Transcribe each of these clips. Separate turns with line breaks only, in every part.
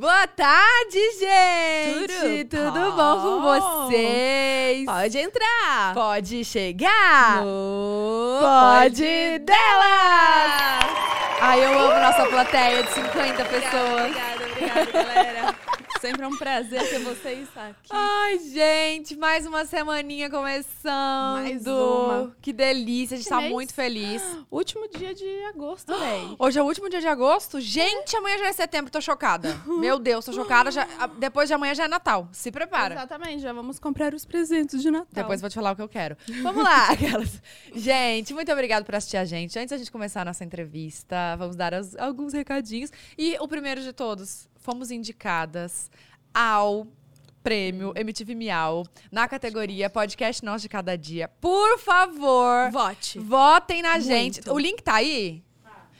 Boa tarde, gente!
Tudo
Tudo
bom?
bom com vocês?
Pode entrar!
Pode chegar!
No
Pode dela! Ai, eu amo nossa plateia de 50
Obrigada,
pessoas.
obrigada, obrigada, galera. Sempre é um prazer ter vocês aqui.
Ai, gente, mais uma semaninha começando.
Mais uma.
Que delícia, a gente
Que
tá
mês?
muito feliz.
Último dia de agosto, né? véi.
Hoje é o último dia de agosto? Gente, amanhã já é setembro, tô chocada. Meu Deus, tô chocada. Já- a- depois de amanhã já é Natal. Se prepara.
Exatamente, já vamos comprar os presentes de Natal.
Depois eu vou te falar o que eu quero. Vamos lá, aquelas. Gente, muito obrigado por assistir a gente. Antes da gente começar a nossa entrevista, vamos dar as- alguns recadinhos. E o primeiro de todos, fomos indicadas ao prêmio MTV Miau na categoria Podcast Nosso de Cada Dia. Por favor,
Vote.
votem na gente.
Muito.
O link tá aí?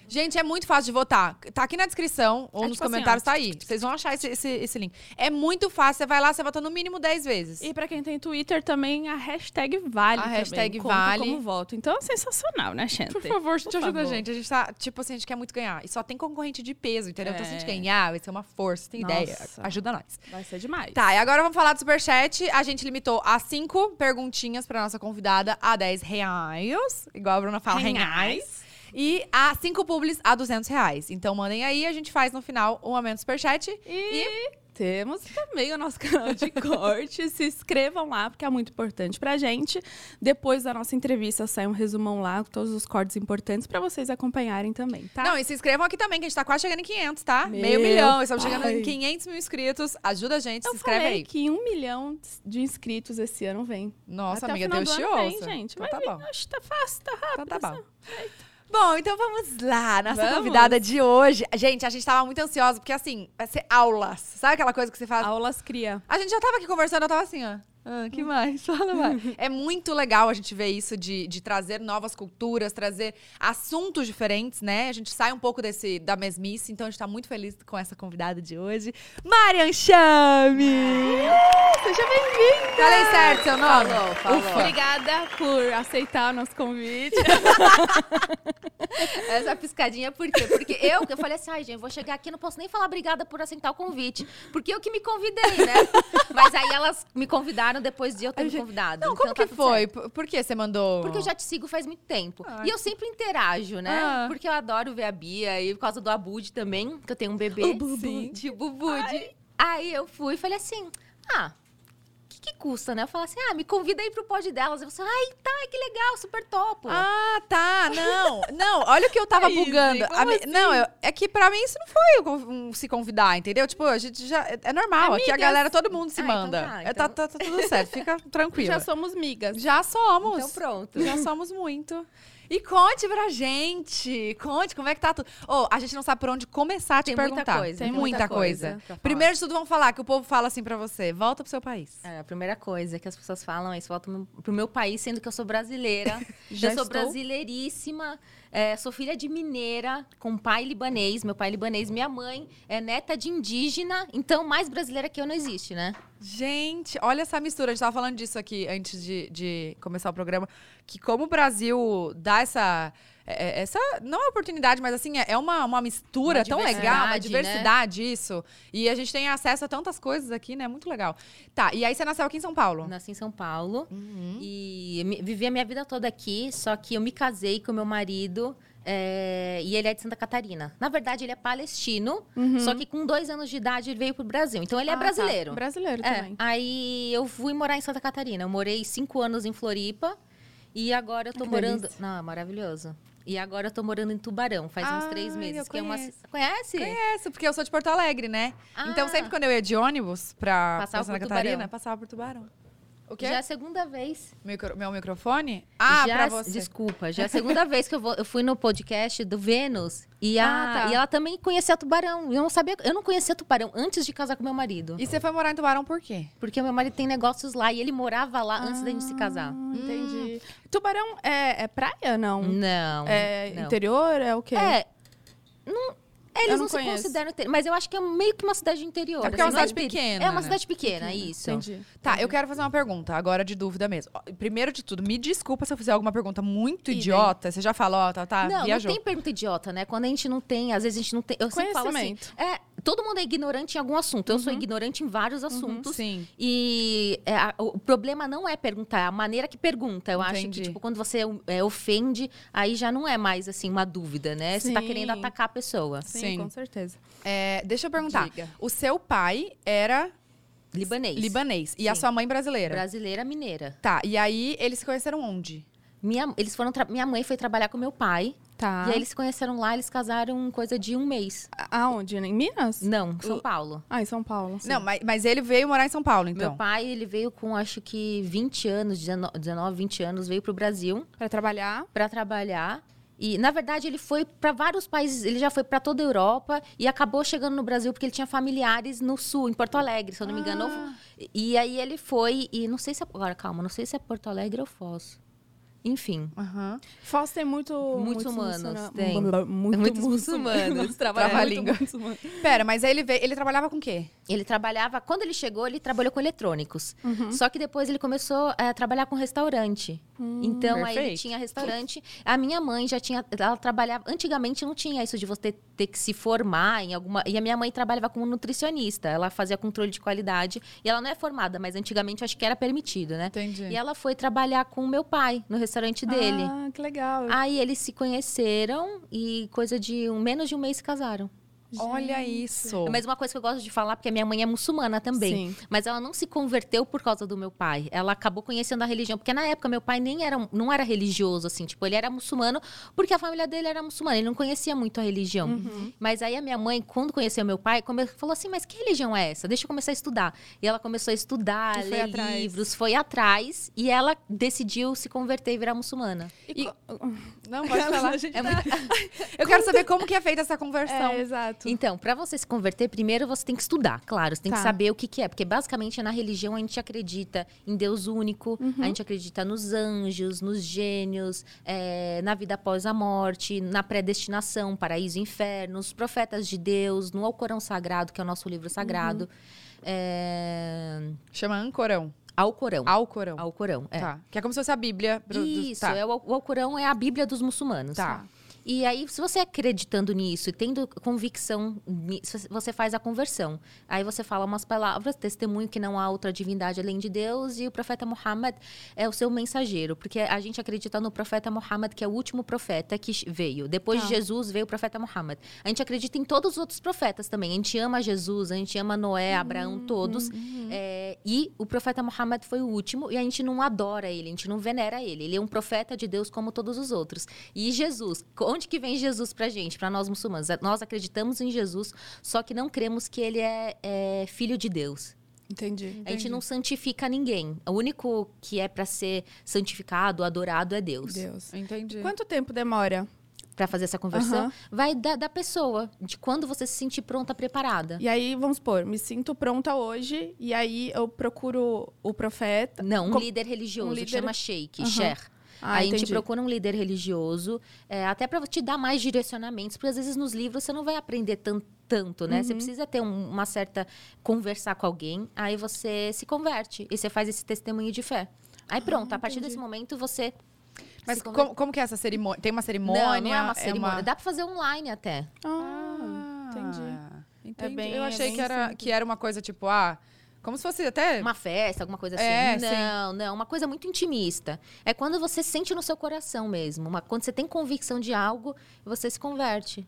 Gente, é muito fácil de votar. Tá aqui na descrição ou
É
nos
tipo assim,
comentários,
ó.
tá aí. Vocês vão achar esse, esse- esse link. É muito fácil, você vai lá, você vota no mínimo 10 vezes.
E pra quem tem Twitter também, a hashtag vale.
A
também.
hashtag
Conta
vale.
como voto. Então é sensacional, né, gente?
Por favor, gente,
Por
ajuda a
favor.
gente. A gente tá, tipo assim, a gente quer muito ganhar. E só tem concorrente de peso, entendeu? Então, se a gente
É.
ganhar, vai ser uma força, tem ideia.
Nossa.
Ajuda nós.
Vai ser demais.
Tá, e agora vamos falar do Superchat. A gente limitou a cinco perguntinhas pra nossa convidada a 10 reais. Igual a Bruna fala, reais. E a cinco publis a 200 reais. Então, mandem aí. A gente faz no final um aumento do Superchat.
E, temos também o nosso canal de corte. Se inscrevam lá, porque é muito importante pra gente. Depois da nossa entrevista, sai um resumão lá com todos os cortes importantes pra vocês acompanharem também, tá?
Não, e se inscrevam aqui também, que a gente tá quase chegando em 500, tá?
Meu
Meio milhão. Estamos chegando em
pai.
500 mil inscritos. Ajuda a gente,
Eu
se inscreve
falei
aí.
que um milhão de inscritos esse ano vem.
Nossa,
Até
amiga,
o final
Deus
do
te
ano
ouça.
vem, gente.
Então
Vai
tá
vir,
bom.
Acho que tá fácil, tá rápido.
Então tá bom.
assim.
Bom, então vamos lá. Nossa
Vamos.
convidada de hoje. Gente, a gente tava muito ansiosa, porque assim, vai ser aulas. Sabe aquela coisa que você faz?
Aulas cria.
A gente já tava aqui conversando, eu tava assim, ó. Ah, que mais? Fala mais. é muito legal a gente ver isso de, de trazer novas culturas, trazer assuntos diferentes, né? A gente sai um pouco desse da mesmice, então a gente tá muito feliz com essa convidada de hoje. Marian Chame!
Seja bem-vinda!
Falei certo seu nome?
Falou, falou.
Ufa.
Obrigada por aceitar o nosso convite.
Essa piscadinha, por quê? Porque eu, eu falei assim, ai, gente, eu vou chegar aqui, não posso nem falar obrigada por aceitar o convite. Porque eu que me convidei, né? Mas aí elas me convidaram depois de eu ter
Ai,
me
gente,
convidado.
Não, como
então tá
que
tudo
foi?
certo.
Por, por que você mandou?
Porque eu já te sigo faz muito tempo.
Ai.
E eu sempre interajo, né?
Ah.
Porque eu adoro ver a Bia e por causa do Abud também, que eu tenho um bebê
O Bubu.
Sim, de Bubude. Aí eu fui e falei assim: ah, o que, que custa, né? Eu falei assim: ah, me convida aí pro pod delas. Eu falei ai, tá, que legal, super topo.
Ah, tá. Não, não. Olha o que eu tava
Aí, Zé,
bugando.
como
A mi- Não,
assim?
eu- é que pra mim isso não foi um con- um se convidar, entendeu? Tipo, a gente já. É é normal. Aqui a
Amigas.
galera, todo mundo se
Ah, então
manda.
tá,
É, tá, tá- tá tudo certo, fica tranquilo.
Já somos migas.
Já somos.
então pronto.
Já somos muito. E conte pra gente. Conte como é que tá tudo. Ô, a gente não sabe por onde começar a te
Tem muita
perguntar.
coisa,
Tem
tem
muita,
muita
coisa.
coisa pra falar.
Primeiro de tudo, vamos falar que o povo fala assim pra você: volta pro seu país.
É, a primeira coisa que as pessoas falam é isso, volta pro meu país, sendo que eu sou brasileira.
Já
eu sou
estou.
brasileiríssima, é, sou filha de mineira, com pai libanês, meu pai é libanês, minha mãe é neta de indígena, então mais brasileira que eu não existe, né?
Gente, olha essa mistura. A gente tava falando disso aqui antes de, de começar o programa. Que como o Brasil dá essa. é- é- Essa não é uma oportunidade, mas assim, é- é uma, uma mistura
Uma
tão legal, uma
diversidade, né?
diversidade, isso. E a gente tem acesso a tantas coisas aqui, né? Muito legal. Tá, e aí você nasceu aqui em São Paulo.
Nasci em São Paulo
Uhum.
e me- vivi a minha vida toda aqui, só que eu me casei com meu marido. é, e ele é de Santa Catarina. Na verdade, ele é palestino,
Uhum.
só que com dois anos de idade ele veio pro Brasil. Então ele
Ah,
é
tá.
brasileiro.
Brasileiro
É,
também.
aí eu fui morar em Santa Catarina. Eu morei cinco anos em Floripa. E agora eu tô
Que
morando.
delícia.
Não, é maravilhoso. E agora eu tô morando em Tubarão, faz uns
Ai,
três
eu
meses. que é uma... ci-
conheço.
Conhece?
Conheço, É porque eu sou de Porto Alegre, né? Então
Ah.
sempre quando eu ia de ônibus pra pra
Passava
Santa
por
Catarina,
Tubarão.
passava por Tubarão. O quê?
Já é a segunda vez.
Micro- meu microfone? Ah,
já,
pra você.
Desculpa, já é a segunda vez que eu, vou, eu fui no podcast do Vênus. E,
Ah,
a,
tá.
e ela também conhecia Tubarão. Eu não sabia. Eu não conhecia Tubarão antes de casar com meu marido.
E você foi morar em Tubarão por quê?
Porque meu marido tem negócios lá e ele morava lá antes da gente se casar.
Ah, entendi. Tubarão é, é praia, não?
Não.
É
não.
interior? É o quê?
É. Não, eles
Eu
não,
não
se
conheço.
consideram interior, mas eu acho que é meio que uma cidade de interior.
É porque é uma
assim, não
cidade pequena,
É uma
né?
cidade pequena, isso.
Entendi.
Tá,
Uhum.
eu quero fazer uma pergunta, agora de dúvida mesmo. Ó, Primeiro de tudo, me desculpa se eu fizer alguma pergunta muito
Idem.
idiota. Você já falou, ó, tá, tá,
Não, não
viajou.
tem pergunta idiota, né? Quando a gente não tem, às vezes a gente não tem. Eu sempre falo assim.
Conhecimento.
É, todo mundo é ignorante em algum assunto. Eu sou ignorante em vários assuntos.
Uhum. Sim.
E é, a- o problema não é perguntar, é a maneira que pergunta. Eu acho que,
Entendi.
tipo, quando você é, ofende, aí já não é mais, assim, uma dúvida, né? Você tá
Sim.
querendo atacar a pessoa.
Sim,
Sim.
com certeza.
É, deixa eu perguntar.
Diga.
O seu pai era
Libanês.
libanês e a
Sim.
sua mãe brasileira.
Brasileira mineira.
Tá, e aí eles se conheceram onde?
Minha, eles foram tra- minha mãe foi trabalhar com meu pai.
Tá.
E aí eles se conheceram lá, eles casaram em coisa de um mês.
Aonde? Em Minas?
Não, São Paulo.
Ah, em São Paulo.
Não, mas, mas ele veio morar em São Paulo, então.
Meu pai, ele veio com acho que 20 anos, 19, 19, 20 anos, veio pro Brasil
Pra trabalhar.
para trabalhar. E na verdade ele foi para vários países, ele já foi para toda a Europa e acabou chegando no Brasil porque ele tinha familiares no sul, em Porto Alegre, se eu não me engano. E- E aí ele foi e não sei se é, agora calma, não sei se é Porto Alegre ou Foz. Enfim,
Aham.
Foz tem muito...
Muitos humanos,
muçulmano-
tem. É
Blá, blá, Muito
Muitos
muçulmano.
muçulmanos,
Trabalha
trava a
muito
língua.
muçulmano.
Pera, mas aí ele veio. Ele trabalhava com o quê?
Ele trabalhava, quando ele chegou, ele trabalhou com eletrônicos. Só que depois ele começou eh, a trabalhar com restaurante. então aí ele
Perfeito.
tinha restaurante. A minha mãe já tinha, ela trabalhava, antigamente não tinha isso de você ter que se formar em alguma, e a minha mãe trabalhava como nutricionista, ela fazia controle de qualidade, e ela não é formada, mas antigamente eu acho que era permitido, né?
Entendi.
E ela foi trabalhar com o meu pai no restaurante dele.
Ah, que legal.
Aí eles se conheceram e coisa de um, menos de um mês se casaram.
Olha isso.
Mas uma coisa que eu gosto de falar, porque a minha mãe é muçulmana também.
Sim.
Mas ela não se converteu por causa do meu pai. Ela acabou conhecendo a religião. Porque na época meu pai nem era, não era religioso, assim. Tipo, ele era muçulmano porque a família dele era muçulmana. Ele não conhecia muito a religião.
Uhum.
Mas aí a minha mãe, quando conheceu meu pai, come- falou assim, mas que religião é essa? Deixa eu começar a estudar. E ela começou a estudar,
E
a
foi
ler
atrás.
livros, foi atrás. E ela decidiu se converter e virar muçulmana.
E-
co-
Não, pode falar.
A
tá-
gente
É muito- Eu quero saber como que é feita essa conversão.
É, exato.
Então, para você se converter, primeiro você tem que estudar, claro. Você tem
Tá.
que saber o que, que é. Porque basicamente na religião a gente acredita em Deus único,
Uhum.
a gente acredita nos anjos, nos gênios, eh, na vida após a morte, na predestinação, paraíso e inferno, os profetas de Deus, no Alcorão Sagrado, que é o nosso livro sagrado.
Uhum.
eh,
Chama Ancorão.
Alcorão.
Alcorão.
Alcorão, é.
Tá. Que é como se fosse a Bíblia. pro- do-
Isso,
tá.
é o, o Alcorão é a Bíblia dos muçulmanos.
Tá.
E aí, se você é acreditando nisso e tendo convicção, ni- se você- você faz a conversão. Aí você fala umas palavras, testemunho que não há outra divindade além de Deus e o profeta Muhammad é o seu mensageiro. Porque a gente acredita no profeta Muhammad, que é o último profeta que ch- veio. Depois
Tá.
de Jesus veio o profeta Muhammad. A gente acredita em todos os outros profetas também. A gente ama Jesus, a gente ama Noé, Abraão, todos. É, e o profeta Muhammad foi o último e a gente não adora ele, a gente não venera ele. Ele é um profeta de Deus como todos os outros. E Jesus, onde que vem Jesus pra gente, pra nós muçulmanos? É, Nós acreditamos em Jesus, só que não cremos que ele é, é filho de Deus.
Entendi.
A gente não santifica ninguém. O único que é pra ser santificado, adorado é Deus. É.
Deus.
Entendi.
Quanto tempo demora?
Pra fazer essa conversão,
Aham.
vai da, da pessoa, de quando você se sentir pronta, preparada.
E aí, vamos supor, me sinto pronta hoje, e aí eu procuro o profeta.
Não, um
Com-
líder religioso que
líder-
chama sheik,
Aham.
sher.
Ah,
aí a gente
entendi.
procura um líder religioso, é, até para te dar mais direcionamentos, porque às vezes nos livros você não vai aprender tan- tanto, né? Você
Uhum.
precisa ter um- uma certa conversar com alguém, aí você se converte e você faz esse testemunho de fé. Aí pronto, a partir desse momento você
Ah, Mas
se
como,
converte.
como que é essa cerimônia? Tem uma cerimônia?
não, não é uma cerimônia, dá para fazer online até.
Ah,
Ah, entendi.
bem-
Eu
é
achei
bem
que, era,
simples.
que era uma coisa tipo, ah, como se fosse até.
Uma festa, alguma coisa assim.
É, sim.
não, não. Uma coisa muito intimista. É quando você sente no seu coração mesmo. uma- quando você tem convicção de algo, você se converte.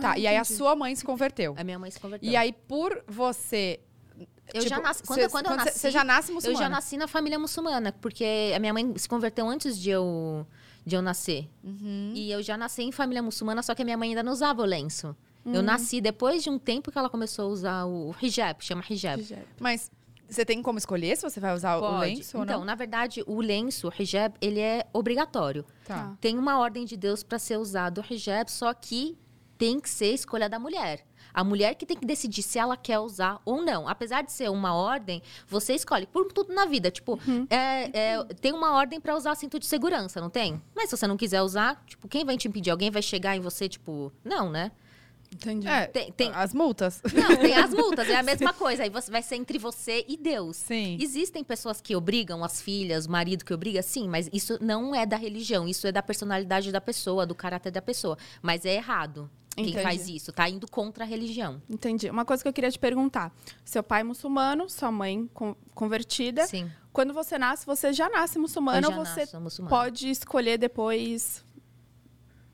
Tá,
Ah,
e aí a
entendi.
sua mãe se converteu.
A minha mãe se converteu.
E aí, por você.
É Eu
Tipo,
já nasci- quando- quando eu nasci,
Você já nasce
Eu
muçulmana.
já nasci na família muçulmana, porque a minha mãe se converteu antes de eu, de eu nascer.
Uhum.
E eu já nasci em família muçulmana, só que a minha mãe ainda não usava o lenço.
Hum.
Eu nasci depois de um tempo que ela começou a usar o hijab, chama hijab.
Mas você tem como escolher se você vai usar o
Pode.
lenço ou
então,
não?
na verdade, o lenço, o hijab, ele é obrigatório.
Tá.
Tem uma ordem de Deus para ser usado o hijab, só que tem que ser escolha da mulher. A mulher que tem que decidir se ela quer usar ou não. Apesar de ser uma ordem, você escolhe. Por tudo na vida. Tipo, é- é, tem uma ordem para usar cinto de segurança, não tem? Mas se você não quiser usar, tipo, quem vai te impedir? Alguém vai chegar em você, tipo, não, né?
Entendi.
É,
Tem- tem-
As multas.
Não, tem as multas, é a mesma coisa. Aí você vai ser entre você e Deus.
Sim.
Existem pessoas que obrigam as filhas, o marido que obriga, sim, mas isso não é da religião, isso é da personalidade da pessoa, do caráter da pessoa. Mas é errado. quem
Entendi.
faz isso. Tá indo contra a religião.
Entendi. Uma coisa que eu queria te perguntar. Seu pai é muçulmano, sua mãe con- convertida.
Sim.
Quando você nasce, você já nasce muçulmano
eu
ou
já
Né? você
nasço muçulmana.
pode escolher depois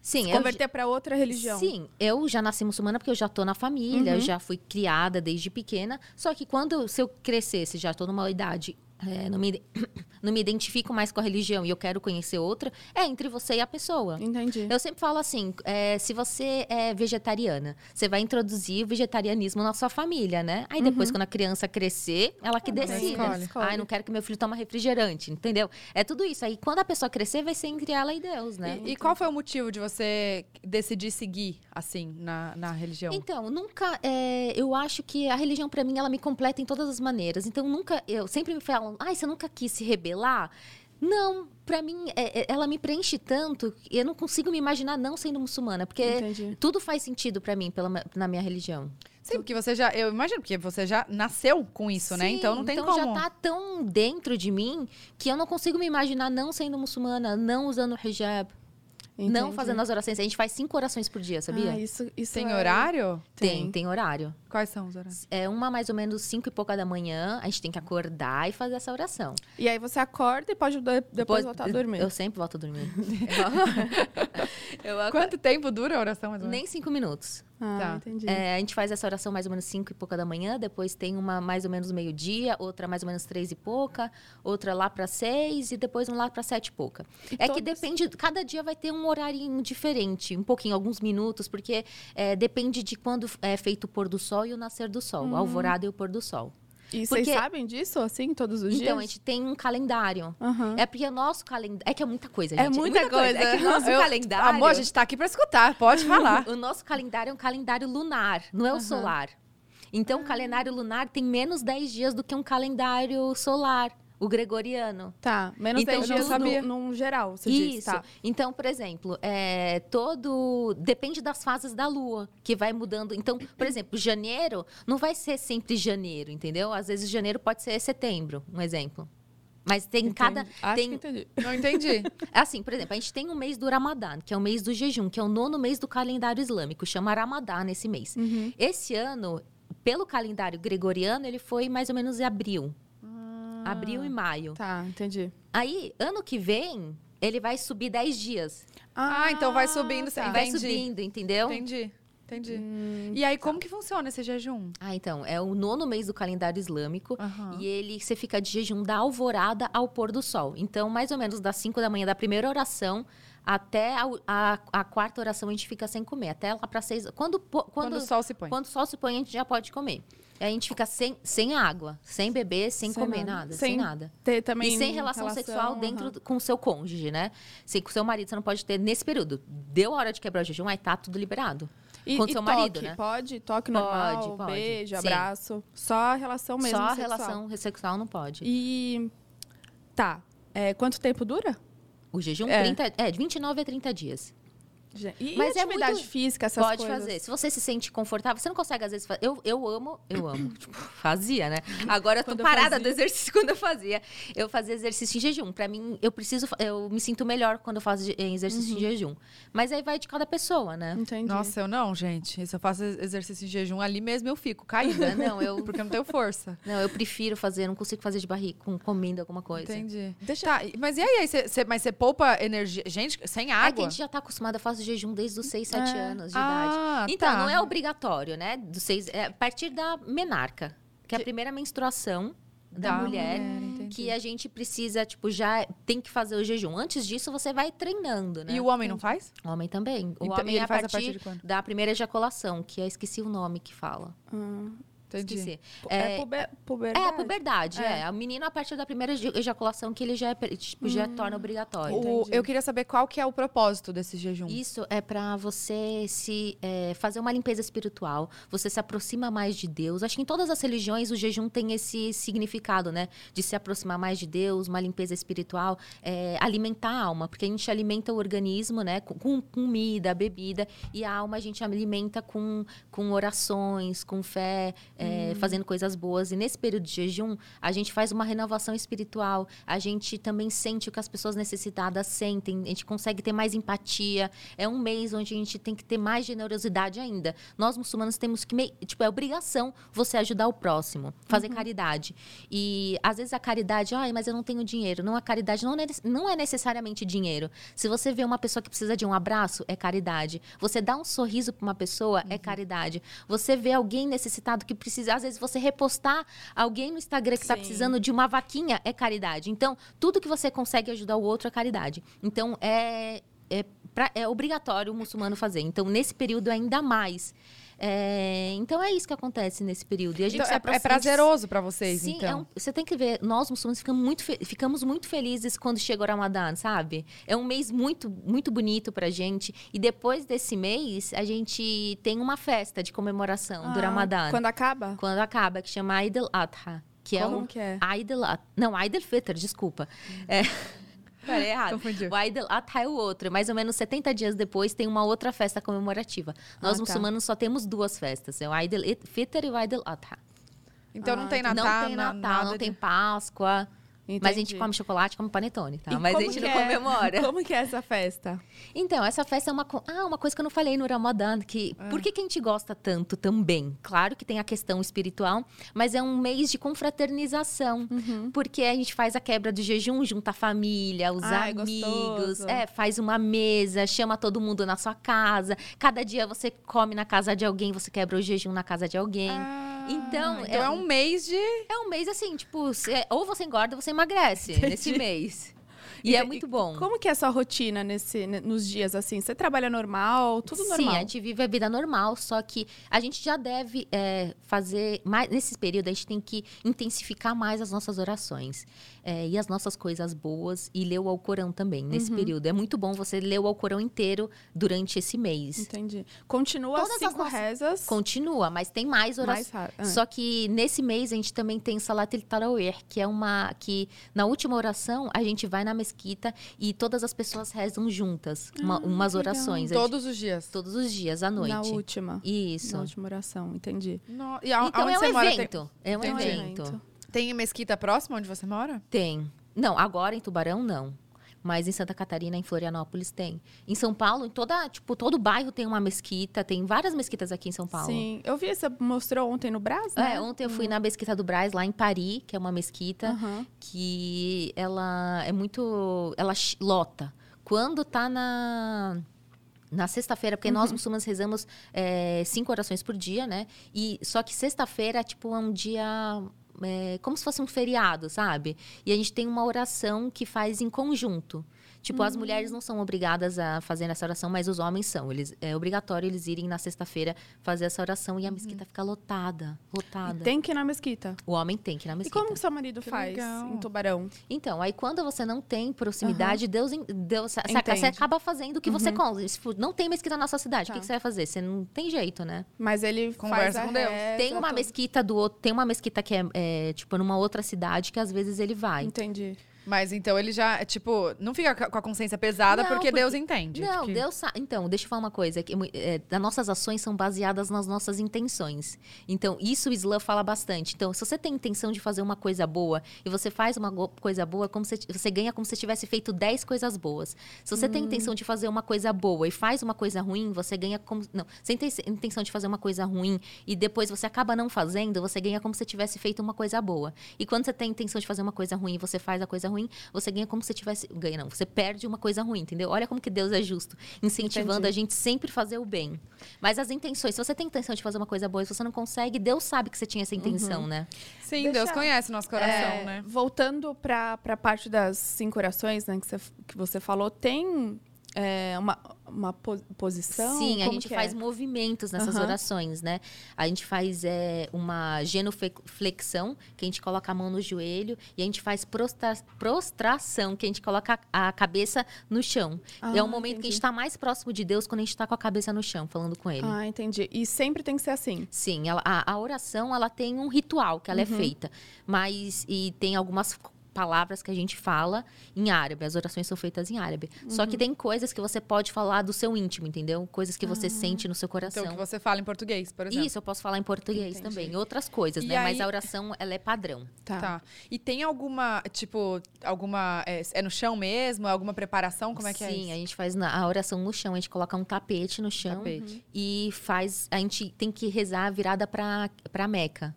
Sim,
se
eu-
converter pra outra religião? Uhum.
Sim, eu já nasci muçulmana porque eu já tô na família, eu já fui criada desde pequena. Só que quando, se eu crescesse, já tô numa idade, é, não, me, não me identifico mais com a religião e eu quero conhecer outra, é entre você e a pessoa.
Entendi.
Eu sempre falo assim, é, se você é vegetariana, você vai introduzir o vegetarianismo na sua família, né? Aí depois, quando a criança crescer, ela que
Uhum. Ela
decide.
escolhe. Escolhe.
Ai, não quero que meu filho tome refrigerante, entendeu? É tudo isso. Aí quando a pessoa crescer, vai ser entre ela e Deus, né?
E, e qual foi o motivo de você decidir seguir, assim, na, na religião?
Então, nunca. é, eu acho que a religião, pra mim, ela me completa em todas as maneiras. Então, nunca. Eu sempre me falam, ai, você nunca quis se rebelar? Não, pra mim, é, é, ela me preenche tanto que eu não consigo me imaginar não sendo muçulmana, porque
Entendi.
tudo faz sentido pra mim pela, na minha religião.
Sim, porque você já. Eu imagino, porque você já nasceu com isso, né?
Sim,
Então não tem
então
como.
já tá tão dentro de mim que eu não consigo me imaginar não sendo muçulmana, não usando hijab, não
Entendi.
fazendo as orações. A gente faz cinco orações por dia, sabia?
Ah, isso, isso
Tem
é-
horário?
tem, tem horário.
Quais são os horários?
É uma mais ou menos cinco e pouca da manhã, a gente tem que acordar e fazer essa oração.
E aí você acorda e pode de- depois voltar a dormir.
Eu sempre volto a dormir. eu acordo.
Quanto tempo dura a oração, mais ou menos?
Nem cinco minutos.
Ah,
Tá.
entendi.
É, a gente faz essa oração mais ou menos cinco e pouca da manhã, depois tem uma mais ou menos meio-dia, outra mais ou menos três e pouca, outra lá para seis e depois um lá para sete e pouca. é
todos-
que depende, cada dia vai ter um horarinho diferente, um pouquinho, alguns minutos, porque é, depende de quando é feito o pôr do sol e o nascer do sol,
Uhum.
o alvorada e o pôr do sol.
E vocês
porque-
sabem disso, assim, todos os dias?
Então, a gente tem um calendário.
Aham.
É porque o nosso calendário. É que é muita coisa,
É
gente.
muita coisa.
É que o nosso
Eu-
calendário.
Amor, a gente tá aqui pra escutar, pode
Tá
falar.
O nosso calendário é um calendário lunar, não é o solar. Então,
Ah.
o calendário lunar tem menos 10 dias do que um calendário solar, o gregoriano.
Tá, menos
Então,
10
eu não
dias
sabia.
num geral, você
Isso.
diz, tá.
Então, por exemplo, é, todo. Depende das fases da lua, que vai mudando. Então, por exemplo, janeiro não vai ser sempre janeiro, entendeu? Às vezes janeiro pode ser setembro, um exemplo. Mas tem cada.
Acho
tem,
que entendi.
Não entendi.
Assim, por exemplo, a gente tem o mês do Ramadã, que é o mês do jejum, que é o nono mês do calendário islâmico, chama Ramadã nesse mês.
Uhum.
Esse ano, pelo calendário gregoriano, ele foi mais ou menos em abril.
Ah.
Abril e maio.
Tá, entendi.
Aí, ano que vem, ele vai subir 10 dias.
Ah, então vai subindo,
tá.
vai-
Vai
Entendi.
subindo, entendeu?
Entendi, entendi.
hum,
e
tá.
aí, como que funciona esse jejum?
Ah, então, é o nono mês do calendário islâmico.
Aham.
E ele, você fica de jejum da alvorada ao pôr do sol. Então, mais ou menos das 5 da manhã da primeira oração até a, a- a quarta oração a gente fica sem comer. Até lá para seis. Quando, po-
Quando,
quando,
o sol se põe.
quando o sol se põe, a gente já pode comer. Aí a gente fica sem, sem água, sem beber, sem,
Sem
comer
nada.
nada, sem,
Sem
nada.
Ter também
E sem relação, sexual dentro
aham.
do- com o seu cônjuge, né? Se com o seu marido você não pode ter nesse período. Deu a hora de quebrar o jejum, aí tá tudo liberado.
E,
com
e
seu
toque,
marido, né?
Pode, toque
Pode,
normal,
pode.
beijo,
Sim.
abraço. Só a relação mesmo.
Só a
sexual.
relação sexual não pode.
E. Tá. é, quanto tempo dura?
O jejum
É.
30, é, de 29 a 30 dias.
Gente, E
Mas é
atividade
muito-
física, essas
Pode
coisas?
fazer. Se você se sente confortável, você não consegue, às vezes, fazer. Eu, eu amo, eu amo. tipo, fazia, né? Agora eu tô
Quando eu
parada
fazia.
do exercício quando eu fazia. Eu fazia exercício em jejum. Pra mim, eu preciso. fa- Eu me sinto melhor quando eu faço je- em exercício em jejum. Mas aí vai de cada pessoa, né?
Entendi.
Nossa, eu não, gente. Se eu faço exercício em jejum, ali mesmo eu fico caída.
Não, eu-
Porque eu não tenho força.
Não, eu prefiro fazer, eu não consigo fazer de barriga com comendo alguma coisa.
Entendi. Tá, e- mas e aí? aí cê- cê- mas você poupa energia? Gente, sem
É que a
água?
gente já tá acostumada, eu faço jejum desde os 6, 7
É.
anos de idade.
ah,
Então,
tá.
não é obrigatório, né? Do seis, é a partir da menarca, que é a primeira menstruação da
Tá,
mulher.
entendi.
que a gente precisa, tipo, já tem que fazer o jejum. Antes disso, você vai treinando, né?
E o homem não faz?
o homem também. O
Então,
homem
e ele
é a
faz
partir,
a partir de quando?
da primeira ejaculação, que eu esqueci o nome que fala.
Ah,
Entendi.
Esqueci.
é
É,
puber...
é a
puberdade?
puberdade, é. O menino, a partir da primeira eja- ejaculação, que ele já, é, per- tipo, já torna obrigatório.
Hum. O-
Entendi.
eu queria saber qual que é o propósito desse jejum.
Isso é pra você se é, fazer uma limpeza espiritual, você se aproxima mais de Deus. Acho que em todas as religiões o jejum tem esse significado, né? De se aproximar mais de Deus, uma limpeza espiritual, é, alimentar a alma, porque a gente alimenta o organismo, né? Com, com comida, bebida, e a alma a gente alimenta com, com orações, com fé, é, é, fazendo coisas boas. E nesse período de jejum, a gente faz uma renovação espiritual, a gente também sente o que as pessoas necessitadas sentem, a gente consegue ter mais empatia. É um mês onde a gente tem que ter mais generosidade ainda. Nós muçulmanos temos que, mei- tipo, é obrigação você ajudar o próximo, fazer caridade. E às vezes a caridade, ai, mas eu não tenho dinheiro. Não, a caridade não é, nece- não é necessariamente dinheiro. Se você vê uma pessoa que precisa de um abraço, é caridade. Você dá um sorriso para uma pessoa, é caridade. Você vê alguém necessitado que precisa, às vezes você repostar alguém no Instagram que está
Sim.
precisando de uma vaquinha, é caridade. Então, tudo que você consegue ajudar o outro é caridade. Então, é é, pra- é obrigatório o muçulmano fazer. Então, nesse período, ainda mais. É, então, é isso que acontece nesse período. E a gente
Então,
se
é,
aproxima-
é prazeroso pra vocês,
Sim,
então.
é um- você tem que ver. Nós, muçulmanos, ficamos muito, fe- ficamos muito felizes quando chega o Ramadã, sabe? É um mês muito, muito bonito pra gente. E depois desse mês, a gente tem uma festa de comemoração do
Ah,
Ramadã. Quando...
Quando acaba?
acaba, que chama Eid al-Adha. Que é
Como
um...
que é?
Eid al Não, Eid al-Fitr, desculpa. É... Falei errado.
Confundiu.
O Eid al-Adha é o outro. Mais ou menos 70 dias depois tem uma outra festa comemorativa. Nós
tá.
muçulmanos só temos duas festas. É o Eid al-Fitr e o Eid al-Adha.
Então não
Ah,
tem
Não
Natal,
tem
na-
Natal,
nada
não
de-
tem Páscoa. Mas a gente
Entendi.
come chocolate, come panetone, tá?
E
Mas a
como
gente
que
não
é?
comemora.
Como que é essa festa?
Então, essa festa é uma, co- ah, uma coisa que eu não falei no Ramadã, que
Ah.
por que, que a gente gosta tanto também? Claro que tem a questão espiritual, mas é um mês de confraternização,
Uhum.
porque a gente faz a quebra do jejum, junta a família, os
Ai, é
amigos,
gostoso.
é, faz uma mesa, chama todo mundo na sua casa. Cada dia você come na casa de alguém, você quebra o jejum na casa de alguém.
Ah.
então,
Então é um mês de.
é um mês assim, tipo, cê- ou você engorda ou você emagrece nesse mês. E, é
E-
muito bom.
Como que é a sua rotina nesse, ne- nos dias assim? Você trabalha normal? Tudo normal?
Sim, é a gente vive a vida normal, só que a gente já deve é, fazer mais. Nesse período, a gente tem que intensificar mais as nossas orações é, e as nossas coisas boas e ler o Alcorão também nesse
Uhum.
período. É muito bom você ler o Alcorão inteiro durante esse mês.
Entendi. Continua
Todas
as
as
cinco
nossas-
rezas.
Continua, mas tem mais orações.
mais ra- ah.
Só que nesse mês a gente também tem Salat al-Tarawih, que é uma que na última oração a gente vai na mesquita e todas as pessoas rezam juntas, uma- umas
Ah, que
orações a gente-
Todos os dias.
todos os dias à
Na
noite.
última.
Isso.
Na última oração, entendi.
No- E a,
Então
aonde
é um
você mora? Tem,
evento. É um
Entendi.
evento.
tem mesquita próxima onde você mora?
Tem. Não, agora em Tubarão não. Mas em Santa Catarina, em Florianópolis tem. Em São Paulo, em toda, tipo, todo bairro tem uma mesquita, tem várias mesquitas aqui em São Paulo.
Sim. Eu vi, você mostrou ontem no Brás, né?
É, ontem eu
Uhum.
fui na mesquita do Brás, lá em Paris, que é uma mesquita.
Aham.
que ela é muito. Ela chi- lota. Quando tá na. Na sexta-feira, porque
Uhum.
nós muçulmanos rezamos é, cinco orações por dia, né? E só que sexta-feira, tipo, é um dia. é, como se fosse um feriado, sabe? E a gente tem uma oração que faz em conjunto. Tipo, as mulheres
Hum.
não são obrigadas a fazer essa oração, mas os homens são. Eles, é obrigatório eles irem na sexta-feira fazer essa oração e a mesquita fica lotada.
Uhum. E
Lotada.
tem que ir na mesquita.
O homem tem que ir na
E
mesquita.
como que seu marido
Que
faz
legal.
em Tubarão?
Então, aí quando você não tem proximidade, Deus, en- Deus você-
Entende. Uhum.
você acaba fazendo o que você come. Se for- Não tem mesquita na sua cidade,
Tá.
o que, que você vai fazer? Você não tem jeito, né?
Mas ele faz
Conversa
a
com Deus.
reza,
tem uma
tudo.
mesquita do outro, tem uma mesquita que é, é, tipo numa outra cidade que às vezes ele vai.
Entendi.
Mas então ele já, é, tipo, não fica ca- com a consciência pesada
Não,
porque,
porque-
Deus entende. Tipo
Não,
que-
Deus sabe. Então, deixa eu falar uma coisa. Que, é mui- é, as nossas ações são baseadas nas nossas intenções. Então, isso o Islã fala bastante. Então, se você tem intenção de fazer uma coisa boa e você faz uma go- coisa boa, é como se, você ganha como se tivesse feito 10 coisas boas. Se você tem intenção de fazer uma coisa boa e faz uma coisa ruim, você ganha como. Não, você tem inten- intenção de fazer uma coisa ruim e depois você acaba não fazendo, você ganha como se tivesse feito uma coisa boa. E quando você tem intenção de fazer uma coisa ruim e você faz a coisa ruim, você ganha como se tivesse. Ganha, não, você perde uma coisa ruim, entendeu? Olha como que Deus é justo, incentivando
Entendi.
a gente sempre fazer o bem. Mas as intenções, se você tem intenção de fazer uma coisa boa e se você não consegue, Deus sabe que você tinha
Uhum.
essa intenção, né?
Sim,
Deixa-
Deus conhece o nosso coração,
É,
né?
Voltando para a parte das cinco orações né, que, você, que você falou, tem é, uma, uma po- posição?
Sim, a
Como
gente
que é?
faz movimentos nessas
Aham.
orações, né? A gente faz é, uma genuflexão, que a gente coloca a mão no joelho, e a gente faz prostra- prostração, que a gente coloca a a cabeça no chão. é
Ah,
o momento
entendi.
que a gente está mais próximo de Deus quando a gente está com a cabeça no chão, falando com Ele.
Ah, entendi. E sempre tem que ser assim.
Uhum.
Sim, ela- a, a oração ela tem um ritual que ela é feita, mas e tem algumas palavras que a gente fala em árabe. As orações são feitas em árabe. Só
Uhum.
que tem coisas que você pode falar do seu íntimo, entendeu? Coisas que você sente no seu coração.
Ah. Então, que você fala em português, por exemplo.
Isso, eu posso falar em português
Entendi.
também. Outras coisas,
E
né?
aí-
Mas a oração, ela é padrão.
Tá.
Tá. E tem alguma, tipo, alguma. É, é no chão mesmo? É Alguma preparação? Como é que é
Sim,
isso?
a gente faz na- a oração no chão. A gente coloca um tapete no chão
Tapete.
e faz... A gente tem que rezar virada pra, pra Meca.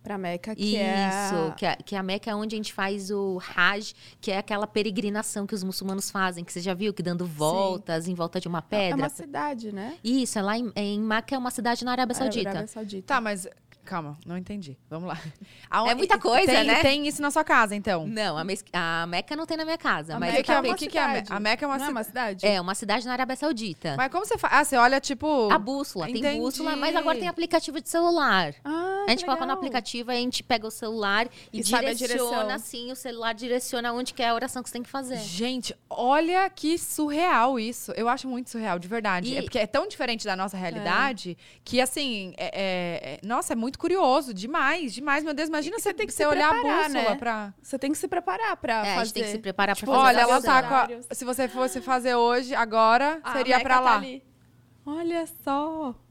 Pra Meca, que
Isso,
é... a-
que, a, que a Meca é onde a gente faz o Hajj, que é aquela peregrinação que os muçulmanos fazem, que você já viu, que dando voltas em volta de uma
É
pedra.
uma cidade, né?
Isso, é lá em, em Meca, é uma cidade na Arábia Saudita.
Arábia Saudita.
Tá, mas. Calma, não entendi. Vamos lá. Aonde-
É muita coisa,
tem,
né? Hum,
Tem isso na sua casa, então.
Não, a, mes- a Meca não tem na minha casa,
A
O
mas
que,
Meca
que é,
é
a-
uma
que que é a Me-
cidade.
A Meca é uma
Não é
cidade.
uma cidade?
é uma cidade na Arábia Saudita.
Mas como você faz? Ah, você olha, tipo.
A bússola,
Entendi.
tem bússola, mas agora tem aplicativo de celular.
Ah,
A gente
que
coloca no
legal.
aplicativo, a gente pega o celular e,
E sabe a direção.
direciona, assim, o celular direciona onde que é a oração que você tem que fazer.
Gente, olha que surreal isso. Eu acho muito surreal, de verdade.
E-
É porque é tão diferente da nossa realidade que, assim, é, é- é- nossa, é muito curioso. Demais, demais. Meu Deus, imagina
E
você
tem que
você
se
olhar a
preparar,
bússola
né?
pra.
Você tem que se preparar pra
É,
fazer.
a gente tem que se preparar
Tipo,
pra fazer
Olha,
essa
ela
oração.
tá
oração.
com. a- Se você fosse fazer hoje, agora,
Ah, a
seria
Meca
pra
tá
lá.
ali. Olha só.
É.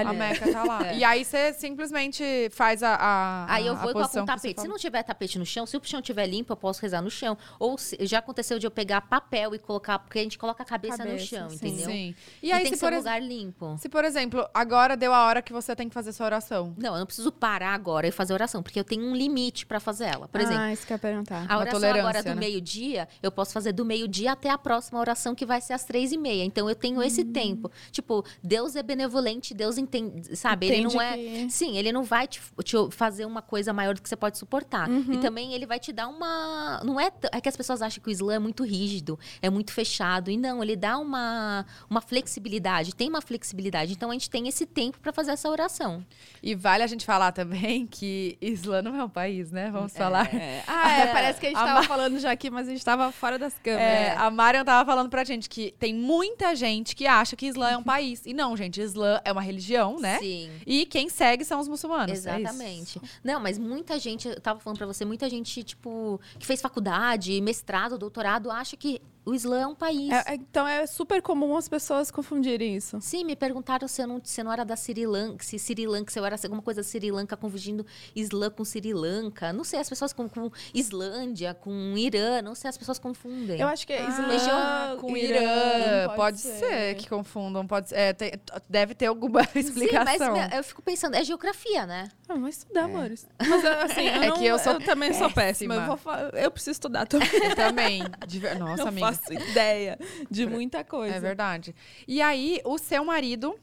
a
ali.
Meca tá lá. E aí você simplesmente faz a. a
Aí eu
a
vou e coloco
posição
um
que você
tapete. Se
falou.
não tiver tapete no chão, se o chão estiver limpo, eu posso rezar no chão. Ou se- já aconteceu de eu pegar papel e colocar, porque a gente coloca a cabeça, no
Cabeça,
chão,
sim.
entendeu?
Sim. E,
E,
aí,
tem
se
que ser
por,
um
ex-
lugar limpo.
se por exemplo, agora deu a hora que você tem que fazer sua oração.
Não, eu não preciso parar agora e fazer oração, porque eu tenho um limite pra fazer ela. Por exemplo,
Ah, isso que eu ia perguntar.
A
Uma
oração
tolerância,
agora do
né?
meio-dia, eu posso fazer do meio-dia até a próxima oração, que vai ser às três e meia. Então eu tenho esse
Hum.
tempo. Tipo, Deus é benevolente, Deus entende, sabe? ele
Entende
não é.
que-
Sim, ele não vai te, te fazer uma coisa maior do que você pode suportar. E também ele vai te dar uma. Não é. t- É que as pessoas acham que o Islã é muito rígido, é muito fechado. E não, ele dá uma, uma flexibilidade, tem uma flexibilidade. Então a gente tem esse tempo pra fazer essa oração.
E vale a gente falar também que Islã não é um país, né? Vamos falar.
É. Ah, é, parece que a gente
A
tava falando já aqui, mas a gente tava fora das
É,
câmeras.
a Marian tava falando pra gente que tem muita gente que acha que Islã é um país. E não, gente, Islã é uma religião, né?
Sim.
E quem segue são os muçulmanos. é isso.
Exatamente. Não, mas muita gente, eu tava falando pra você, muita gente, tipo, que fez faculdade, mestrado, doutorado, acha que o Islã é um país.
É, é, então é super comum as pessoas confundirem isso.
Sim, me perguntaram se eu não, se eu não era da Sri Lanka, se Sri Lanka, se eu era alguma coisa da Sri Lanka, confundindo Islã com Sri Lanka. Não sei, as pessoas com, com Islândia, com Irã, não sei, as pessoas confundem.
Eu acho que é
Islã
Islã
Ah, com Irã. Pode, ser. que confundam. Pode ser. É, tem- deve ter alguma
Sim,
explicação.
mas eu fico pensando, é geografia, né?
Ah, vou estudar, amores. Mas eu, assim, eu
É
não-
que eu sou
também sou
péssima.
péssima. Eu, vou fa- eu preciso estudar também.
Eu também. De ver- Nossa,
não
amiga.
faço ideia de muita coisa.
É verdade. E aí, o seu marido.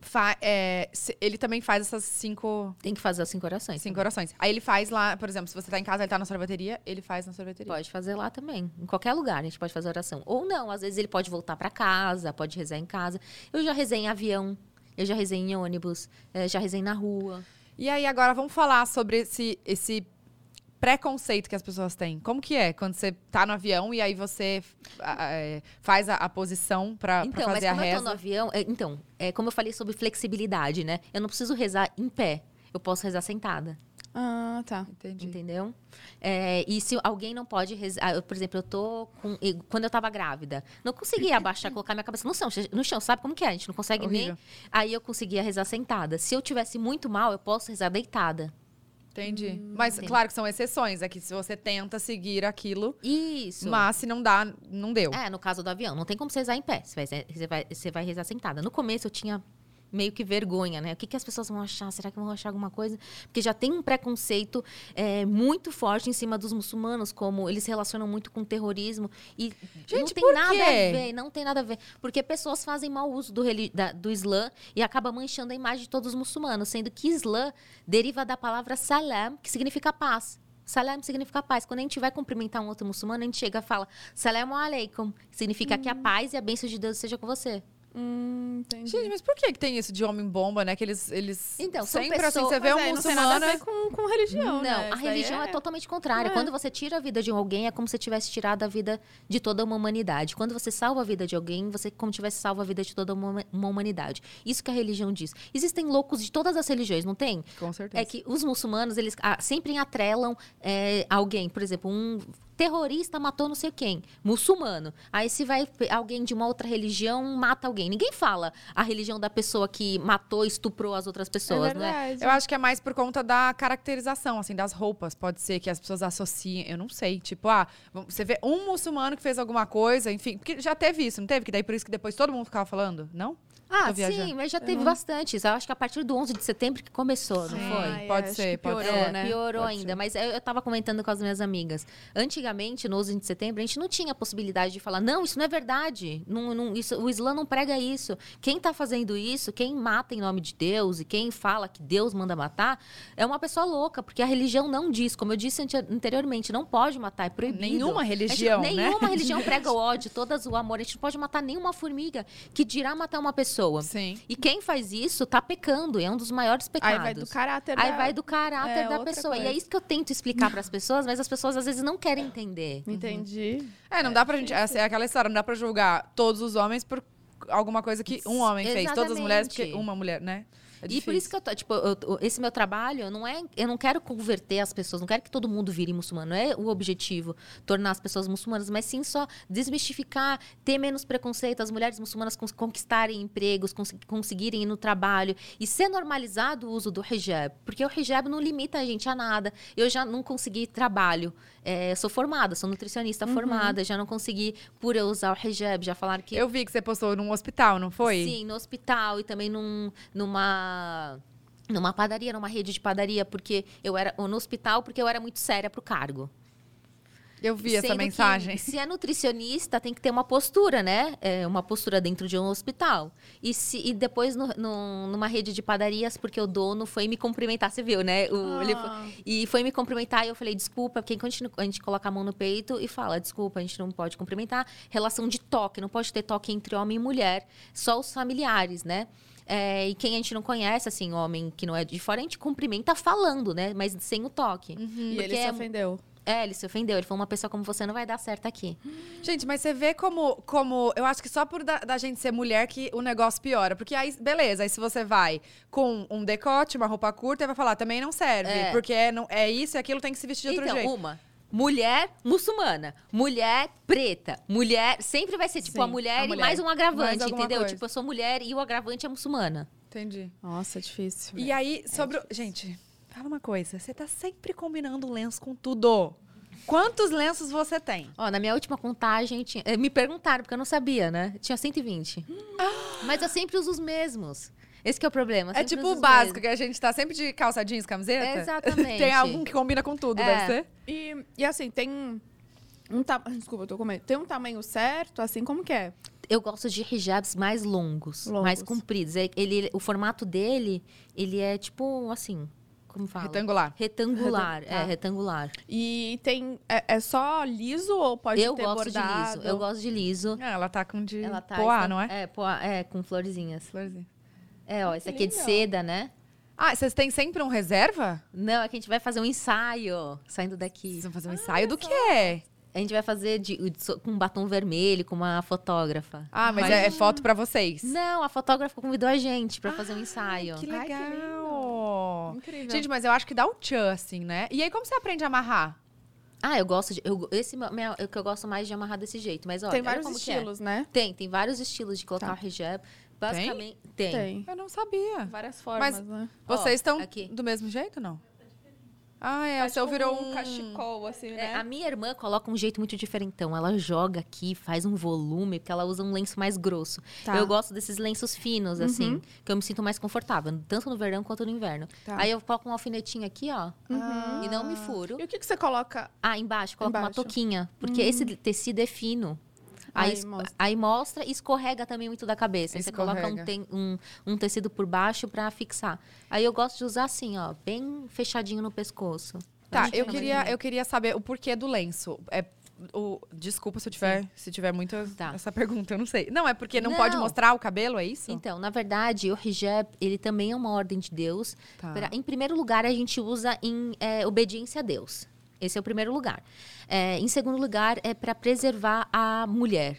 fa- é, se- ele também faz essas cinco,
Tem que fazer as cinco orações.
cinco orações. Aí ele faz lá, por exemplo, se você tá em casa, ele tá na sorveteria, ele faz na sorveteria.
Pode fazer lá também. Em qualquer lugar a gente pode fazer oração. Ou não, às vezes ele pode voltar pra casa, pode rezar em casa. Eu já rezei em avião, eu já rezei em ônibus, eh, já rezei na rua.
E aí, agora vamos falar sobre esse, esse preconceito que as pessoas têm. Como que é quando você tá no avião e aí você ah, é, faz a, a posição pra, pra
Então, mas
fazer a
como eu tô
reza?
no avião, eh, então, é, como eu falei sobre flexibilidade, né? Eu não preciso rezar em pé. Eu posso rezar sentada,
Ah, tá.
Entendi.
entendeu? Eh, e se alguém não pode rezar, eu, por exemplo, eu tô com, e quando eu tava grávida, não conseguia abaixar, colocar minha cabeça no chão, no chão, sabe como que é? A gente não consegue
Horrível.
nem. Aí eu conseguia rezar sentada. Se eu tivesse muito mal, eu posso rezar deitada.
Entendi. mas
Hum, entendi.
claro que são exceções, é que se você tenta seguir aquilo,
Isso.
mas se não dá, não deu.
É, no caso do avião, não tem como você rezar em pé. Você vai, você vai, você vai rezar sentada. No começo eu tinha meio que vergonha, né? O que, que as pessoas vão achar? Será que vão achar alguma coisa? Porque já tem um preconceito é, muito forte em cima dos muçulmanos, como eles se relacionam muito com terrorismo. E não
Gente,
tem
por
nada
quê?
a ver, não tem nada a ver. Porque pessoas fazem mau uso do, reli- da- do Islã e acaba manchando a imagem de todos os muçulmanos, sendo que Islã deriva da palavra salam, que significa paz. Salam significa paz. Quando a gente vai cumprimentar um
Uhum.
outro muçulmano, a gente chega e fala Salam alaikum. que Significa que a paz e a bênção de Deus seja com você.
Hum, entendi.
Gente, mas por que, que tem isso de homem bomba, né? Que eles. eles
Então, são
sempre assim,
pessoas- é,
você vê
Mas
um
aí é, não tem
muçulmano.
nada a ver com, com religião,
Não,
né?
a
Isso daí
religião é, totalmente contrária.
É.
Quando você tira a vida de alguém, é como se tivesse tirado a vida de toda uma humanidade. Quando você salva a vida de alguém, você é como tivesse salvo a vida de toda uma, uma humanidade. Isso que a religião diz. Existem loucos de todas as religiões, não tem?
Com certeza.
É que os muçulmanos, eles ah, sempre atrelam é, alguém, por exemplo, um terrorista matou não sei quem, muçulmano. Aí se vai pe- alguém de uma outra religião, mata alguém. Ninguém fala a religião da pessoa que matou, estuprou as outras pessoas,
É
não é?
verdade.
Eu acho que é mais por conta da caracterização, assim, das roupas. Pode ser que as pessoas associem, eu não sei. Tipo, ah, vamos- você vê um muçulmano que fez alguma coisa, enfim. Porque já teve isso, não teve? Que daí por isso que depois todo mundo ficava falando, não?
Ah,
Tô viajando. Uhum.
sim, mas já teve bastante. Eu acho que a partir do 11 de setembro que começou, não
Sim.
foi?
Ai, Pode
acho
ser,
que
pode
piorou,
ser.
É,
né?
Piorou
Pode
ainda.
ser.
Mas eu, eu tava comentando com as minhas amigas. Antigamente, no 11 de setembro, a gente não tinha a possibilidade de falar: não, isso não é verdade. Não, não- isso, o Islã não prega isso. Quem tá fazendo isso, quem mata em nome de Deus e quem fala que Deus manda matar, é uma pessoa louca, porque a religião não diz. Como eu disse ante- anteriormente, não pode matar, é proibido.
Nenhuma
A gente-
religião, né?
Nenhuma religião prega o ódio, todas o amor. A gente não pode matar nenhuma formiga que dirá matar uma pessoa.
Sim.
E quem faz isso tá pecando, e é um dos maiores pecados.
Aí vai do caráter
Aí
da-
vai do caráter
É,
da
outra
pessoa. E é
coisa.
isso que eu tento explicar para as pessoas, mas as pessoas às vezes não querem entender.
Uhum. Entendi.
É, não dá pra gente. Essa é aquela história, não dá pra julgar todos os homens por alguma coisa que um homem fez. Todas as mulheres, porque
Exatamente.
uma mulher, né? É
e por isso
difícil.
que eu tô, tipo, eu tô- esse meu trabalho não é, eu não quero converter as pessoas, não quero que todo mundo vire muçulmano, não é o objetivo tornar as pessoas muçulmanas, mas sim só desmistificar, ter menos preconceito, as mulheres muçulmanas cons- conquistarem empregos, cons- conseguirem ir no trabalho e ser normalizado o uso do hijab, porque o hijab não limita a gente a nada. Eu já não consegui trabalho, É, sou formada, sou nutricionista
Uhum.
formada, já não consegui por eu usar o hijab, já falaram que
Eu vi que você postou num hospital, não foi?
Sim, no hospital e também num, numa numa padaria, numa rede de padaria, porque eu era ou no hospital porque eu era muito séria pro cargo.
Eu vi essa
Sendo que,
mensagem.
se é nutricionista, tem que ter uma postura, né? É, uma postura dentro de um hospital. E, se, e depois no- no- numa rede de padarias, porque o dono foi me cumprimentar, você viu, né? O- ele foi-
Ah.
e foi me cumprimentar e eu falei, desculpa, porque enquanto a gente não- a gente coloca a mão no peito e fala, desculpa, a gente não pode cumprimentar. Relação de toque, não pode ter toque entre homem e mulher, só os familiares, né? É, e quem a gente não conhece, assim, homem que não é de fora, a gente cumprimenta falando, né? Mas sem o toque.
Uhum.
E
Porque
ele se
é-
ofendeu.
É, ele se ofendeu. Ele falou, uma pessoa como você não vai dar certo aqui.
Gente, mas você vê como, como. Eu acho que só por da, da gente ser mulher que o negócio piora. Porque aí, beleza, aí se você vai com um decote, uma roupa curta, aí vai falar, também não serve.
É.
Porque é, não, é isso e aquilo tem que se vestir de outro
então,
jeito.
uma. Mulher muçulmana, mulher preta, mulher. Sempre vai ser tipo
Sim,
a, mulher
a
e
mulher.
mais um
Mais
agravante,
alguma
entendeu?
coisa.
Tipo, eu sou mulher e o agravante é muçulmana.
Entendi.
Nossa, difícil.
É,
E aí, sobre. o- Gente, fala uma coisa. Você tá sempre combinando lenço com tudo. Quantos lenços você tem?
Ó, na minha última contagem, tinha- eh, me perguntaram, porque eu não sabia, né? Tinha 120. Mas eu sempre uso os mesmos. Esse que é o problema. eu
É
sempre
tipo
uso
o
os
básico, que a gente tá sempre de calça jeans, camiseta.
Exatamente.
tem algum que combina com tudo,
É.
deve ser?
E, e assim, tem um. um ta... Desculpa, eu tô comendo. Tem um tamanho certo, assim, como que é?
Eu gosto de hijabs mais longos,
Longos.
mais compridos. É- Ele, o formato dele, ele é tipo assim, como fala?
Retangular.
Retangular,
Retan-
é,
tá.
retangular.
E tem. É, é só liso ou pode
eu
ter
gosto
bordado?
de liso, eu gosto de liso.
Ah, ela tá com de
Ela tá
poá,
estan-
não é? Ah,
É, poá, é, com florzinhas.
Florzinha.
É, ó,
que
esse aqui é de
legal.
seda, né?
Ah, vocês têm sempre um reserva?
Não, é que a gente vai fazer um ensaio saindo daqui.
Vocês vão fazer um ensaio do que é?
A gente vai fazer de- so- com um batom vermelho, com uma fotógrafa.
Ah, mas
Vai-
é, é foto pra vocês.
Não, a fotógrafa convidou a gente pra fazer um ensaio.
Que
Ai, Ah, que
legal!
Incrível.
Gente, mas eu acho que dá o tchan, assim, né? E aí, como você aprende a amarrar?
Ah, eu gosto de. Eu, esse meu- minha- é o que eu gosto mais de amarrar desse jeito. Mas olha,
tem
olha
vários
como que é.
estilos, né?
Tem, tem vários estilos de colocar
Tá.
o hijab. Basicamente. Tem.
Tem.
Eu não sabia.
Várias formas,
Mas-
né?
Ó,
Vocês estão
aqui.
do mesmo jeito, não? Ah, é. O seu virou um...
cachecol, assim,
É, a minha irmã coloca um jeito muito diferentão. Ela joga aqui, faz um volume, porque ela usa um lenço mais grosso.
Tá. Uhum.
Eu gosto desses lenços finos, assim, que eu me sinto mais confortável, tanto no verão quanto no inverno.
Tá.
Aí eu coloco um alfinetinho aqui, ó,
Uhum.
Ah.
e não me furo.
E o que, que você coloca?
Ah, embaixo, coloca uma
Embaixo.
touquinha. Porque esse tecido é fino. Aí,
Aí
es-
mostra.
aí mostra e escorrega também muito da cabeça. Aí Você coloca um,
Escorrega.
ten- um- um tecido por baixo pra fixar. Aí eu gosto de usar assim, ó, bem fechadinho no pescoço.
Tá,
Acho que
eu
fica mais
queria,
bonito.
eu queria saber o porquê do lenço. É, o- desculpa se eu tiver, se tiver muito
Tá.
essa pergunta, eu não sei. Não, é porque não,
Não.
pode mostrar o cabelo, é isso?
Então, na verdade, o hijab, ele também é uma ordem de Deus.
Tá.
Pra- em primeiro lugar, a gente usa em é, obediência a Deus. Esse é o primeiro lugar. É, em segundo lugar, é para preservar a mulher.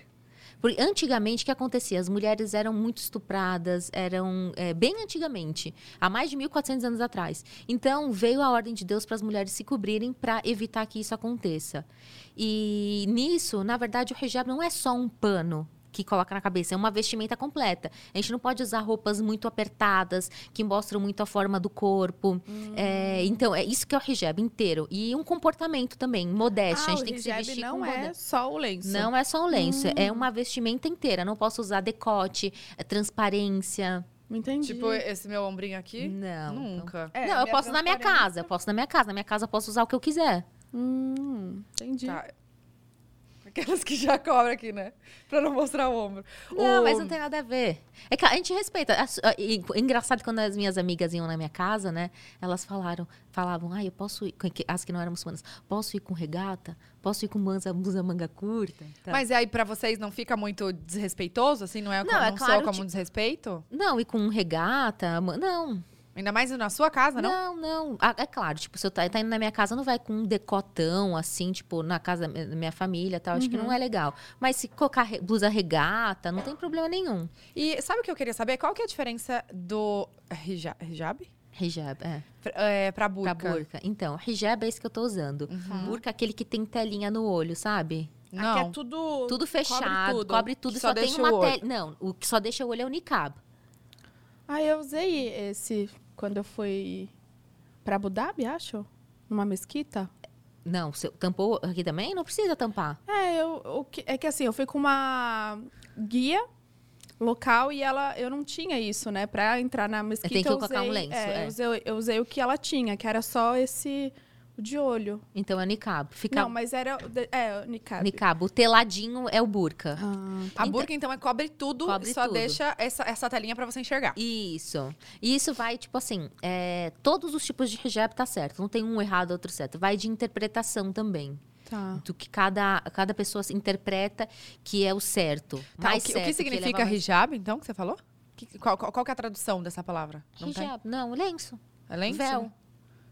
Porque antigamente, o que acontecia? As mulheres eram muito estupradas, eram é, bem antigamente, há mais de 1.400 anos atrás. Então, veio a ordem de Deus para as mulheres se cobrirem para evitar que isso aconteça. E nisso, na verdade, o hijab não é só um pano que coloca na cabeça, é uma vestimenta completa. A gente não pode usar roupas muito apertadas, que mostram muito a forma do corpo.
Hum.
É, então, é isso que é o hijab inteiro. E um comportamento também, modéstia. é, a gente tem que se vestir
Ah, não
com
é
modéstia.
só Hum. o lenço.
Não é só um lenço, é uma vestimenta inteira. Não posso usar decote, é transparência.
Entendi.
Tipo, esse meu ombrinho aqui?
Não. então.
Nunca.
É,
não, eu
minha
posso na minha
transparência-
casa, eu posso na minha casa. Na minha casa eu posso usar o que eu quiser.
Hum, entendi.
Tá. Aquelas que já cobram aqui, né? Pra não mostrar o ombro.
Não,
O-
mas não tem nada a ver. É que a gente respeita. As- a- e- É engraçado que quando as minhas amigas iam na minha casa, né? Elas falaram, falavam, ah, eu posso ir, com- que- as que não eram muçulmanas, posso ir com regata? Posso ir com mansa, blusa manga curta? Tá.
Mas aí, pra vocês, não fica muito desrespeitoso? Assim, não é,
Não,
como,
é
não soa
claro,
como
tipo-
um desrespeito?
Não, e com regata, ma- não,
Ainda mais na sua casa, não?
não, não. Ah, É claro, tipo, se eu tá, tá indo na minha casa, não vai com um decotão, assim, tipo, na casa da mi- da minha família e tal. Acho que não é legal. Mas se colocar re- blusa regata, não tem problema nenhum.
E sabe o que eu queria saber? Qual que é a diferença do hija- hijab?
Hijab, é.
Pra, é, pra
Pra
burca. Uhum.
burca. Então, hijab é esse que eu tô usando. Burca é aquele que tem telinha no olho, sabe?
Não.
Aqui é tudo...
Tudo fechado,
tudo.
cobre tudo,
Que
e
só
só, tem
deixa
uma
o olho.
tela. Não, o que só deixa o olho é o niqab.
Ah, eu usei esse quando eu fui pra Abu Dhabi, acho. Numa mesquita.
Não, você tampou aqui também? Não precisa tampar.
É, eu, o que- é que assim, eu fui com uma guia local e ela eu não tinha isso, né? Pra entrar na mesquita.
Tem que
eu
colocar um
usei-
lenço,
É,
é.
Eu, usei, eu usei o que ela tinha, que era só esse o de olho.
Então é o niqab. Fica
Não, mas era. o de- É, o nicabe.
niqab. O teladinho é o burca.
Ah,
A burca, então, é cobre tudo
Cobre
só
tudo.
deixa essa, essa telinha pra você enxergar.
Isso. E isso vai, tipo assim, é, todos os tipos de hijab tá certo. Não tem um errado, outro certo. Vai de interpretação também.
tá.
Do que cada, cada pessoa se interpreta que é o certo.
Tá,
mais
o, que, o que
certo,
significa
leva mais-
hijab, então, que você falou? Que- qual, qual, qual que é a tradução dessa palavra? Não tá? tem?
Hijab. Não, lenço.
É lenço?
Véu.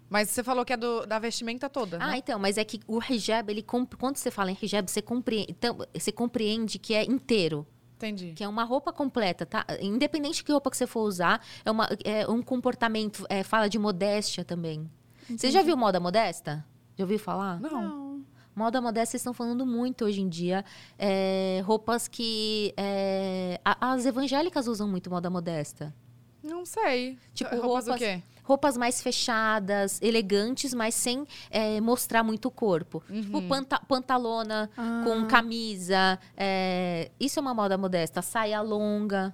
Mas você falou que é do, da vestimenta toda,
Ah,
né?
então, mas é que o hijab, ele comp- quando você fala em hijab, você compreende, então, você compreende que é inteiro,
Entendi.
que é uma roupa completa, tá? Independente de que roupa que você for usar, é, uma, é um comportamento, é, fala de modéstia também. Você já viu moda modesta? Já ouviu falar?
Não.
Não.
Moda modesta, vocês estão falando muito hoje em dia. é, roupas que. é, a- as evangélicas usam muito moda modesta.
Não sei.
Tipo,
roupas, do
roupas-
quê?
Roupas mais fechadas, elegantes, mas sem é, mostrar muito o corpo. Tipo, panta- pantalona,
Ah,
com camisa. é, isso é uma moda modesta. Saia longa.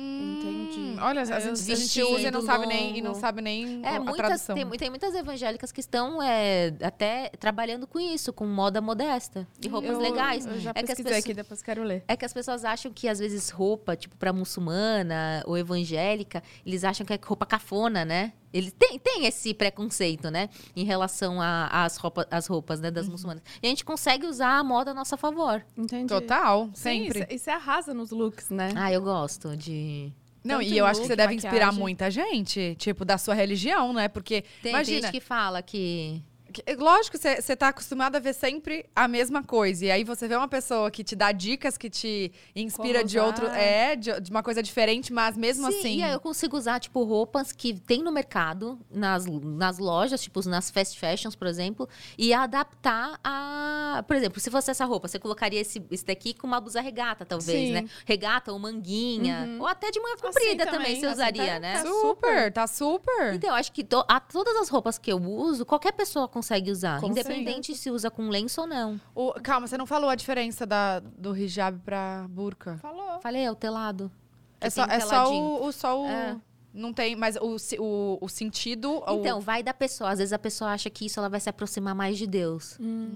Hum,
Entendi.
Olha, a gente, a gente
É, Vestido
usa e não sabe nem, e não
longo.
sabe nem
É,
a
muitas,
tradução.
tem, mu- tem muitas evangélicas que estão é, até trabalhando com isso, com moda modesta e roupas
eu-
legais.
Eu já
é que as
pesquisei
pessoas-
aqui, depois quero ler.
É que as pessoas acham que, às vezes, roupa, tipo, pra muçulmana ou evangélica, eles acham que é roupa cafona, né? Eles têm, têm esse preconceito, né? Em relação a- às roupa, às roupas né, das muçulmanas. E a gente consegue usar a moda a nosso favor.
Entendi.
Total,
Sim,
sempre.
E você é arrasa nos looks, né?
Ah, eu gosto de...
Não,
Tanto
e
em
eu acho que
look,
você deve inspirar
maquiagem.
muita gente, tipo, da sua religião, né? Porque,
Tem, tem
imagina,
gente que fala que...
que- lógico, você você tá acostumada a ver sempre a mesma coisa. E aí você vê uma pessoa que te dá dicas, que te inspira
Como
de
usar.
outro... É, de, de uma coisa diferente, mas mesmo
Sim,
assim...
E aí eu consigo usar, tipo, roupas que tem no mercado, nas, nas lojas, tipo, nas fast fashions, por exemplo, e adaptar a. Por exemplo, se fosse essa roupa, você colocaria esse, esse daqui com uma blusa regata, talvez,
Sim.
né? Regata ou manguinha.
Uhum.
Ou até de manga comprida
também,
também, você
assim,
usaria,
tá-
né?
tá-
Super, tá super.
Então, eu acho que to- a, todas as roupas que eu uso, qualquer pessoa consegue usar.
Com
independente se usa com lenço ou não.
O- calma, você não falou a diferença da, do hijab pra burca.
Falou.
Falei, é o telado.
É
Que
só,
tem
é só
teladinho.
o, o- só o-
É.
Não tem, mas o, si- o, o sentido... o-
Então, vai da pessoa. Às vezes a pessoa acha que isso ela vai se aproximar mais de Deus.
Hum,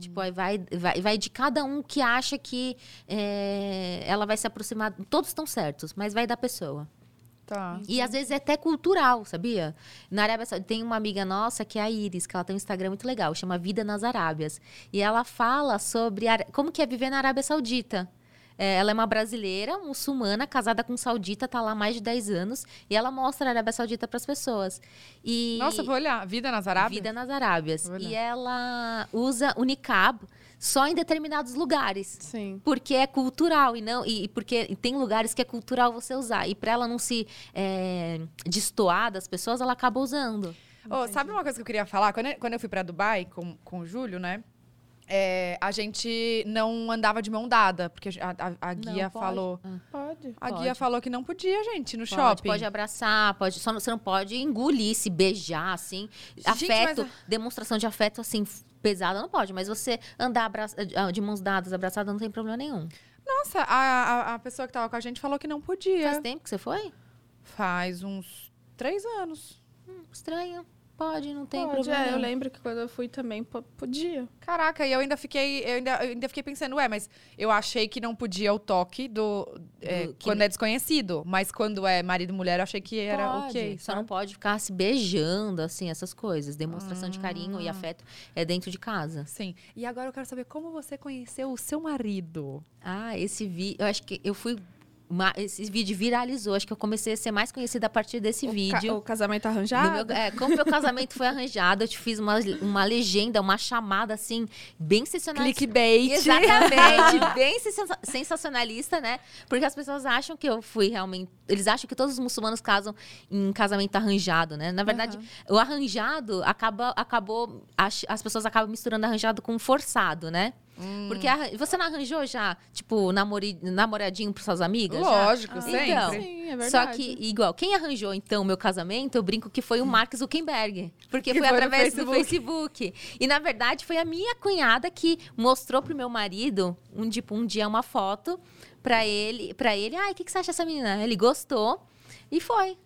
Tipo, aí vai, vai, vai de cada um que eh, acha que é, ela vai se aproximar. Todos estão certos, mas vai da pessoa.
Tá.
E às vezes é até cultural, sabia? Na Arábia Saudita tem uma amiga nossa que é a Iris, que ela tem um Instagram muito legal, chama Vida nas Arábias. E ela fala sobre a- como que é viver na Arábia Saudita. É, ela é uma brasileira, muçulmana, casada com um saudita, tá lá há mais de 10 anos, e ela mostra a Arábia Saudita para as pessoas. E
Nossa, vou olhar. Vida nas Arábias?
vida nas Arábias.
Vou olhar.
E ela usa o niqab só em determinados lugares.
Sim.
Porque é cultural e não e e porque tem lugares que é cultural você usar. E pra ela não se é, destoar das pessoas, ela acaba usando.
Ô, sabe uma coisa que eu queria falar? Quando eu, quando eu fui pra Dubai com, com o Júlio, né? É, a gente não andava de mão dada, porque a, a- a guia
Não, pode.
falou.
Ah,
Pode.
A
Pode.
guia falou que não podia, gente, no
Pode,
shopping.
pode abraçar, pode. Só não- você não pode engolir, se beijar, assim.
Gente,
afeto,
mas
demonstração de afeto, assim, f- pesada, não pode. Mas você andar abra- ah, de mãos dadas, abraçada, não tem problema nenhum.
Nossa, a, a, a pessoa que tava com a gente falou que não podia.
Faz tempo que você foi?
Faz uns três anos.
Estranho. Pode, não tem
Pode,
problema.
é, eu
nenhum.
lembro que quando eu fui também po- podia.
Caraca, e eu ainda fiquei, eu ainda, eu ainda fiquei pensando, ué, mas eu achei que não podia o toque do. é,
Do que-
quando é desconhecido. Mas quando é marido e mulher, eu achei que era
Pode,
ok.
Só não pode ficar se beijando, assim, essas coisas. Demonstração de carinho e afeto é dentro de casa.
Sim. E agora eu quero saber como você conheceu o seu marido.
Ah, esse vídeo. Eu acho que eu fui. ma- Esse vídeo viralizou. Acho que eu comecei a ser mais conhecida a partir desse
Ca-
vídeo.
o casamento
Do
arranjado.
meu- é, como meu casamento foi arranjado, eu te fiz uma, uma legenda, uma chamada assim, bem sensacionalista.
Clickbait.
Exatamente, bem sensa- sensacionalista, né? Porque as pessoas acham que eu fui realmente. Eles acham que todos os muçulmanos casam em casamento arranjado, né? Na verdade, o arranjado acaba, acabou. As, as pessoas acabam misturando arranjado com forçado, né? Porque arran- você não arranjou já, tipo, namori, namoradinho pros seus amigos?
Lógico,
Ah,
sempre.
então.
Sim, é verdade.
Só que, igual, quem arranjou, então, o meu casamento, eu brinco que foi o Mark Zuckerberg. Porque
Que
foi,
foi no
através do Facebook. E, na verdade, foi a minha cunhada que mostrou pro meu marido, um, tipo, um dia uma foto pra ele. Pra ele, ai, o que, que você acha dessa menina? Ele gostou. E foi.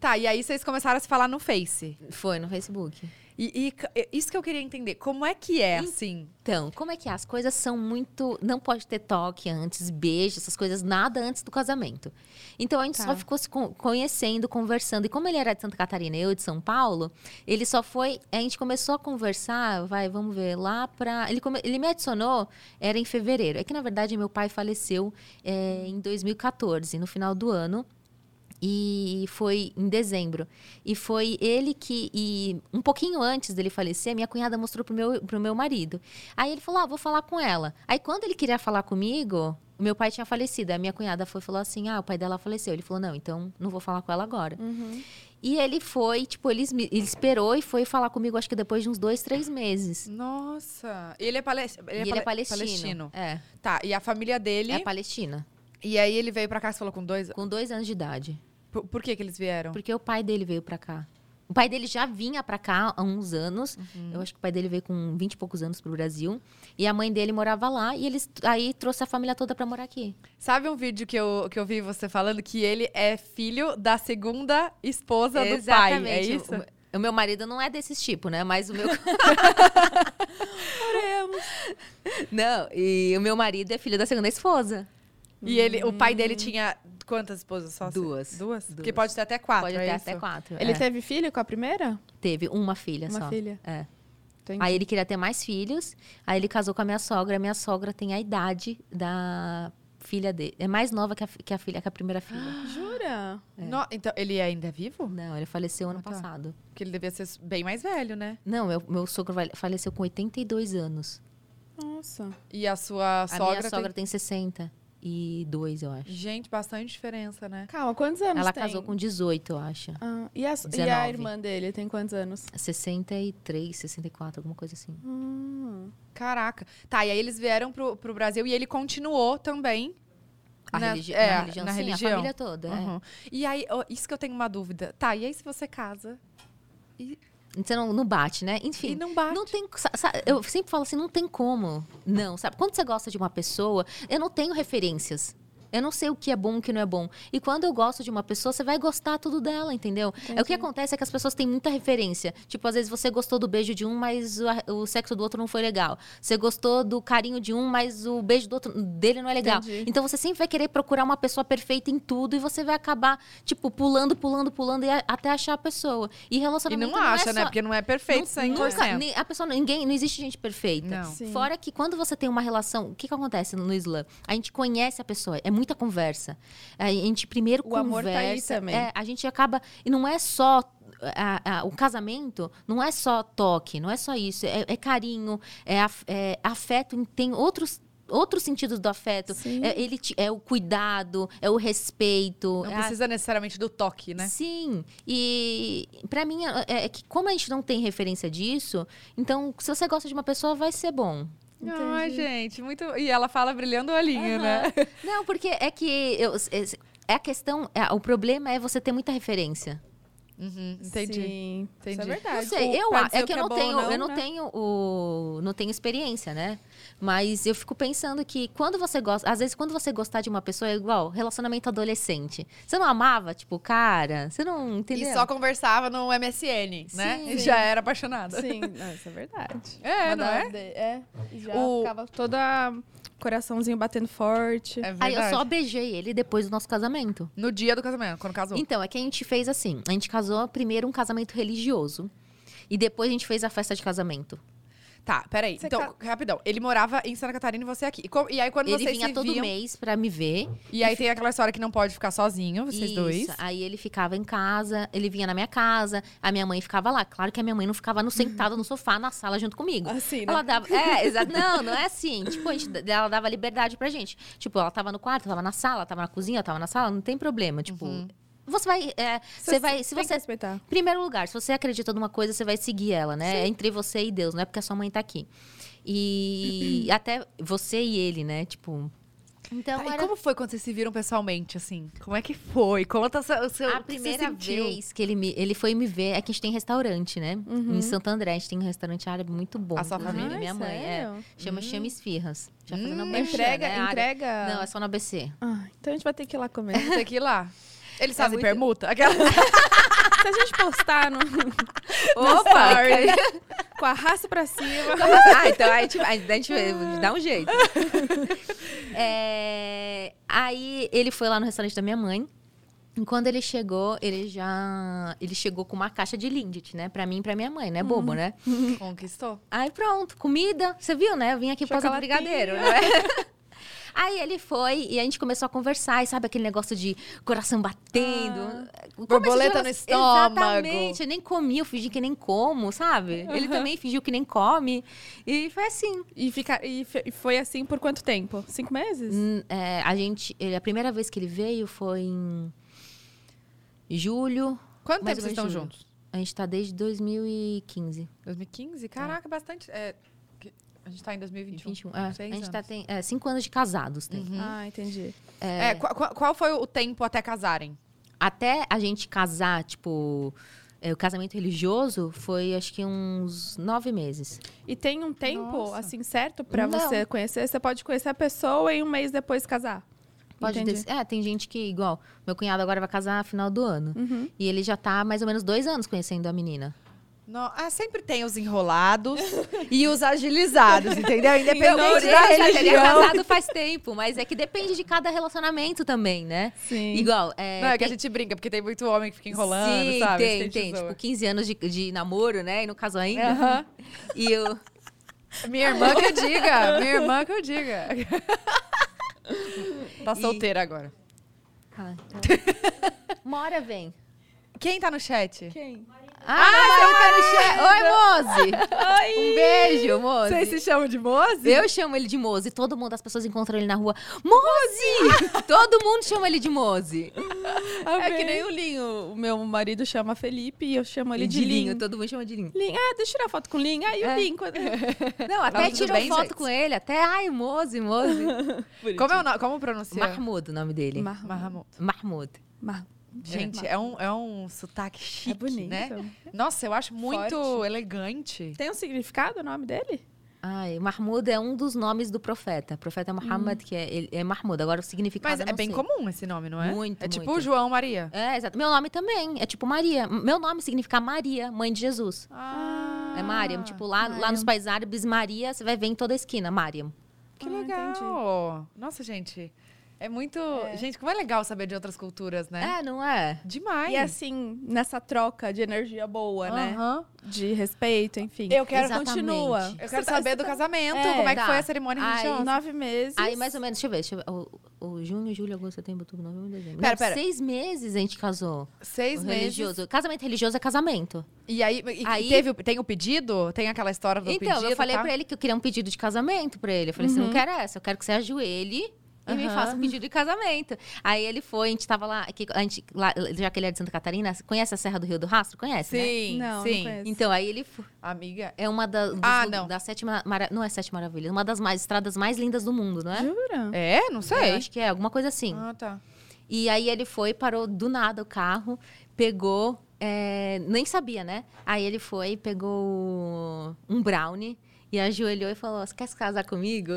Tá, e aí vocês começaram a se falar no Face.
Foi no Facebook.
E, e ca- isso que eu queria entender. Como é que é, assim?
Então, como é que é? As coisas são muito. Não pode ter toque antes, beijo, essas coisas, nada antes do casamento. Então a gente
Tá.
só ficou se con- conhecendo, conversando. E como ele era de Santa Catarina e eu de São Paulo, ele só foi. A gente começou a conversar, vai, vamos ver, lá pra. Ele, come- ele me adicionou, era em fevereiro. É que na verdade meu pai faleceu é, em 2014, no final do ano. E foi em dezembro. E foi ele que. E um pouquinho antes dele falecer, minha cunhada mostrou pro meu, pro meu marido. Aí ele falou: Ah, vou falar com ela. Aí quando ele queria falar comigo, o meu pai tinha falecido. Aí minha cunhada foi e falou assim: Ah, o pai dela faleceu. Ele falou: Não, então não vou falar com ela agora.
Uhum.
E ele foi, tipo, ele, esme- ele esperou e foi falar comigo, acho que depois de uns dois, três meses.
Nossa. Ele é, pales... ele
e ele é
pale-
palestino. É,
Tá, e a família dele.
é palestina.
E aí ele veio pra cá, você falou com dois.
Com dois anos de idade.
Por, por que que eles vieram?
Porque o pai dele veio pra cá. O pai dele já vinha pra cá há uns anos. Eu acho que o pai dele veio com 20 e poucos anos pro Brasil. E a mãe dele morava lá. E eles aí trouxe a família toda pra morar aqui.
Sabe um vídeo que eu, que eu vi você falando que ele é filho da segunda esposa do pai? É isso?
O, o meu marido não é desses tipo, né? Mas o meu. não, e o meu marido é filho da segunda esposa.
E ele, o pai
Hum.
dele tinha quantas esposas só?
Duas.
Duas?
Duas.
Porque pode ter até quatro.
Pode
é
ter
isso?
até quatro.
Ele
é.
teve filho com a primeira?
Teve uma filha
Uma
só.
filha.
É.
Entendi.
Aí ele queria ter mais filhos. Aí ele casou com a minha sogra. A minha sogra tem a idade da filha dele. É mais nova que a, fi- que a filha, que a primeira filha.
Jura?
No- então, ele ainda é vivo?
Não, ele faleceu ano
Ah, tá.
passado.
Porque ele devia ser bem mais velho, né?
Não, meu, meu sogro vale- faleceu com 82 anos.
Nossa.
E a sua sogra.
a minha sogra tem... 62, eu acho.
tem... Gente, bastante diferença, né?
Calma, quantos anos
Ela
tem?
casou com 18, eu acho.
Ah, e, a, e a
19.
irmã dele tem quantos anos?
63, 64, alguma coisa assim.
Hum.
Caraca. Tá, e aí eles vieram pro, pro Brasil e ele continuou também.
A
Na-
religi-
é,
na religião,
na
sim,
religião.
a família toda. é.
Uhum. E aí, ó, isso que eu tenho uma dúvida. Tá, e aí se você casa
Você não, não bate, né?
e
Enfim.
não bate?
Não tem, sa- sa- eu sempre falo assim, não tem como. Não, sabe? Quando você gosta de uma pessoa, eu não tenho referências. Eu não sei o que é bom e o que não é bom. E quando eu gosto de uma pessoa, você vai gostar tudo dela, entendeu? É o que acontece é que as pessoas têm muita referência. Tipo, às vezes você gostou do beijo de um, mas o, a- o sexo do outro não foi legal. Você gostou do carinho de um, mas o beijo do outro dele não é legal.
Entendi.
Então você sempre vai querer procurar uma pessoa perfeita em tudo e você vai acabar, tipo, pulando, pulando, pulando e a- até achar a pessoa. E
E
relacionamento
não acha,
é
né?
só-
Porque não é perfeito
Nun-
100%.
nunca, nem- a pessoa, ninguém, não existe gente perfeita.
Não.
Sim.
Fora que quando você tem uma relação, o que, que acontece no Islã? A gente conhece a pessoa, é muita conversa. A gente primeiro
O
conversa.
amor tá aí também.
é, a gente acaba. E não é só. a- a- o casamento não é só toque, não é só isso. É, é carinho, é, af- é afeto, tem outros. Outros sentidos do afeto.
Sim.
É, ele te- é o cuidado, é o respeito.
Não
é a
precisa necessariamente do toque, né?
Sim. E pra mim é, é que como a gente não tem referência disso, então se você gosta de uma pessoa vai ser bom.
Ai, gente, muito. E ela fala brilhando o olhinho, né?
Aham. Não, porque é que eu- é, é a questão, é- o problema é você ter muita referência.
Uhum, entendi.
Sim,
Entendi.
Isso é verdade.
Não sei, eu
Pra
a-
dizer
é
o
que eu
é
não
bom ou
tenho, eu não
né?
tenho o não tenho experiência, né? Mas eu fico pensando que quando você gosta, às vezes quando você gostar de uma pessoa é igual relacionamento adolescente. Você não amava, tipo, o cara, você não entendeu?
E só conversava no MSN, né?
Sim.
E já era apaixonada.
Sim, não, isso é verdade.
É,
Uma
não
da-
é?
de- É. E já
O-
ficava toda coraçãozinho batendo forte.
É
Aí
verdade.
eu só beijei ele depois do nosso casamento.
No dia do casamento, quando casou.
Então, é que a gente fez assim. A gente casou primeiro um casamento religioso. E depois a gente fez a festa de casamento.
Tá, peraí.
Você
então, rapidão. Ele morava em Santa Catarina e você aqui. E, co- e aí, quando
ele
vocês
vinha
se
todo
viam...
mês pra me ver.
E aí tem aquela história que não pode ficar sozinho, vocês
Isso.
dois.
Aí ele ficava em casa, ele vinha na minha casa, a minha mãe ficava lá. Claro que a minha mãe não ficava no, sentada no sofá, na sala, junto comigo.
Ah,
Assim, né?
Ela dava. É, exato. Não, não é assim. Tipo, a gente, ela dava liberdade pra gente. Tipo, ela tava no quarto, tava na sala, tava na cozinha, tava na sala, não tem problema. Tipo,
Uhum.
você vai. é, você vai. Se
tem que
você
respeitar.
Primeiro lugar, se você acredita numa coisa, você vai seguir ela, né? É entre você e Deus, não é porque a sua mãe tá aqui. E até você e ele, né? Tipo. Então,
Tá, e
era
como foi quando vocês se viram pessoalmente, assim? Como é que foi? Conta o seu- o seu.
a
o que você
primeira
sentiu.
vez que ele, me, ele foi me ver. É que a gente tem restaurante, né?
Uhum.
Em Santo André, a gente tem um restaurante árabe muito bom.
A sua
inclusive,
família?
Minha mãe, é. Chama Chama Esfirras. Já fazendo
Hum.
uma
Entrega,
merchan, né?
entrega.
Não, é só no ABC.
Ah, então a gente vai ter que ir lá comer.
Tem que ir lá. Eles
É
fazem
muito-
permuta? Aquela...
Se a gente postar no,
Opa!
com a raça pra cima.
ah, então aí a gente, a gente dá um jeito. É, aí ele foi lá no restaurante da minha mãe. E quando ele chegou, ele já. Ele chegou com uma caixa de Lindt, né? Pra mim e pra minha mãe, né? Bobo, né?
Conquistou.
Aí pronto, comida. Você viu, né? Eu vim aqui por causa do
Chocolatinho.
brigadeiro, né? Aí ele foi e a gente começou a conversar. E sabe aquele negócio de coração batendo? Começo de
borboleta no
relação-
estômago.
Exatamente. Eu nem comi, eu fingi que nem como, sabe? Ele também fingiu que nem come. E foi assim.
E, fica, e fe- e foi assim por quanto tempo? Cinco meses?
Hum, é, a gente... ele- a primeira vez que ele veio foi em julho.
Quanto
mais
tempo
ou
vocês
menos
estão
julho.
juntos?
A gente tá desde 2015.
2015?
Tá.
Caraca, bastante. é, que- a gente tá em 2021.
21. É, a
Seis
gente tá
anos.
tem é, cinco anos de casados. Tem.
Ah, entendi.
É, qua- qua- qual, foi o tempo até casarem?
Até a gente casar, tipo, é, o casamento religioso foi acho que uns nove meses.
E tem um tempo,
Nossa.
assim, certo pra
Não.
você conhecer? Você pode conhecer a pessoa e um mês depois casar.
Pode
Entendi.
des- É, tem gente que, igual, meu cunhado agora vai casar final do ano.
Uhum.
E ele já tá há mais ou menos dois anos conhecendo a menina.
No- ah, sempre tem os enrolados e os agilizados, entendeu? Independente
ele
da
já teria
religião.
casado faz tempo, mas é que depende de cada relacionamento também, né?
Sim.
Igual, é,
Não, é que
tem-
a gente brinca, porque tem muito homem que fica enrolando,
Sim,
sabe?
tem,
Esse que a
tem.
gente zoa.
Tipo, 15 anos de, de namoro, né? E não casou ainda.
Aham.
E eu...
Minha irmã que eu diga, minha irmã que eu diga. tá
E-
solteira agora.
Ah, tá. Uma hora vem.
Quem tá no chat? tá
Quem?
Ah, meu marido tá no chat. Oi, Mozi. Um beijo, Mozi.
Vocês se chamam de Moze?
Eu chamo ele de Mozi. Todo mundo, as pessoas encontram ele na rua. Mozi! Todo mundo chama ele de Mozi.
É que nem o Linho. O meu marido chama Felipe e eu chamo ele de, Linho.
todo mundo chama de Linho.
Linho. Ah, deixa eu tirar foto com o Linho. Aí
É.
o Linho. quando-
Não, até
tudo
tirou
bem,
foto
gente?
com ele. Até, ai, Mozi, Mozi.
Como, é o no... Como pronuncia?
Mahmoud, o nome dele.
Mar-
Mahamud.
Mahmoud.
Mar-
Gente, é um, é um sotaque chique,
bonito.
né? Nossa, eu acho muito
Forte.
elegante.
Tem um significado o nome dele?
Ai, Mahmud é um dos nomes do profeta. O profeta Muhammad, que é, ele- é Mahmud. Agora o significado
Mas
eu
é
não
bem
sei.
comum esse nome, não é?
Muito,
É tipo
muito.
João Maria.
É, exato. Meu nome também é tipo Maria. M- Meu nome significa Maria, mãe de Jesus.
Ah,
É Mariam. Tipo, lá, lá
Mariam.
nos países árabes, Maria, você vai ver em toda a esquina, Mariam.
Que
Ah,
legal. Nossa, gente. É muito. Gente, como é legal saber de outras culturas, né?
É, não é?
Demais.
E assim, nessa troca de energia boa, né?
Aham.
De respeito, enfim.
Eu quero,
Exato.
Continua.
Exatamente.
eu quero saber do casamento,
É,
como tá é que
dá.
foi a cerimônia
Ai,
religiosa.
Nove meses.
Aí, mais ou menos, deixa eu ver. Deixa eu ver. O, o junho, julho, agosto, setembro, outubro, novembro, dezembro.
Pera,
Não,
pera.
Seis meses a gente casou.
Seis
O
meses.
religioso. Casamento religioso é casamento.
E aí, e- e
Aí-
teve, o- tem o pedido? Tem aquela história do
Então,
pedido?
eu falei
tá? Uhum.
pra ele que eu queria um pedido de casamento pra ele. Eu falei, você não quer essa, eu quero que você ajoelhe e me
Aham.
faça um pedido de casamento. Aí ele foi, a gente tava lá, que- a gente, lá- já que ele é de Santa Catarina, conhece a Serra do Rio do Rastro? Conhece, né?
Sim,
Não,
sim.
não conheço.
Então, aí ele foi-
Amiga.
é uma da, dos
Ah,
lu-
não.
das sete mara- mara- não é sete maravilhas, uma das mais estradas mais lindas do mundo, não é?
Jura?
É? Não sei.
Eu acho que é alguma coisa assim.
Ah, tá.
E aí ele foi, parou do nada o carro, pegou. é, nem sabia, né? Aí ele foi, pegou um brownie e ajoelhou e falou: Você quer se casar comigo?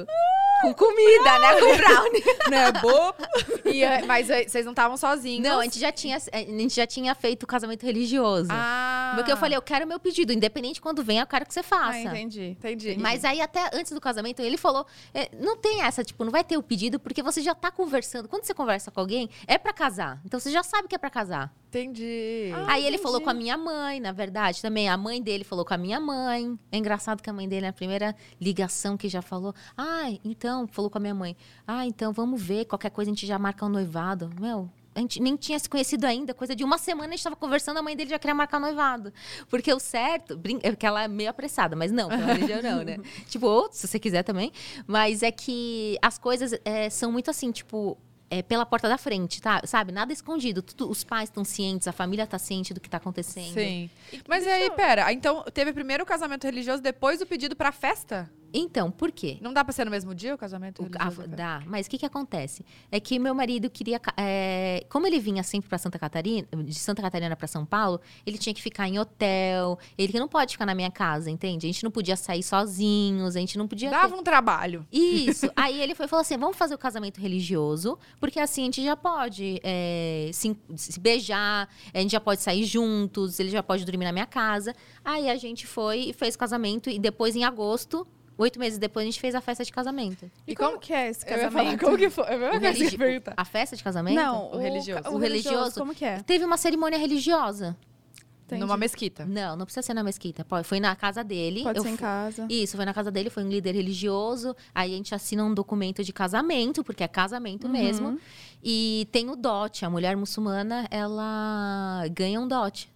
Com comida, né? Com brownie.
Não é bobo? E, eh, mas eh, vocês não estavam sozinhos.
Não, a gente já tinha, a gente já tinha feito o casamento religioso.
Ah.
Porque eu falei: Eu quero meu pedido, independente de quando vem, eu quero que você
Ah,
faça.
entendi.
Entendi.
Mas aí, até antes do casamento, ele falou: é, não tem essa, tipo, não vai ter o pedido, porque você já tá conversando. Quando você conversa com alguém, é pra casar. Então você já sabe que é pra casar.
Entendi.
Aí ele
entendi.
falou com a minha mãe, na verdade, também. A mãe dele falou com a minha mãe. É engraçado que a mãe dele, na primeira ligação que já falou, ah, então, falou com a minha mãe, ah, então vamos ver, qualquer coisa a gente já marca um noivado. Meu, a gente nem tinha se conhecido ainda, coisa de uma semana a gente tava conversando, a mãe dele já queria marcar um noivado. Porque o certo, brin- é que ela é meio apressada, mas não, pela religião não, né? Tipo, ou, se você quiser também. Mas é que as coisas é, são muito assim, tipo, é, pela porta da frente, tá? Sabe? Nada escondido. Tudo- os pais estão cientes, a família tá ciente do que tá acontecendo.
Sim. Mas e aí, pera, então teve primeiro o casamento religioso, depois o pedido pra festa?
Então, por quê?
Não dá pra ser no mesmo dia o ah, casamento
O- a-
religioso? e a festa?
dá. Mas o que que acontece? É que meu marido queria... ca- é, como ele vinha sempre pra Santa Catarina, de Santa Catarina pra São Paulo, ele tinha que ficar em hotel. Ele não pode ficar na minha casa, entende? A gente não podia sair sozinhos, a gente não podia... ter-
Dava um trabalho.
Isso. Aí ele foi e falou assim: vamos fazer o casamento religioso, porque assim a gente já pode é, se, se beijar, a gente já pode sair juntos, ele já pode dormir na minha casa. Aí a gente foi e fez o casamento, e depois, em agosto, oito meses depois, a gente fez a festa de casamento.
E,
E
como,
como-
que é esse
Eu ia
casamento?
falar, como que foi? É a mesma
O
coisa que eu
religi-
ia perguntar.
A festa de casamento?
Tá. Não,
O religioso.
O,
O religioso.
religioso, como que é?
Teve uma cerimônia religiosa.
Entendi.
Numa mesquita.
Não, não precisa ser na mesquita. Pode, foi na casa dele.
Tá. Pode
eu
ser em
fu-
casa.
Isso, foi na casa dele, foi um líder religioso. Aí a gente assina um documento de casamento, porque é casamento
Uhum.
mesmo. E tem o dote. A mulher muçulmana, ela ganha um dote.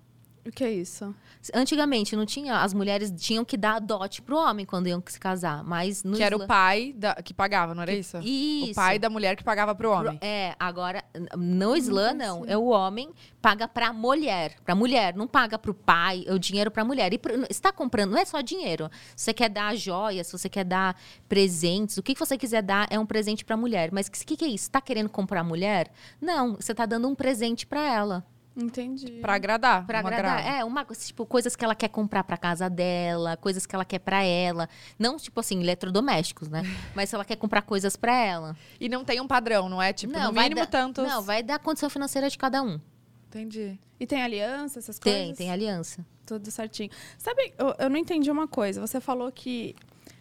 O que é isso?
Antigamente não tinha, as mulheres tinham que dar dote pro homem quando iam se casar, mas no
Que era o
Islã-
pai da- que pagava, não era isso?
Isso.
O pai da mulher que pagava pro homem.
É, agora no Islã não, é o homem paga pra mulher, pra mulher, não paga pro pai, é o dinheiro pra mulher. E pro- está comprando, não é só dinheiro. Se você quer dar joias, se você quer dar presentes, o que que você quiser dar é um presente pra mulher. Mas o que, que que é isso? Tá querendo comprar a mulher? Não, você tá dando um presente pra ela.
Entendi.
Pra agradar.
Pra
um
agradar.
agrado.
É, uma coisa, tipo, coisas que ela quer comprar pra casa dela, coisas que ela quer pra ela. Não, tipo assim, eletrodomésticos, né? Mas ela quer comprar coisas pra ela.
E não tem um padrão, não é? Tipo, no
vai
mínimo
dar-
tantos.
Não, vai dar a condição financeira de cada um.
Entendi.
E tem aliança, essas coisas?
Tem, tem aliança.
Tudo certinho. Sabe, eu, eu não entendi uma coisa. Você falou que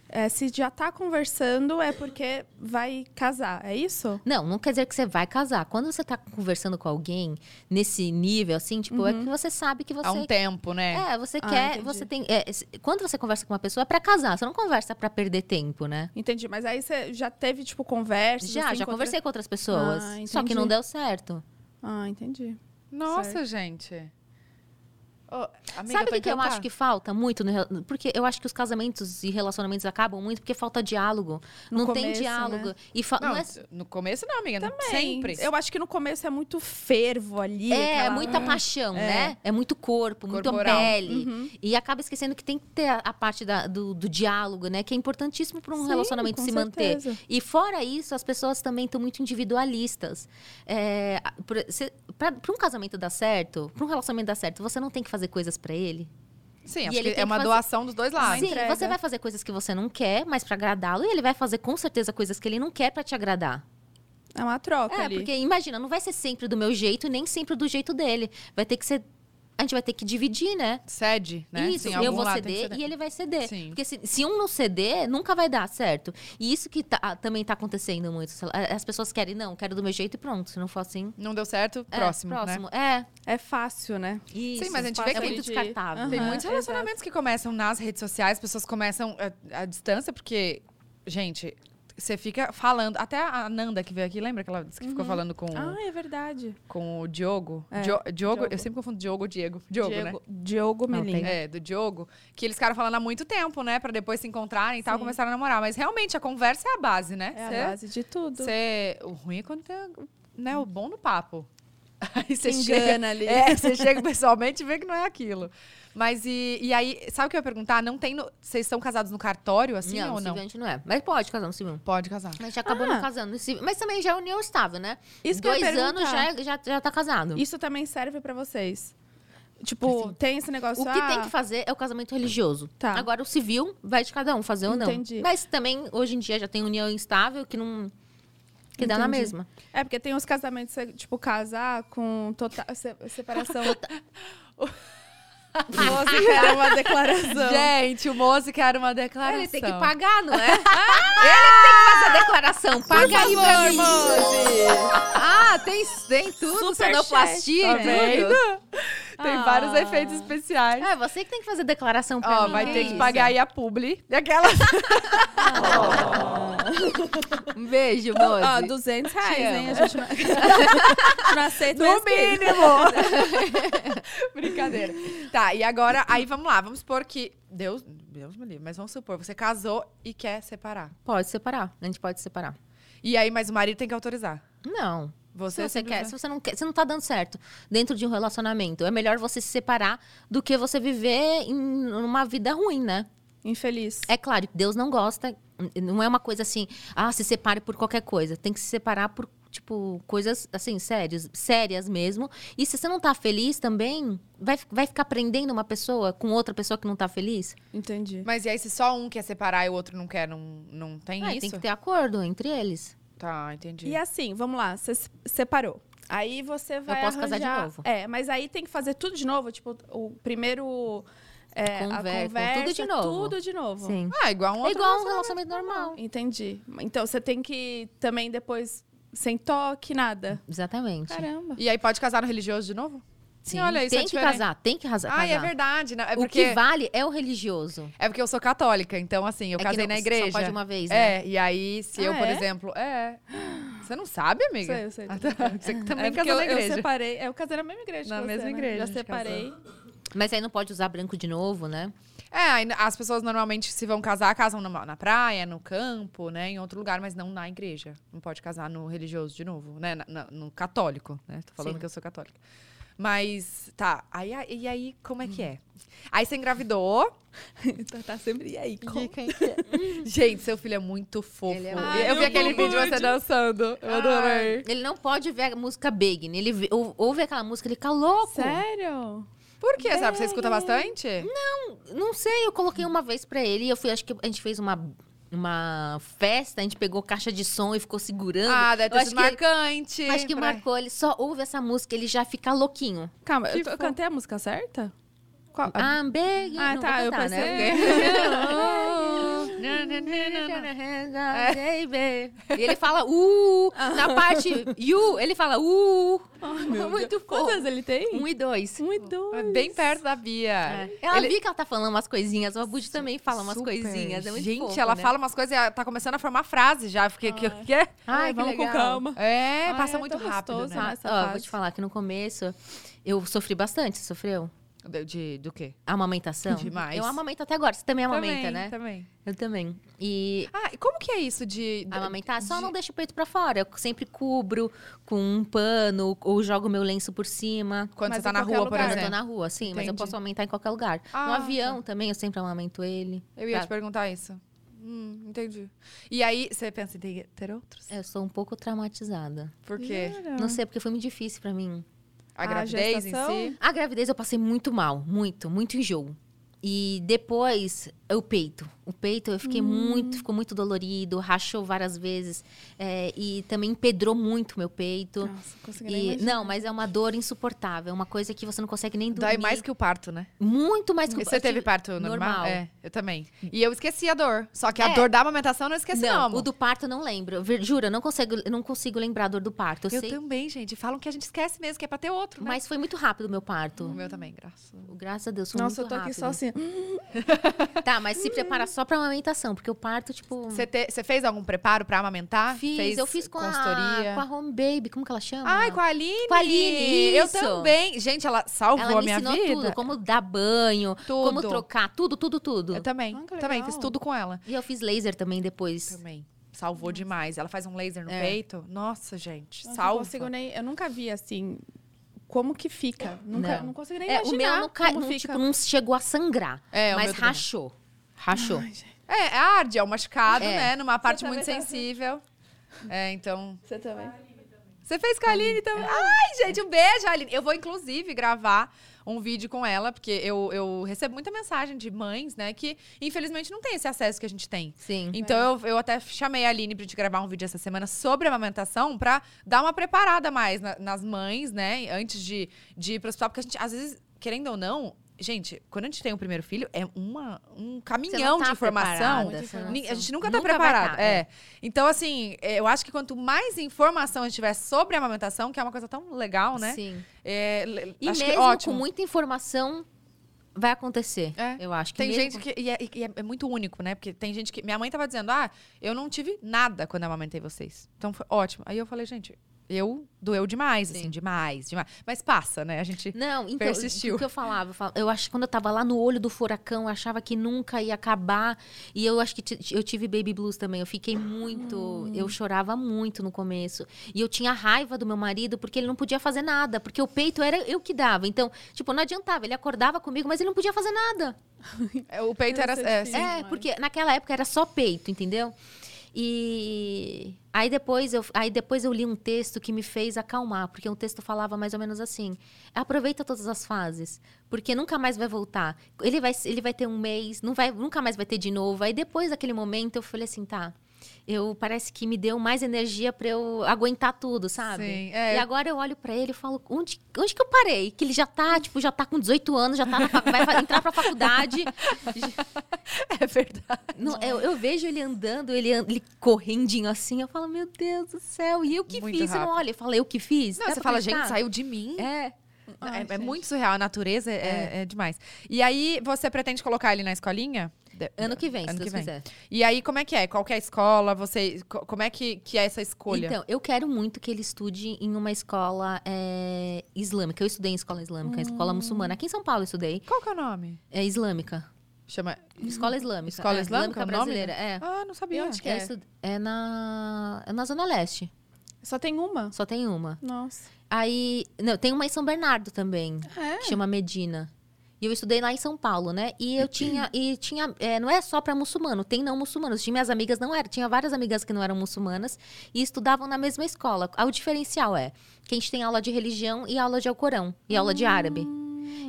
é, se já tá conversando é porque vai casar, é isso?
Não, não quer dizer que você vai casar. Quando você tá conversando com alguém nesse nível, assim, tipo, é que você sabe que você.
Há um tempo, né?
É, você
Ah,
quer.
entendi.
Você tem. é, se- quando você conversa com uma pessoa, é pra casar. Você não conversa pra perder tempo, né?
Entendi, mas aí você já teve, tipo, conversa?
Já, já conversei com outras pessoas.
Ah,
só que
entendi.
não deu certo.
Ah, entendi.
Nossa,
Certo.
gente. Ô, amiga,
Sabe o
tô
que, que eu
encantada.
acho que falta muito? no rela- porque eu acho que os casamentos e relacionamentos acabam muito porque falta diálogo.
No
não tem
começo,
diálogo.
né?
E fa-
Não,
não é-
no começo não, amiga. não-
Também.
Sempre.
Eu acho que no começo é muito fervo ali.
é,
aquela-
muita paixão, né? É muito corpo, muito
Corporal.
pele.
Uhum.
E acaba esquecendo que tem que ter a, a parte da- do, do diálogo, né? Que é importantíssimo para um
Sim,
relacionamento
com
se
certeza.
manter. E fora isso, as pessoas também estão muito individualistas. É, para um casamento dar certo, para um relacionamento dar certo, você não tem que fazer coisas para ele?
Sim,
E
acho
ele
que
tem
é uma
que fazer-
doação dos dois lados.
Sim,
entrega.
você vai fazer coisas que você não quer, mas pra agradá-lo, e ele vai fazer com certeza coisas que ele não quer pra te agradar.
É uma troca
É,
ali.
porque imagina, não vai ser sempre do meu jeito e nem sempre do jeito dele. Vai ter que ser. A gente vai ter que dividir, né?
Cede, né?
Isso,
Sim,
eu
algum
vou
lado tem que
ceder e ele vai ceder.
Sim.
Porque se, se um não ceder, nunca vai dar certo. E isso que tá- também tá acontecendo muito. sei lá, As pessoas querem, não, quero do meu jeito e pronto. Se não for assim.
Não deu certo,
é,
próximo, né?
próximo. É.
É fácil, né?
Isso.
Sim, mas a gente vê
Fácil
é
que
muito
de-
descartável.
Aham,
Tem muitos
exato.
relacionamentos que começam nas redes sociais, as pessoas começam é, à distância, porque, gente, você fica falando. Até a Nanda que veio aqui, lembra que ela disse que ficou falando com,
Ah, é verdade.
com o Diogo?
É,
Dio- Diogo?
Diogo.
Eu sempre confundo Diogo ou Diego. Diogo, né?
Diogo, Diogo
Não,
Melim.
tem-
É, do Diogo, que eles ficaram falando há muito tempo, né? Pra depois se encontrarem e tal,
Sim.
começaram a namorar. Mas realmente a conversa é a base, né?
É
Cê-
a base de tudo.
cê- o ruim é quando tem né, o bom no papo. Aí
Se
você chega.
engana ali.
É, você chega pessoalmente e vê que não é aquilo. Mas e, e aí, sabe o que eu ia perguntar? Não tem. no- Vocês são casados no cartório, assim
não,
ou não?
civil a gente não é. Mas pode casar no civil.
Pode casar.
A gente acabou
Ah.
não casando no civil. Mas também já é união estável, né?
Isso que eu ia
Dois anos
perguntar.
já, é- já, já tá casado.
Isso também serve pra vocês. Tipo, tem esse negócio.
O que
ah,
tem que fazer é o casamento religioso.
Tá.
Agora, o civil vai de cada um fazer ou não.
Entendi.
Mas também, hoje em dia, já tem união instável que não. que dá na
Entendi.
mesma.
É, porque tem uns casamentos, você, tipo, casar com total se- separação.
Tota-,
Você quer uma declaração.
Gente, o Mozi quer uma declaração.
Ele tem que pagar, não é? Ele tem que fazer a declaração. Paga aí pra mim. Ah, tem, tem tudo,
Superchat.
sonoplastia.
Tá
tudo.
vendo? Tem
Ah.
vários efeitos especiais.
Ah, É, você que tem que fazer declaração pra
Ó,
mim.
vai
que
ter que
isso?
pagar aí a publi. Daquela.
Um beijo,
Então,
moço.
Ó, 200 reais, hein? A gente não, não aceita
No
mais que isso.
mínimo! Brincadeira. Tá, e agora, aí vamos lá. Vamos supor que. Deus, Deus me livre, mas vamos supor, você casou e quer separar.
Pode separar. A gente pode separar.
E aí, mas o marido tem que autorizar.
Não.
Você,
se você é quer,
simplesmente-
se você não quer, se não tá dando certo dentro de um relacionamento, é melhor você se separar do que você viver em uma vida ruim, né?
Infeliz.
É claro, que Deus não gosta, n- não é uma coisa assim, ah, se separe por qualquer coisa. Tem que se separar por tipo coisas assim sérias, sérias mesmo. E se você não tá feliz também, vai, fi- vai ficar prendendo uma pessoa com outra pessoa que não tá feliz?
Entendi.
Mas e aí, se só um quer separar e o outro não quer, não, não tem
Ah, e
isso?
tem que ter acordo entre eles.
Tá, entendi.
É.
E assim, vamos lá, você se- separou. Aí você vai
posso casar
arranjar...
de novo.
É, mas aí tem que fazer tudo de novo, tipo, o primeiro... é,
Conver-
a conversa,
tudo de novo.
Tudo de novo.
Sim.
Ah, igual um
É
outro
igual um relacionamento normal.
Entendi. Então você tem que também depois, sem toque, nada.
Exatamente.
Caramba.
E aí, pode casar no religioso de novo?
Sim,
olha isso,
tem
é
que
diferente.
casar, tem que rasa- casar.
Ah, é verdade. né? É
O
porque,
que vale é o religioso.
é porque eu sou católica, então, assim, eu
É que
casei
não-
na igreja.
Só pode uma vez, né?
É, e aí, se eu,
Ah,
por
é?
exemplo. É. Você não sabe, amiga?
Sei, eu sei, tô
Ah, tá. Você que também
é porque
casou na
eu, eu
igreja.
separei. é, Eu casei na mesma igreja.
Na
que você,
mesma
né?
igreja a
Já
gente
separei.
Mas aí não pode usar branco de novo, né?
É, aí as pessoas normalmente se vão casar, casam numa- na, praia, no campo, né? Em outro lugar, mas não na igreja. Não pode casar no religioso de novo, né? na- na- no católico, né? Tô falando
Sim.
que eu sou católica. Mas, tá. Aí, aí- e aí, como é que é?
Hum.
Aí você engravidou.
Tá- tá sempre e aí. como?
Gente, seu filho é muito fofo.
Ele é
Eu-
muito
eu vi
fofo.
aquele vídeo de você dançando. Eu adorei.
Ele não pode ver a música Big. Ele vê- ou- ouve aquela música, ele fica louco.
Sério?
Por quê? Sabe, você escuta bastante?
Não sei, eu coloquei uma vez pra ele e eu fui, acho que a gente fez uma, uma festa, a gente pegou caixa de som e ficou segurando.
Ah, deve ter
Eu acho
sido
que ele-
marcante.
Acho que
pra-
marcou, ele só ouve essa música, ele já fica louquinho.
Calma, eu, tô- eu
Tipo.
fofo.
cantei a música certa? Qual? a-
Ah, big.
Ah,
não
tá,
vou
eu
cantar,
pensei-
É.
né? Baby. E ele fala uh,
Ah.
na parte you, ele fala uh. muito
Quantos
fofo.
anos ele tem?
Um e dois.
Um e dois.
Bem perto da Bia.
Ela viu que ela tá falando umas coisinhas, o Abud também fala umas
Super.
coisinhas. É muito
Gente,
fofo,
ela
né?
fala umas coisas e ela tá começando a formar frase já. Eu Fiquei, que, que é?
Ai, que
vamos
legal.
com calma.
É,
Ai,
passa
é
muito
tão
rápido,
gostoso,
né?
né? essa
Ó, vou
fase.
te falar que no começo eu sofri bastante, sofreu?
De, de- do quê?
A amamentação.
Demais.
Eu amamento até agora, você também amamenta,
também,
né?
Também.
Eu também. E
Ah, e como que é isso de... de-
amamentar, só
de-
não deixo o peito pra fora. Eu sempre cubro com um pano ou jogo meu lenço por cima.
Quando
Mas
você tá
em
na
qualquer
rua, por
lugar,
Quando eu tô
exemplo.
na rua, sim, mas eu
Entendi.
posso amamentar em qualquer lugar.
Ah,
no avião também, eu sempre amamento ele.
Eu ia
Tá.
te perguntar isso. Hum, entendi. E aí, você pensa em ter, ter outros?
Eu sou um pouco traumatizada.
Por quê?
Jura?
Não sei, porque foi muito difícil pra mim.
A
A
gravidez em
Ah, gestação?
si?
A gravidez eu passei muito mal, muito, muito enjoo. E depois, o peito. O peito eu
Hum.
fiquei muito, ficou muito dolorido, rachou várias vezes. é, e também empedrou muito meu peito.
Nossa,
Ah,
consegui nem
E,
imaginar.
não, mas é uma dor insuportável, uma coisa que você não consegue nem dormir.
Dói mais que o parto, né?
Muito mais que
Você
eu
teve
tive-
parto normal?
normal.
É, eu também. E eu esqueci a dor. Só que a
É.
dor da amamentação eu não esqueci, não.
Não,
amor.
o do parto eu não lembro. Ver- Juro, eu não consigo, eu não consigo lembrar a dor do parto. Eu,
Eu
sei,
também, gente. Falam que a gente esquece mesmo, que é pra ter outro, né?
mas foi muito rápido o meu
O
parto.
meu também, graças. a Deus.
Graças a Deus, foi
Nossa, eu
muito Hum,
tô aqui
rápido.
só assim.
Tá, mas se prepara só pra amamentação, porque o parto, tipo.
Você te- você fez algum preparo pra amamentar?
fiz,
Ah, fez
eu fiz com
consultoria?
a, com a Home Baby, como que ela chama?
Ai, com a Aline!
Com a Aline,
Eu
isso.
também. Gente, ela salvou
Ela
a
me
minha
ensinou
vida.
tudo, como dar banho,
Tudo.
como trocar, tudo, tudo, tudo.
Eu também.
Ah, que
também,
legal.
fiz tudo com ela.
E eu fiz laser também depois.
Também. Salvou demais. Ela faz um laser no
É.
peito. Nossa, gente.
Nossa,
salva.
Não consigo nem, eu nunca vi assim como que fica. Nunca,
Não.
não, consigo nem
É, o
imaginar
meu não, cai,
como
não,
fica.
tipo, não chegou a sangrar,
É, o
mas
meu também.
rachou. Rachou.
Ai, gente,
É, é arde, é um machucado,
É.
né? Numa parte
também
muito
tá assim.
sensível. É, então.
você também.
Você fez com a Aline também. Ai, gente, um beijo, Aline. Eu vou, inclusive, gravar um vídeo com ela, porque eu, eu recebo muita mensagem de mães, né, que infelizmente não tem esse acesso que a gente tem.
Sim.
Então eu, eu até chamei a Aline pra gente gravar um vídeo essa semana sobre a amamentação pra dar uma preparada mais na- nas mães, né? Antes de, de ir pro hospital, porque a gente, às vezes, querendo ou não, gente, quando a gente tem o primeiro filho, é uma, um caminhão de informação.
tá preparada, você não-
Ni- A gente nunca tá
Nunca vai
preparado.
tá,
é. Então, assim, eu acho que quanto mais informação a gente tiver sobre a amamentação, que é uma coisa tão legal, né?
Sim.
É, le-
E
acho que
mesmo
ótimo.
com muita informação, vai acontecer.
É.
Eu acho que
Tem
mesmo
gente que. E é, e é- é muito único, né? Porque tem gente que. Minha mãe tava dizendo, ah, eu não tive nada quando eu amamentei vocês. Então foi ótimo. Aí eu falei, gente, eu doeu demais, assim,
Sim.
demais, demais. Mas passa, né? A gente.
Não, então,
Persistiu.
o que eu falava, eu falava- eu acho que quando eu tava lá no olho do furacão, eu achava que nunca ia acabar, e eu acho que ti- eu tive baby blues também, eu fiquei muito, eu chorava muito no começo, e eu tinha raiva do meu marido, porque ele não podia fazer nada, porque o peito era eu que dava, então, tipo, não adiantava, ele acordava comigo, mas ele não podia fazer nada,
É, O peito era.
Deve ser
é,
difícil.
sim.
é,
claro.
porque naquela época era só peito, entendeu? E aí depois, eu, aí depois eu li um texto que me fez acalmar, porque um texto falava mais ou menos assim: aproveita todas as fases, porque nunca mais vai voltar. Ele vai, ele vai ter um mês, não vai, nunca mais vai ter de novo. Aí depois daquele momento eu falei assim: tá, eu parece que me deu mais energia para eu aguentar tudo, sabe?
Sim, é.
E agora eu olho pra ele e falo, onde, onde que eu parei? Que ele já tá, tipo, já tá com 18 anos, já tá na, fa- vai fa- entrar pra faculdade.
é verdade.
Não, eu, eu vejo ele andando, ele, an- ele correndinho assim, eu falo, meu Deus do céu, e eu que
Muito
fiz? Eu não
rápido.
olho, eu falo, eu que fiz?
Não,
Dá
você
pra
fala,
acreditar?
gente, saiu de mim.
É.
Ai,
é, é
gente.
muito surreal. A natureza é, é- é demais. E aí, você pretende colocar ele na escolinha? De-
Ano que vem,
Ano
se Deus
que vem.
quiser.
E aí, como é que é? Qual que é a escola? Você. co- Como é que, que é essa escolha?
Então, eu quero muito que ele estude em uma escola é, islâmica. Eu estudei em escola islâmica, em escola muçulmana. Aqui em São Paulo eu estudei.
Qual que é o nome?
É islâmica.
Chama.
Escola islâmica.
Escola
é,
islâmica é o nome?
brasileira. É.
Ah, não sabia.
E onde que
Eu
é?
estu- é na, é na Zona Leste.
Só tem uma?
Só tem uma.
Nossa.
Aí. Não, tem uma em São Bernardo também.
É.
que chama Medina. E eu estudei lá em São Paulo, né? E eu tinha. E tinha é, não é só para muçulmano, tem não muçulmanos. Tinha minhas amigas não eram. Tinha várias amigas que não eram muçulmanas e estudavam na mesma escola. Ah, O diferencial é que a gente tem aula de religião e aula de Alcorão e aula de árabe.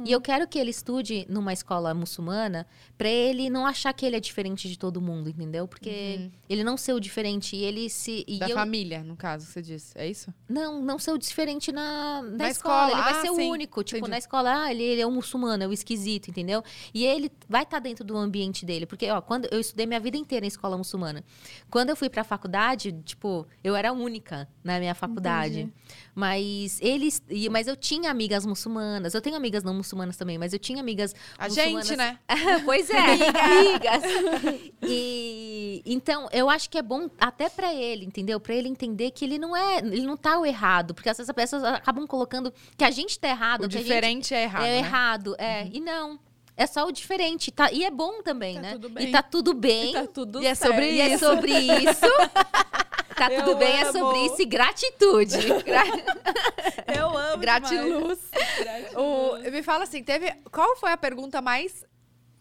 E eu quero que ele estude numa escola muçulmana para ele não achar que ele é diferente de todo mundo, entendeu? Porque ele não ser o diferente e ele se. E
Da
eu,
família, no caso, que você disse. É isso?
não, não ser o diferente na, na,
Na
escola.
escola,
Ele vai
ah,
ser
sim,
o único. Tipo,
entendi.
na escola, ah, ele, ele é um muçulmano, é um esquisito, entendeu? E ele vai estar dentro do ambiente dele. Porque, ó, quando eu estudei minha vida inteira em escola muçulmana. Quando eu fui pra faculdade, tipo, eu era única na minha faculdade.
Entendi.
Mas eles. e- Mas eu tinha amigas muçulmanas. Eu tenho amigas não muçulmanas também, mas eu tinha amigas.
A
muçulmanas-
gente, né?
pois é, amigas. E então eu acho que é bom até pra ele, entendeu? Pra ele entender que ele não é, ele não tá o errado, porque às vezes as pessoas acabam colocando que a gente tá errado,
O
que a gente
diferente é errado.
é
né?
errado, é. E não, é só o diferente, tá? E é bom também,
Tá
né?
tudo
E
bem.
tá tudo bem.
Tá tudo
E é
certo.
sobre
E é sobre isso. Tá
Eu
tudo bem, é
amo.
sobre isso. E gratitude. Gra-
Eu amo.
Gratiluz.
demais. Gratiluz.
O- me fala assim, teve. Qual foi a pergunta mais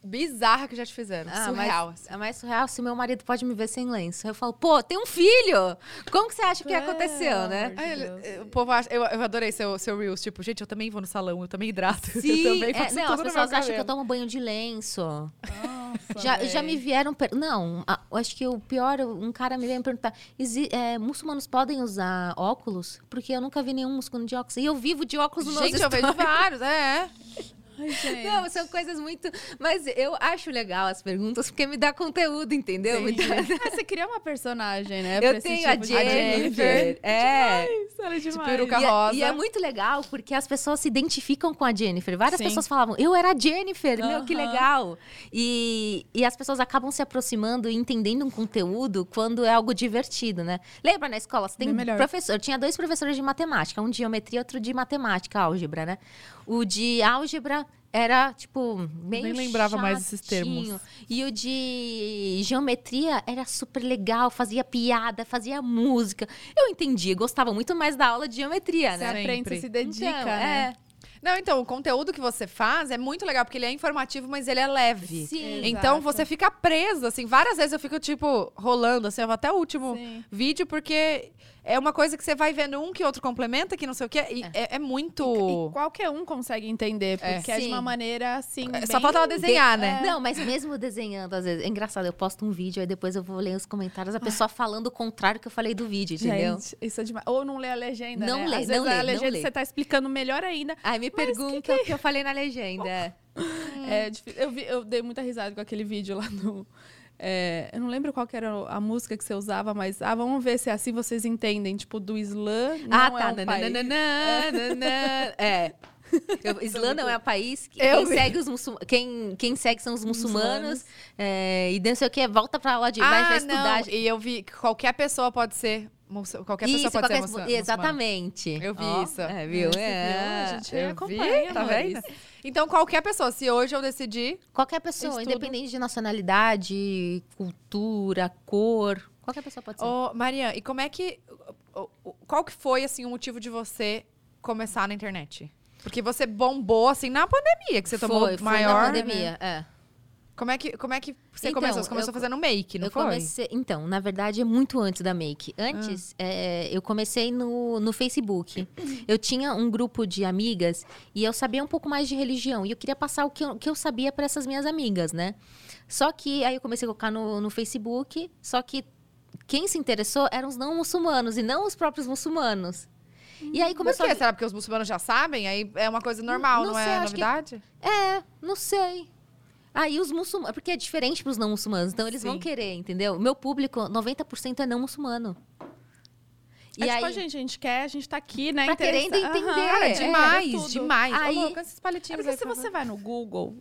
bizarra que já te fizeram.
Ah,
Surreal.
Mas,
assim.
é mais surreal se meu marido pode me ver sem lenço. Eu falo, pô, tem um filho! Como que você acha que
É,
aconteceu, né?
Pelo
Aí
amor de
ele-
Deus.
eh, o povo acha- eu, eu adorei seu, seu Reels, tipo, gente, eu também vou no salão, eu também hidrato. eu
Sim,
também
é,
faço
não, as
tudo no meu
pessoas acham que eu
cabelo.
tomo banho de lenço.
Nossa,
Já, já
véi.
me vieram. per- Não, a- eu acho que o pior, um cara me veio me perguntar: "Exi- é, muçulmanos podem usar óculos? Porque eu nunca vi nenhum muçulmano de óculos. E eu vivo de óculos no
Gente, eu vejo vários, é.
Ai, gente.
Não, são coisas muito. Mas eu acho legal as perguntas, porque me dá conteúdo, entendeu? Me dá-
Ah, você cria uma personagem,
É
né? pra
Eu
esse
tenho
tipo
a
de-
Jennifer. É.
Isso era demais.
peruca
E é-
rosa.
E, é muito legal, porque as pessoas se identificam com a Jennifer. Várias
Sim.
pessoas falavam, eu era a Jennifer, meu, que
Aham.
legal. E, e as pessoas acabam se aproximando e entendendo um conteúdo quando é algo divertido, né? Lembra na escola, você tem
Bem melhor.
professor, tinha dois professores de matemática, um de geometria, outro de matemática, álgebra, né? O de álgebra era, tipo, meio
Nem lembrava mais esses
chatinho.
termos.
E o de geometria era super legal, fazia piada, fazia música. Eu entendi, gostava muito mais da aula de geometria,
Você
né?
Sempre.
aprende, você se dedica,
Então,
né?
Não, então, o conteúdo que você faz é muito legal, porque ele é informativo, mas ele é leve.
Sim.
Exato.
Então você fica preso, assim, várias vezes eu fico, tipo, rolando, assim, eu vou até o último
Sim.
vídeo, porque é uma coisa que você vai vendo um que outro complementa, que não sei o quê, e é, é
E
muito.
qualquer um consegue entender,
É.
porque é, de
Tipo, Sim.
uma maneira assim.
É, Só
bem-
falta ela desenhar, né?
Não, mas mesmo desenhando, às vezes. É engraçado, eu posto um vídeo, aí depois eu vou ler os comentários, a pessoa falando o contrário que eu falei do vídeo, entendeu?
Gente, isso é demais. Ou não lê a legenda.
Não
né?
lê,
Às
não
vezes
lê,
a
não
legenda
lê.
você tá explicando melhor ainda.
Aí me pergunta o que é? eu falei na legenda. é.
É difícil. Eu, vi- eu dei muita risada com aquele vídeo lá no. é, eu não lembro qual que era a música que você usava, mas ah, vamos ver se assim vocês entendem. Tipo, do Islã. Não
ah,
é
tá.
um país.
nananana, nananã. É. Eu- Islã não é um país. que-
Eu
Quem
vi.
segue, os muçul... quem, quem segue são os muçulmanos. Ah,
Muçulmanos.
é, e não sei o que, volta pra aula de. vai, vai
Ah,
estudar.
não. E eu vi que qualquer pessoa pode ser. muçul- Qualquer
Isso,
pessoa pode
qualquer-
ser. muçulmana.
Exatamente.
Eu vi
Ó,
isso.
É, viu?
Você viu?
É.
A gente
Eu vi,
acompanha,
tá
amores.
vendo? Então, qualquer pessoa, se hoje eu decidir.
Qualquer pessoa,
Estudo.
independente de nacionalidade, cultura, cor. Qualquer pessoa pode ser.
Ô, Marian, e como é que. ô, ô, Qual que foi, assim, o motivo de você começar na internet? Porque você bombou, assim, na pandemia, que você tomou
foi,
maior.
foi na
né?
pandemia, é.
Como é que, como é que você
Então,
começou? Você começou
eu-
fazendo make, não
eu
foi?
comecei. Então, na verdade, é muito antes da make. Antes,
Ah.
é, eu comecei no, no Facebook. Eu tinha um grupo de amigas e eu sabia um pouco mais de religião. E eu queria passar o que eu, que eu sabia para essas minhas amigas, né? Só que aí eu comecei a colocar no, no Facebook, só que quem se interessou eram os não muçulmanos e não os próprios muçulmanos. E aí
Hum, Por
começou a
quê? Será porque os muçulmanos já sabem? Aí é uma coisa normal, não,
não sei,
é
acho que-
novidade?
É, não sei. Aí os muçulmanos. Porque é diferente para os não muçulmanos, então eles vão
Sim.
querer, entendeu? Meu público, 90% é não muçulmano. E
é
aí.
tipo, a gente, a gente quer, a gente tá aqui, né?
Tá
interessa-
querendo entender.
Aham,
Cara,
é,
demais,
tudo.
demais. Ô,
Aí-
louco, esses
É
palitinhos
porque
aí,
se
por
você
favor.
vai no Google,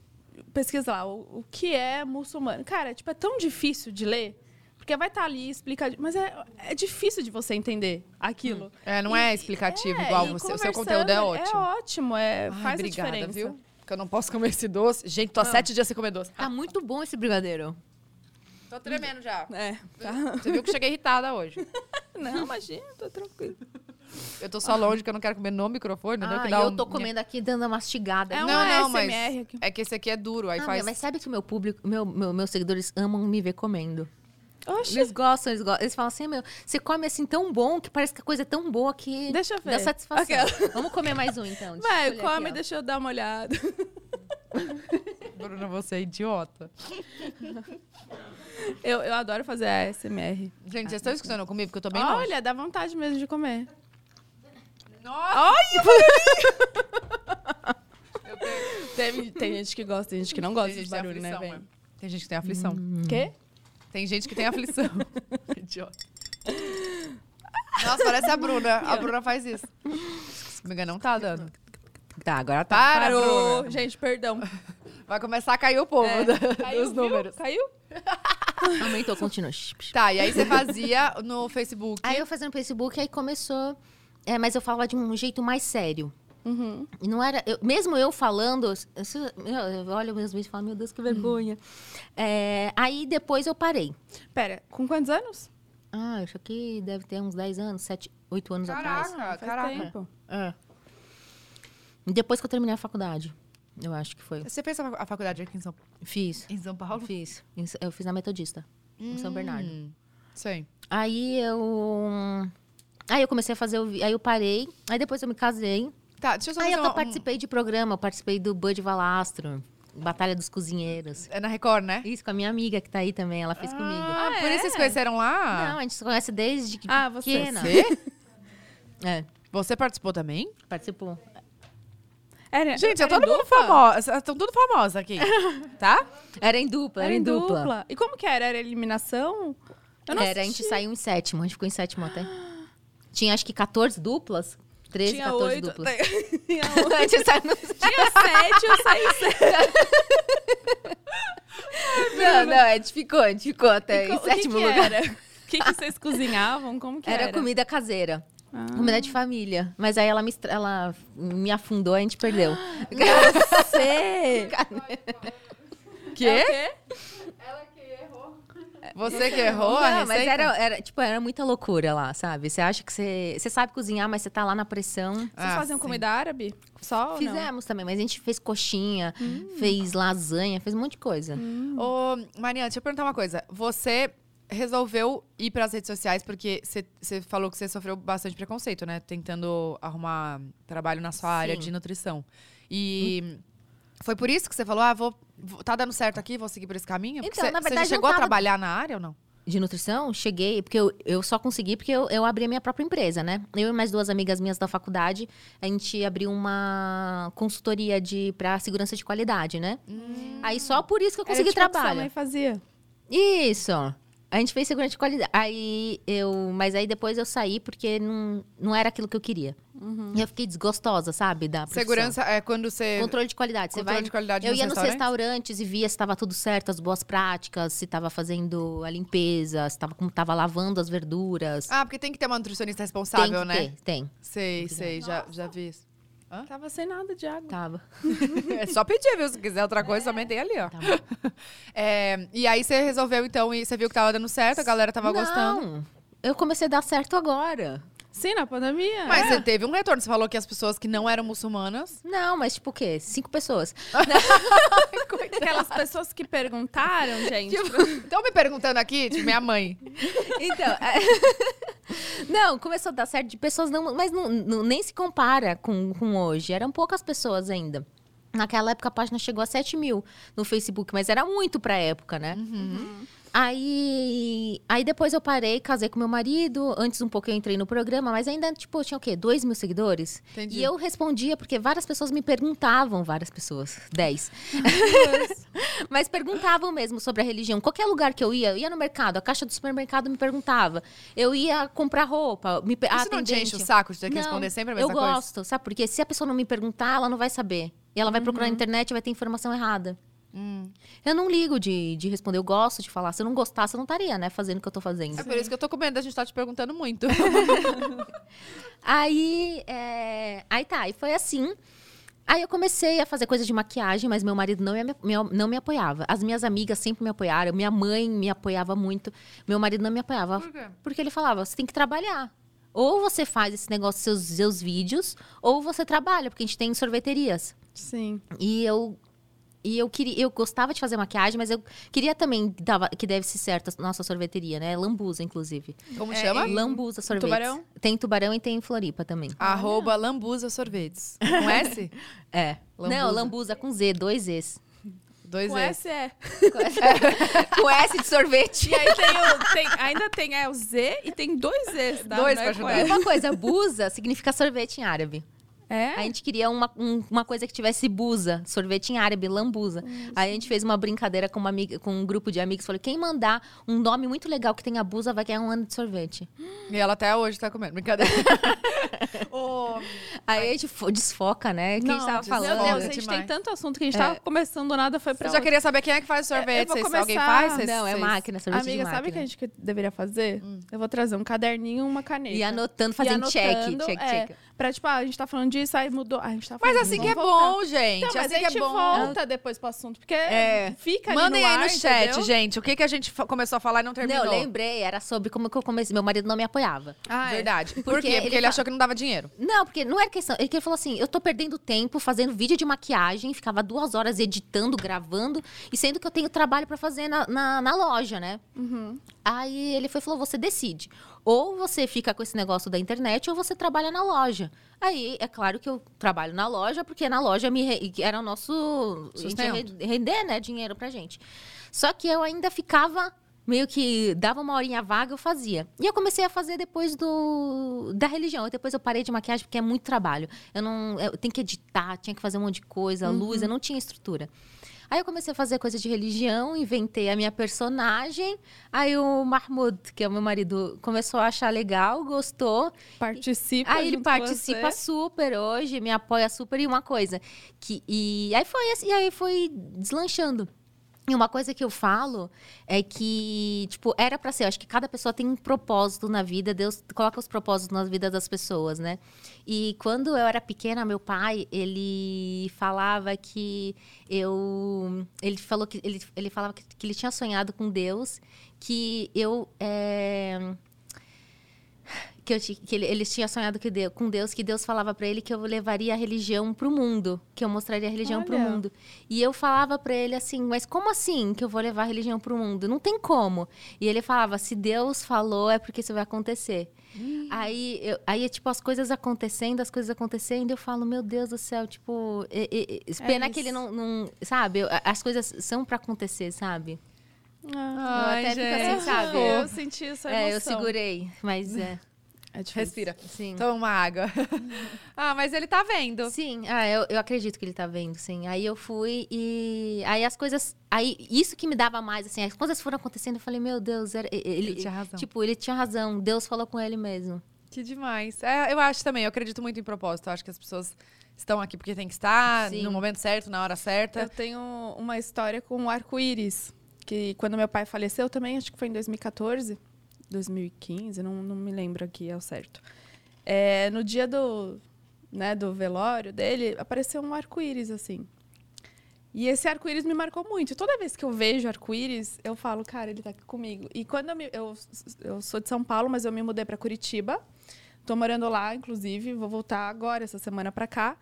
pesquisa lá o, o que é muçulmano. Cara, tipo, é tão difícil de ler, porque vai estar ali explicado, mas é, é difícil de você entender aquilo.
É, não é explicativo
É,
igual
e
você. O seu
conversando,
conteúdo é ótimo.
É ótimo, é,
Ai,
faz
obrigada,
a diferença.
viu? Porque eu não posso comer esse doce. Gente, tô há sete dias sem comer doce.
Tá muito bom esse brigadeiro.
Tô tremendo já.
É, tá.
Você viu que eu cheguei irritada hoje.
Não, imagina, tô tranquilo.
Eu tô só longe que eu não quero comer no microfone, entendeu?
Ah,
que
e
dá
eu
um-
tô comendo aqui dando uma mastigada.
É um
Não, não, mas-
ASMR aqui.
É que esse aqui é duro, aí
Ah,
faz.
meu, mas sabe que o meu público, meu, meu- meus seguidores amam me ver comendo.
Oxi,
Eles gostam, eles gostam. Eles falam assim, meu, você come assim tão bom que parece que a coisa é tão boa que
Deixa eu
dá
ver.
satisfação.
Aquela.
Vamos comer mais um então. Deixa eu
vai,
escolher
come,
aqui, ó.
deixa eu dar uma olhada.
Bruna, você é idiota.
Eu, eu adoro fazer ASMR.
Gente, vocês estão escutando comigo? Porque eu tô bem longe.
Olha, dá vontade mesmo de comer.
Nossa!
Olha! Tem, tem gente que gosta, tem gente que não gosta
Tem
de
gente que tem
barulho, né,
aflição,
velho?
é. Tem gente que tem aflição.
Quê?
Tem gente que tem aflição. idiota. Nossa, parece a Bruna. A Bruna faz isso. Se me engano, não tá dando.
Tá, agora tá.
Para,
Parou!
Bruna.
Gente, perdão.
Vai começar a cair o povo
É,
da- dos
viu?
números.
Caiu?
Aumentou, continua. Shh, shh.
Tá, e aí você fazia no Facebook.
Aí eu fazendo Facebook, aí começou. É, mas eu falava de um jeito mais sério.
Uhum.
E não era. eu- mesmo eu falando, eu, eu olho meus vídeos e falo, meu Deus, que vergonha. É, aí depois eu parei.
Pera, com quantos anos?
Ah, isso aqui deve ter uns 10 anos, 7, 8 anos atrás.
Caraca,
Ah, faz
caraca.
tempo.
É. Depois que eu terminei a faculdade. Eu acho que foi.
Você fez a facu- a faculdade aqui em São,
Fiz.
em São Paulo?
Fiz. Em S- Eu fiz na Metodista, em São Bernardo.
Hum, Sei.
Aí eu. hum, Aí eu comecei a fazer. o vi- Aí eu parei. Aí depois eu me casei.
Tá, deixa eu só
Aí
fazer
eu
hum.
uma, um-
participei de programa, eu participei do Bud Valastro, Batalha dos Cozinheiros.
É na Record, né?
Isso, com a minha amiga que tá aí também, ela fez comigo.
Ah,
Ah,
por isso
é?
vocês conheceram lá?
Não, a gente se conhece desde que
Ah, você.
pequena.
Você?
É,
Você participou também?
participou.
Era-
Gente, é
era
todo
em
mundo
dupla?
famosa. Estão tudo famosa aqui. Tá?
Era em dupla, era, em dupla.
E como que era? Era eliminação? Eu não
Era, a
assisti.
gente saiu em sétimo, a gente ficou em sétimo até. Tinha acho que 14 duplas, 13,
Tinha
14
oito.
duplas.
Tinha oito.
a gente saiu no...
Tinha sete, eu saí
Não, não, a gente ficou, a gente ficou até
Ficou-
em
o que
sétimo
que
lugar.
era? O que, que vocês cozinhavam? Como que era?
Era comida caseira.
Ah.
Comida de família. Mas aí ela me, estra- ela me afundou, a gente perdeu.
Você!
Quê?
quê?
Você que errou a
Não, mas
receita?
era, era, tipo, era muita loucura lá, sabe? Você acha que você. Você sabe cozinhar, mas você tá lá na pressão.
Vocês
Ah,
faziam
sim.
comida árabe? Só ou não? Hum.
Fizemos também, mas a gente fez coxinha, fez lasanha, fez um monte de coisa.
Ô, Mariana, deixa eu perguntar uma coisa. Você resolveu ir pras redes sociais porque você você falou que você sofreu bastante preconceito, né? Tentando arrumar trabalho na sua
Sim. Uhum.
área de nutrição. E foi por isso que você falou, ah, vou, vou- tá dando certo aqui, vou seguir por esse caminho? Porque
Então,
você,
na
você já
verdade, não
chegou a
tava-
trabalhar na área ou não?
De nutrição, cheguei, porque eu, eu só consegui porque eu, eu abri a minha própria empresa, né? Eu e mais duas amigas minhas da faculdade, a gente abriu uma consultoria de para segurança de qualidade, né?
Hum.
Aí só por isso que eu
Era
consegui
tipo a que
trabalho.
Sua
né?
mãe fazia.
Isso. A gente fez segurança de qualidade. Aí eu. Mas aí depois eu saí porque não, não era aquilo que eu queria. E eu fiquei desgostosa, sabe? Da profissão.
Uhum. Segurança é quando você...
Controle de qualidade. Você
Controle
vai.
de qualidade
eu
nos
ia nos
restaurantes?
restaurantes e via se estava tudo certo, as boas práticas, se estava fazendo a limpeza, se tava, como estava lavando as verduras.
Ah, porque tem que ter uma nutricionista
tem
responsável,
que
né?
ter, tem.
Sei, sei, já, já vi isso.
Tava sem nada de água.
Tava.
É só pedir, viu? Se quiser outra coisa, também tem ali, ó.
Tá
É, e aí você resolveu, então, e você viu que tava dando certo, a galera tava gostando.
Não, Eu comecei a dar certo agora.
Sim, na pandemia.
Mas você teve um retorno. Você falou que as pessoas que não eram muçulmanas.
Não, mas tipo o quê? Cinco pessoas.
Aquelas pessoas que perguntaram, gente.
Estão me perguntando aqui, tipo, minha mãe.
Então. é- Não, começou a dar certo de pessoas, não, mas não- não- nem se compara com, com hoje. Eram poucas pessoas ainda. Naquela época a página chegou a 7 mil no Facebook, mas era muito pra época, né? Aí, aí depois eu parei, casei com meu marido. Antes um pouco eu entrei no programa, mas ainda, tipo, eu tinha o quê? 2 mil seguidores?
Entendi.
E eu respondia, porque várias pessoas me perguntavam, várias pessoas, 10. Mas perguntavam mesmo sobre a religião. Qualquer lugar que eu ia, eu ia no mercado, a caixa do supermercado me perguntava. Eu ia comprar roupa, me pe- a
Isso não te
atendente-
enche o saco de ter que
Não,
responder sempre a mesma
eu
coisa?
gosto, sabe? Porque se a pessoa não me perguntar, ela não vai saber. E ela vai procurar na
Uhum.
internet e vai ter informação errada.
Hum.
Eu não ligo de, de responder, eu gosto de falar. Se eu não gostasse, eu não estaria, né, fazendo o que eu tô fazendo.
É por isso que eu tô com medo da gente estar te perguntando muito.
Aí, é, aí tá, e foi assim. Aí eu comecei a fazer coisa de maquiagem, mas meu marido não me, me- não me apoiava. As minhas amigas sempre me apoiaram, minha mãe me apoiava muito. Meu marido não me apoiava.
Por quê?
Porque ele falava, você tem que trabalhar. Ou você faz esse negócio, seus, seus vídeos, ou você trabalha, porque a gente tem sorveterias.
Sim.
E eu e eu queria, eu gostava de fazer maquiagem, mas eu queria também que dava, que deve ser certa a nossa sorveteria, né? Lambuza, inclusive.
Como
É,
chama?
Em-
Lambuza sorvete.
Tubarão?
Tem em tubarão e tem em Floripa também.
Arroba Lambuza Sorvetes. Com S?
É.
Lambuza.
Não, lambuza com Z, dois Zs.
Dois
Com
S.
S é.
com S de sorvete.
E aí tem o- tem- ainda tem é, o Z e tem dois Zs, tá?
Dois
Não é
pra
com
ajudar.
E uma coisa, buza significa sorvete em árabe.
S. É?
A gente queria uma, um- uma coisa que tivesse buza, sorvete em árabe, lambuza. Aí a gente fez uma brincadeira com, uma amiga, com um grupo de amigos. Falou, quem mandar um nome muito legal que tenha buza vai ganhar um ano de sorvete.
E ela até hoje tá comendo. Brincadeira. Ô,
Aí a gente fo- desfoca, né? Quem
Não,
estava falando?
Meu Deus, a
Olha,
gente
demais.
tem tanto assunto que a gente tava começando do nada, foi pra
eu já
outra.
queria saber quem é que faz sorvete.
Eu vou
Vocês-
começar-
Alguém faz? Vocês-
Não, é
vocês-
máquina, sorvete de
Amiga,
máquina.
sabe o que a gente que- deveria fazer?
Hum.
Eu vou trazer um caderninho e uma caneta.
E anotando, fazendo
um
E anotando,
check, check,
é,
check.
Pra, tipo, ah, a gente tá falando disso, aí mudou. Ai, a gente tá
Mas
falando,
assim que
vamos
é
voltar.
bom, gente.
Então, mas
assim
a gente
que é bom.
volta depois pro assunto, porque
É.
fica ali
Mandem
no
aí
ar,
no chat,
entendeu?
gente. O que, que a gente fa- começou a falar e não terminou?
Não, lembrei, era sobre como que eu comecei. Meu marido não me apoiava.
Ah, é.
Verdade. Por
Porque
quê? Porque ele,
ele fa-
achou que não dava dinheiro.
Não, porque não era questão. É que ele falou assim: eu tô perdendo tempo fazendo vídeo de maquiagem, ficava duas horas editando, gravando, e sendo que eu tenho trabalho pra fazer na, na, na loja, né? Aí ele foi e falou: você decide. Ou você fica com esse negócio da internet, ou você trabalha na loja. Aí, é claro que eu trabalho na loja, porque na loja me re- era o nosso. a gente ia
Sustento.
re- render, né? Dinheiro pra gente. Só que eu ainda ficava. Meio que dava uma horinha vaga, eu fazia. E eu comecei a fazer depois do da religião. E depois eu parei de maquiagem porque é muito trabalho. Eu não. Eu tenho que editar, tinha que fazer um monte de coisa,
Uhum.
luz, eu não tinha estrutura. Aí eu comecei a fazer coisa de religião, inventei a minha personagem. Aí o Mahmoud, que é o meu marido, começou a achar legal, gostou.
Participa.
Ah,
Aí ele
junto com
participa
você.
super hoje, me apoia super em uma coisa. Que, e aí foi assim, aí foi deslanchando. E uma coisa que eu falo é que, tipo, era pra ser. Eu acho que cada pessoa tem um propósito na vida. Deus coloca os propósitos na vida das pessoas, né? E quando eu era pequena, meu pai, ele falava que eu... Ele falou que... Ele, ele falava que, que ele tinha sonhado com Deus. Que eu... eh, que, eu ti- que ele, ele tinha sonhado que Deu- com Deus, que Deus falava pra ele que eu levaria a religião pro mundo, que eu mostraria a religião pro
Olha.
mundo. E eu falava pra ele assim, mas como assim que eu vou levar a religião pro mundo? Não tem como. E ele falava, se Deus falou, é porque isso vai acontecer. Aí, eu, aí, tipo, as coisas acontecendo, as coisas acontecendo, eu falo, meu Deus do céu, tipo, e- e- e-
É
pena que ele
isso.
não, não- sabe? Eu- As coisas são pra acontecer, sabe?
Ah.
Ai,
até fico assim,
gente.
sabe?
Ah, Eu senti essa emoção.
É, eu segurei, mas é,
É difícil.
Respira.
sim.
Toma uma água. ah, mas ele tá vendo.
Sim, ah, eu, eu acredito que ele tá vendo, sim. Aí eu fui e. Aí as coisas. Aí isso que me dava mais, assim, as coisas foram acontecendo, eu falei, meu Deus, era- e- e- ele.
Ele tinha razão.
Tipo, ele tinha razão, Deus falou com ele mesmo.
Que demais. É, eu acho também, eu acredito muito em propósito. Eu acho que as pessoas estão aqui porque tem que estar,
Sim.
no momento certo, na hora certa.
Eu tenho uma história com o arco-íris, que quando meu pai faleceu também, acho que foi em 2014, 2015, não, não me lembro aqui ao certo. É, no dia do, né, do velório dele, apareceu um arco-íris, assim. E esse arco-íris me marcou muito. Toda vez que eu vejo arco-íris, eu falo, cara, ele tá aqui comigo. E quando eu, me- eu, eu sou de São Paulo, mas eu me mudei para Curitiba. Tô morando lá, inclusive, vou voltar agora essa semana para cá.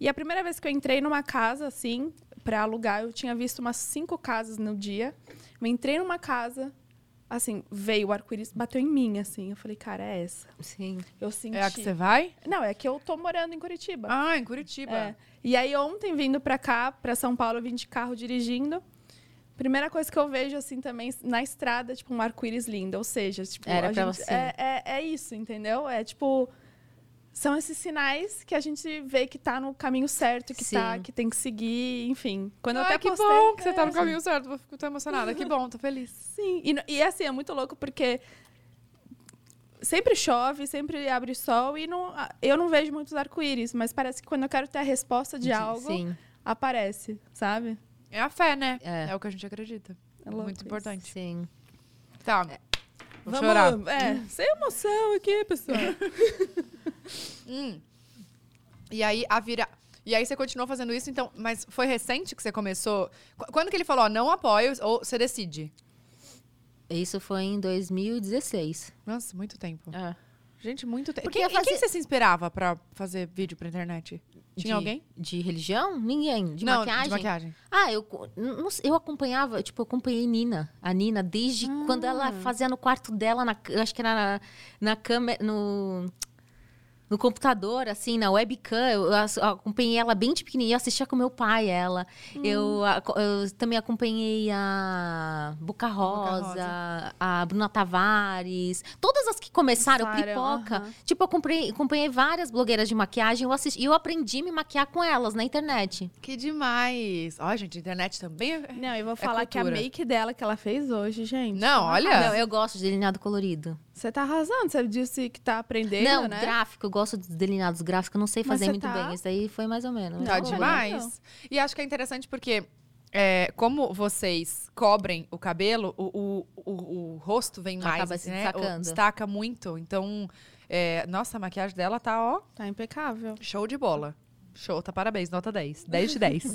E a primeira vez que eu entrei numa casa assim para alugar, eu tinha visto umas cinco casas no dia. Eu entrei numa casa, assim, veio o arco-íris, bateu em mim, assim. Eu falei, cara, é essa.
Sim.
Eu senti.
É a que você vai?
Não, é que eu tô morando em Curitiba.
Ah, em Curitiba.
É. E aí ontem vindo pra cá, pra São Paulo, eu vim de carro dirigindo. Primeira coisa que eu vejo assim também na estrada, tipo um arco-íris lindo, ou seja, tipo
Era
a
pra
gente-
você.
É, é, é isso, entendeu? É tipo são esses sinais que a gente vê que tá no caminho certo, que tá,
Sim.
que tem que seguir, enfim. Quando eu
Ai,
até
que
postei,
bom que você tá no
é,
caminho certo. Eu fico tão emocionada. Que bom, tô feliz.
Sim, e, no- e assim, é muito louco porque sempre chove, sempre abre sol e não, a- eu não vejo muitos arco-íris, mas parece que quando eu quero ter a resposta de algo,
Sim,
aparece, sabe?
É a fé, né?
É.
o que a gente acredita.
É louco
Muito
isso.
importante.
sim.
Tá. Vou chorar.
É, sem emoção aqui, pessoal.
Hum. E aí a vira. E aí você continuou fazendo isso, então. Mas foi recente que você começou? Qu- Quando que ele falou, ó, não apoio, ou você decide?
Isso foi em 2016.
Nossa, muito tempo.
É.
Gente, muito tempo.
Porque
Quem,
eu
em
fazia-
quem você se inspirava pra fazer vídeo pra internet? Tinha
De-
alguém?
De religião? Ninguém. De
não,
maquiagem?
de maquiagem.
Ah, eu, co- n- não sei, eu acompanhava, tipo, eu acompanhei Nina. A Nina, desde quando ela fazia no quarto dela, na, c- eu acho que era na, na câmera, no, no computador, assim, na webcam. Eu, ass- eu acompanhei ela bem de pequenininha, eu assistia com meu pai ela. Eu, aco- eu também acompanhei a Boca Rosa,
Rosa.
a Bruna Tavares. Todas as que começaram,
Começaram,
Pipoca.
aham.
Tipo, eu acompanhei, acompanhei várias blogueiras de maquiagem. Eu assisti, e eu aprendi a me maquiar com elas na internet.
Que demais. Ó, gente, internet também é.
Não, eu vou falar que a
cultura.
make dela que ela fez hoje, gente.
Não, é olha.
Não, eu gosto de delineado colorido.
Você tá arrasando, você disse que tá aprendendo,
não,
né?
gráfico, eu gosto dos delineados gráficos, eu não sei
Mas
fazer
você
muito
tá-
bem. Isso daí foi mais ou menos.
Tá
Não, então.
demais.
não.
E acho que é interessante porque, é, como vocês cobrem o cabelo, o, o, o, o rosto vem mais,
Acaba se
né? O-
destacando.
destaca muito. Então, É, nossa, a maquiagem dela tá, ó,
Tá impecável.
show de bola. Show, tá parabéns, nota 10. 10 de 10.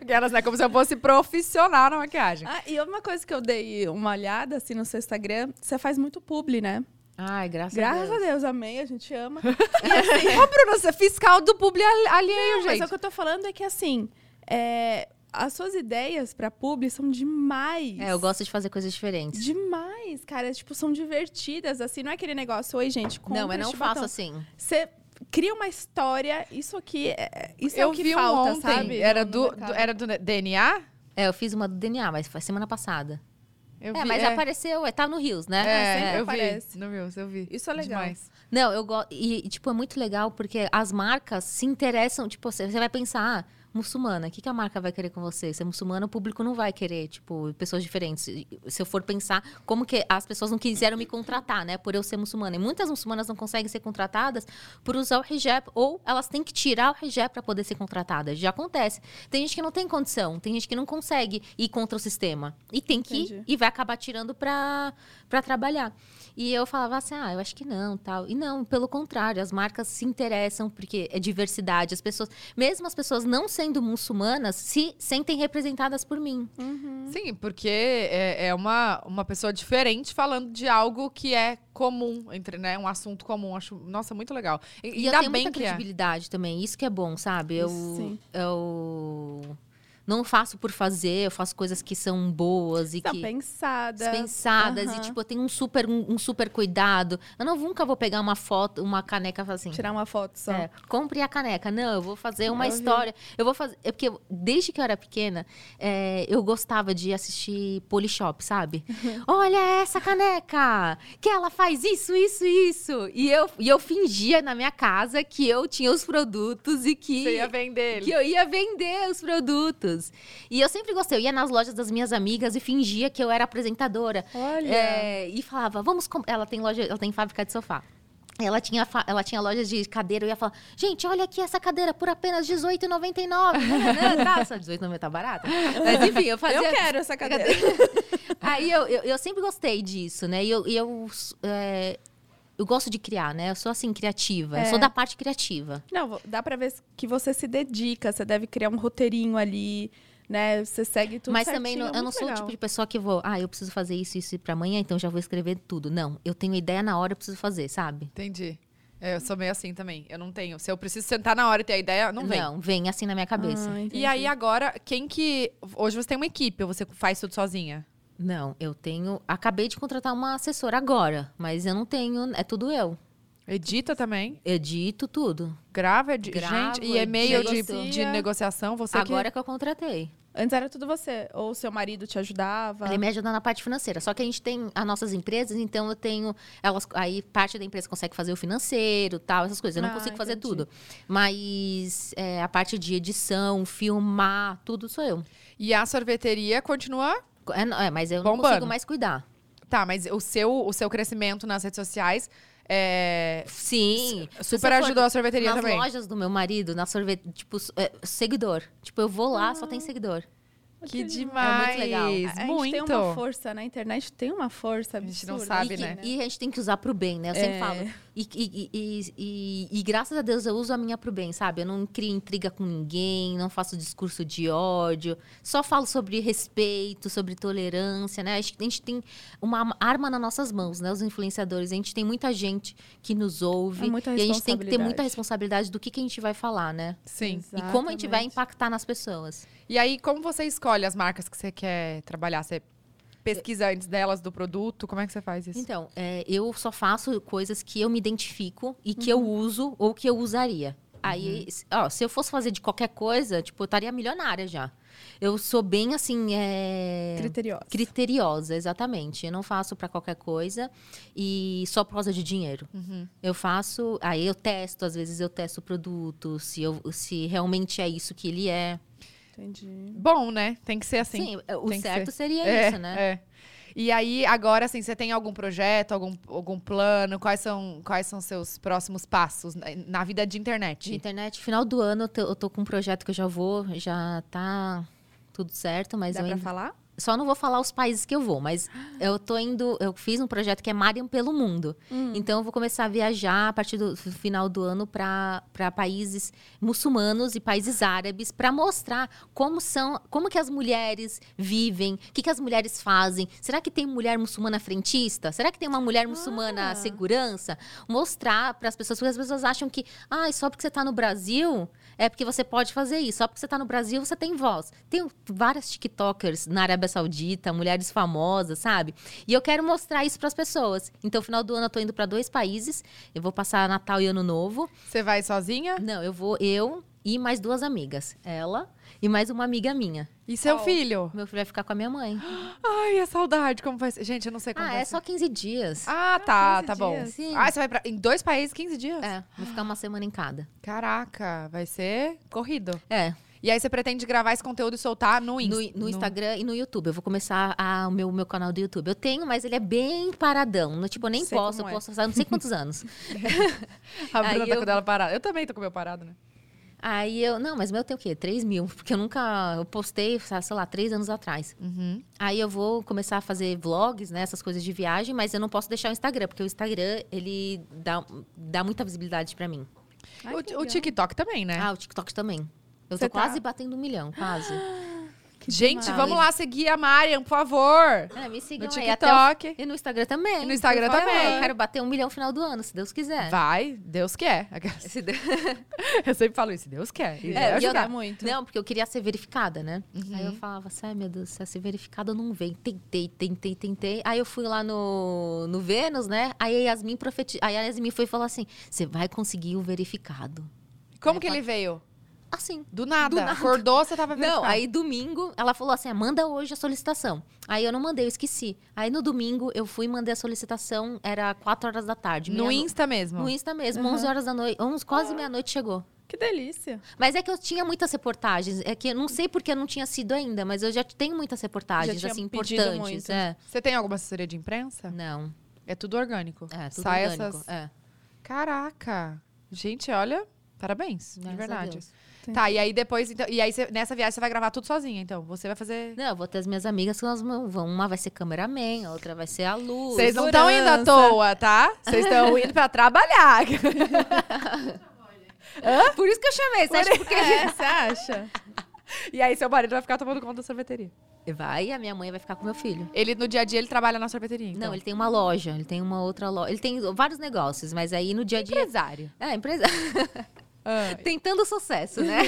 Aquelas, né? Como se eu fosse profissional na
É.
maquiagem.
Ah, e uma coisa que eu dei uma olhada assim no seu Instagram, você faz muito publi, né?
Ai, graças,
Graças a Deus, amei, a gente ama.
Ô, Bruno, você é fiscal do publi al- alheio,
Mas
gente.
o que eu tô falando é que assim, é, as suas ideias pra publi são demais.
É, eu gosto de fazer coisas diferentes.
Demais, cara. Tipo, são divertidas, assim. Não é aquele negócio, oi, gente, compra
não, eu não
este
faço
batom."
assim.
Você cria uma história, isso aqui é, isso é
eu
o que
vi um
falta,
ontem.
sabe? é
Era,
No- no
do,
mercado.
do- era do DNA?
É, eu fiz uma do DNA, mas foi semana passada.
Eu
é,
vi,
mas
é.
apareceu, é, tá no Rios, né?
É,
sempre
eu
aparece.
vi. Não viu, eu vi.
Isso é legal.
Demais.
Não, eu gosto. E, e, tipo, é muito legal porque as marcas se interessam. Tipo, você, você vai pensar, ah, muçulmana, o que, que a marca vai querer com você? Se é muçulmana, o público não vai querer, tipo, pessoas diferentes. E Se eu for pensar como que as pessoas não quiseram me contratar, né, por eu ser muçulmana. E muitas muçulmanas não conseguem ser contratadas por usar o hijab, ou elas têm que tirar o hijab para poder ser contratadas. Já acontece. Tem gente que não tem condição, tem gente que não consegue ir contra o sistema. E tem que
Entendi.
ir, e vai acabar tirando para trabalhar. E eu falava assim, ah, eu acho que não, tal. E não, pelo contrário, as marcas se interessam porque é diversidade. As pessoas, mesmo as pessoas não sendo muçulmanas, se sentem representadas por mim.
Uhum.
Sim, porque é, é uma, uma pessoa diferente falando de algo que é comum, entre, né? Um assunto comum. Acho, nossa, muito legal. E,
E, eu
ainda
tenho
bem
muita
que é.
credibilidade também. Isso que é bom, sabe? Eu,
Isso, sim.
eu não faço por fazer, eu faço coisas que são boas e
São
que
pensadas.
pensadas
Aham.
e tipo eu tenho um super um, um super cuidado. Eu não nunca vou pegar uma foto, uma caneca e falar assim,
Tirar uma foto só.
É, compre a caneca. Não, eu vou fazer uma
Eu vi.
história. Eu vou fazer. É porque eu- desde que eu era pequena, é, eu gostava de assistir Polishop, sabe? Olha essa caneca! Que ela faz isso, isso, isso! E eu, e eu fingia na minha casa que eu tinha os produtos e que.
Você ia vender ele.
Que eu ia vender os produtos. E eu sempre gostei. Eu ia nas lojas das minhas amigas e fingia que eu era apresentadora.
Olha.
É, e falava, vamos com- Ela tem loja, ela tem fábrica de sofá. Ela tinha, fa- ela tinha loja de cadeira, eu ia falar, gente, olha aqui essa cadeira por apenas R$18,99. Nananã, tá, só R$18,90 tá barata. Mas enfim, eu fazia.
Eu quero essa cadeira.
Aí eu, eu, eu sempre gostei disso, né? E eu, e eu, é, eu gosto de criar, né? Eu sou assim, criativa. Eu
É.
sou da parte criativa.
Não, vo- dá pra ver que você se dedica, você deve criar um roteirinho ali, né? Você segue tudo
Mas
certinho,
também não-
é
eu não
muito
sou o
legal.
tipo de pessoa que vou, ah, eu preciso fazer isso, isso e pra amanhã, então já vou escrever tudo. Não, eu tenho ideia na hora, eu preciso fazer, sabe?
Entendi. É, eu sou meio assim também. Eu não tenho. Se eu preciso sentar na hora e ter a ideia, não vem.
Não, vem assim na minha cabeça.
Ah,
E
entendi.
aí agora, quem que. Hoje você tem uma equipe, ou você faz tudo sozinha?
Não, eu tenho. Acabei de contratar uma assessora agora, mas eu não tenho. É tudo eu.
Edita também?
Edito tudo.
Grava, edi...
Gravo,
gente, e e-mail de,
edito.
de negociação, você que-
agora que... eu contratei.
Antes era tudo você. Ou seu marido te ajudava.
Ele me ajuda na parte financeira. Só que a gente tem as nossas empresas, então eu tenho. Elas, aí parte da empresa consegue fazer o financeiro, tal, essas coisas. Eu não
Ah,
consigo fazer
entendi.
tudo. Mas é, a parte de edição, filmar, tudo sou eu.
E a sorveteria continua.
É, não- é, mas eu não
Bombando.
consigo mais cuidar.
Tá, mas o seu, o seu crescimento nas redes sociais é,
Sim.
super
se você for
ajudou a sorveteria
Nas
também.
lojas do meu marido, na sorvete, tipo, é, seguidor. Tipo, eu vou lá, só
Ah.
tem seguidor.
Que
É muito
demais.
legal.
A gente tem
muito.
uma força na internet, tem uma força
A
absurda.
gente não sabe,
e, que-
né?
e a gente tem que usar pro bem, né? Eu sempre
É.
falo. E, e- e- e- e- e graças a Deus eu uso a minha pro bem, sabe? Eu não crio intriga com ninguém, não faço discurso de ódio, só falo sobre respeito, sobre tolerância, né? Acho que A gente tem uma arma nas nossas mãos, né? Os influenciadores. A gente tem muita gente que nos ouve.
É muita
e a gente tem que ter muita
responsabilidade.
responsabilidade do que, que a gente vai falar, né?
Sim.
E como a gente vai impactar nas pessoas.
E aí, como você escolhe as marcas que você quer trabalhar? Você pesquisa antes delas do produto? Como é que você faz isso?
Então, é, eu só faço coisas que eu me identifico e que eu
Uhum.
uso ou que eu usaria. Aí, s- ó, se eu fosse fazer de qualquer coisa, tipo, eu estaria milionária já. Eu sou bem assim, é,
Criteriosa.
criteriosa, exatamente. Eu não faço pra qualquer coisa e só por causa de dinheiro.
Uhum.
Eu faço, aí eu testo, às vezes eu testo o produto, se, eu, se realmente é isso que ele é.
Entendi.
Bom, né? Tem que ser assim.
Então. Sim, o
tem que
certo
ser.
seria
é,
isso, né?
é. E aí, agora, assim, você tem algum projeto, algum, algum plano? Quais são, quais são seus próximos passos na, na vida de internet?
De internet, final do ano eu tô, eu tô com um projeto que eu já vou, já tá tudo certo, mas
Dá
eu
pra
ainda...
falar?
Só não vou falar os países que eu vou, mas eu tô indo. Eu fiz um projeto que é Mariam pelo mundo. Então eu vou começar a viajar a partir do final do ano para países muçulmanos e países árabes para mostrar como são, como que as mulheres vivem, o que, que as mulheres fazem. Será que tem mulher muçulmana frentista? Será que tem uma mulher muçulmana
Ah.
segurança? Mostrar para as pessoas, porque as pessoas acham que, ah, só porque você está no Brasil é porque você pode fazer isso. Só porque você está no Brasil você tem voz. Tem várias TikTokers na Arábia Saudita, mulheres famosas, sabe? E eu quero mostrar isso para as pessoas. Então, final do ano eu tô indo para dois países. Eu vou passar Natal e Ano Novo.
Você vai sozinha?
Não, eu vou eu e mais duas amigas, ela e mais uma amiga minha.
E seu
Qual?
filho?
Meu filho vai ficar com a minha mãe.
Ai, a saudade, como vai ser? Gente, eu não sei como
Ah,
vai
é
ser.
só 15 dias.
Ah, tá,
15
tá bom.
dias.
Sim.
Ah, você vai pra... em dois países, 15 dias?
É, vou ficar uma semana em cada.
Caraca, vai ser corrido.
É,
E aí você pretende gravar esse conteúdo e soltar no
no,
Insta?
no Instagram e no YouTube. Eu vou começar a- o meu, meu canal do YouTube. Eu tenho, mas ele é bem paradão. Não, tipo, eu nem
Sei
posso. Eu
como é.
posso há não sei quantos anos.
A Bruna
Aí
tá
eu-
com o dela parado. Eu também tô com o meu parado, né?
Aí eu... Não, mas meu tem o quê? 3 mil. Porque eu nunca... Eu postei, sei lá, três anos atrás.
Uhum.
Aí eu vou começar a fazer vlogs, né? Essas coisas de viagem. Mas eu não posso deixar o Instagram. Porque o Instagram, ele dá, dá muita visibilidade pra mim.
Ai, que
o, o
legal.
TikTok também, né?
Ah, o TikTok também. Eu
Você
tô quase
tá-
batendo um milhão, quase.
Que
Gente,
demais.
vamos lá seguir a Marian, por favor.
É, me sigam
No
aí. Até o...
TikTok.
E no Instagram também.
E no Instagram
por favor.
também.
Eu quero bater um milhão no final do ano, se Deus quiser.
Vai, Deus quer.
Se Deus-
Eu sempre falo isso, Deus quer. E
É,
vai
e eu-
ajudar.
Ajuda muito.
Não, porque eu queria ser verificada, né?
Então. Uhum.
Aí eu falava assim, ai meu Deus, se ser verificada não vem. Tentei, tentei, tentei. Aí eu fui lá no, no Vênus, né? Aí a Yasmin profetizou. Aí a Yasmin foi falar assim: você vai conseguir o verificado.
Como que ele veio?
Assim.
É, Do nada.
Do nada.
Acordou, você tava vendo.
Não, aí domingo ela falou assim: "Ah, manda hoje a solicitação. Aí eu não mandei, eu esqueci. Aí no domingo eu fui e mandei a solicitação, era 4 horas da tarde.
No
meia-
Insta mesmo.
No Insta mesmo,
Aham.
11 horas da noite, 11, quase meia-noite chegou.
Que delícia.
Mas é que eu tinha muitas reportagens, é que eu não sei porque eu não tinha sido ainda, mas eu já tenho muitas reportagens
Já tinha
assim
pedido
importantes,
muito. né?
é.
Você tem alguma assessoria de imprensa?
Não,
É tudo orgânico.
é, tudo
Sai
orgânico,
essas.
é.
Caraca. Gente, olha, parabéns.
Graças
de
a
verdade.
Deus.
Tá, e aí depois, então, e aí você- nessa viagem você vai gravar tudo sozinha, então. Você vai fazer.
Não, eu vou ter as minhas amigas que elas vão, uma vai ser cameraman, a outra vai ser a luz.
Vocês não estão indo à toa, tá? Vocês estão indo pra trabalhar.
Por isso que eu chamei, você acha porque
É, você acha?
E aí seu marido vai ficar tomando conta da sorveteria.
Vai, a minha mãe vai ficar com meu filho.
Ele, no dia a dia, ele trabalha na sorveteria, então.
Não, ele tem uma loja, ele tem uma outra loja. Ele tem vários negócios, mas aí no dia a dia.
empresário.
É, empresa. Tentando sucesso, né?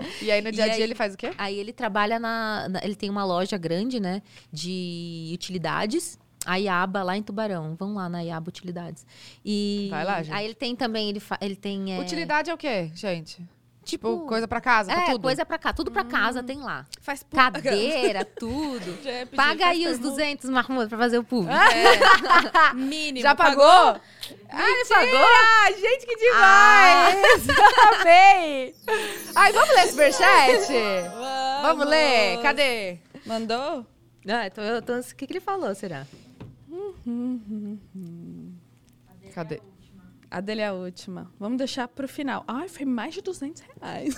Ah, e aí no dia a
E
dia
aí-
ele faz o quê?
aí ele trabalha na, na- Ele tem uma loja grande, né? De utilidades. A Iaba, lá em Tubarão. Vão lá na Iaba Utilidades. E.
Vai lá, gente.
Aí ele tem também. Ele, fa- ele tem. é,
Utilidade é o quê, gente? Tipo,
Tipo,
coisa pra casa, pra
É,
tudo? Hum. Tipo,
coisa pra cá. Tudo pra casa tem lá.
Faz pu-
Cadeira, tudo.
Já ia pedir,
Tá. Paga
faz
aí os
permuta.
200, Marmuda, pra fazer o público.
Mínimo.
Já pagou?
Ah, ele pagou?
Ah, gente, que demais! Amei! Ah, Ai, vamos ler superchat?
Vamos,
Vamos ler, cadê?
Mandou?
é,
Ah, então eu tô. O que, que ele falou, será?
Cadê?
A dele é a última. Vamos deixar pro final. Ai, foi mais de 200 reais.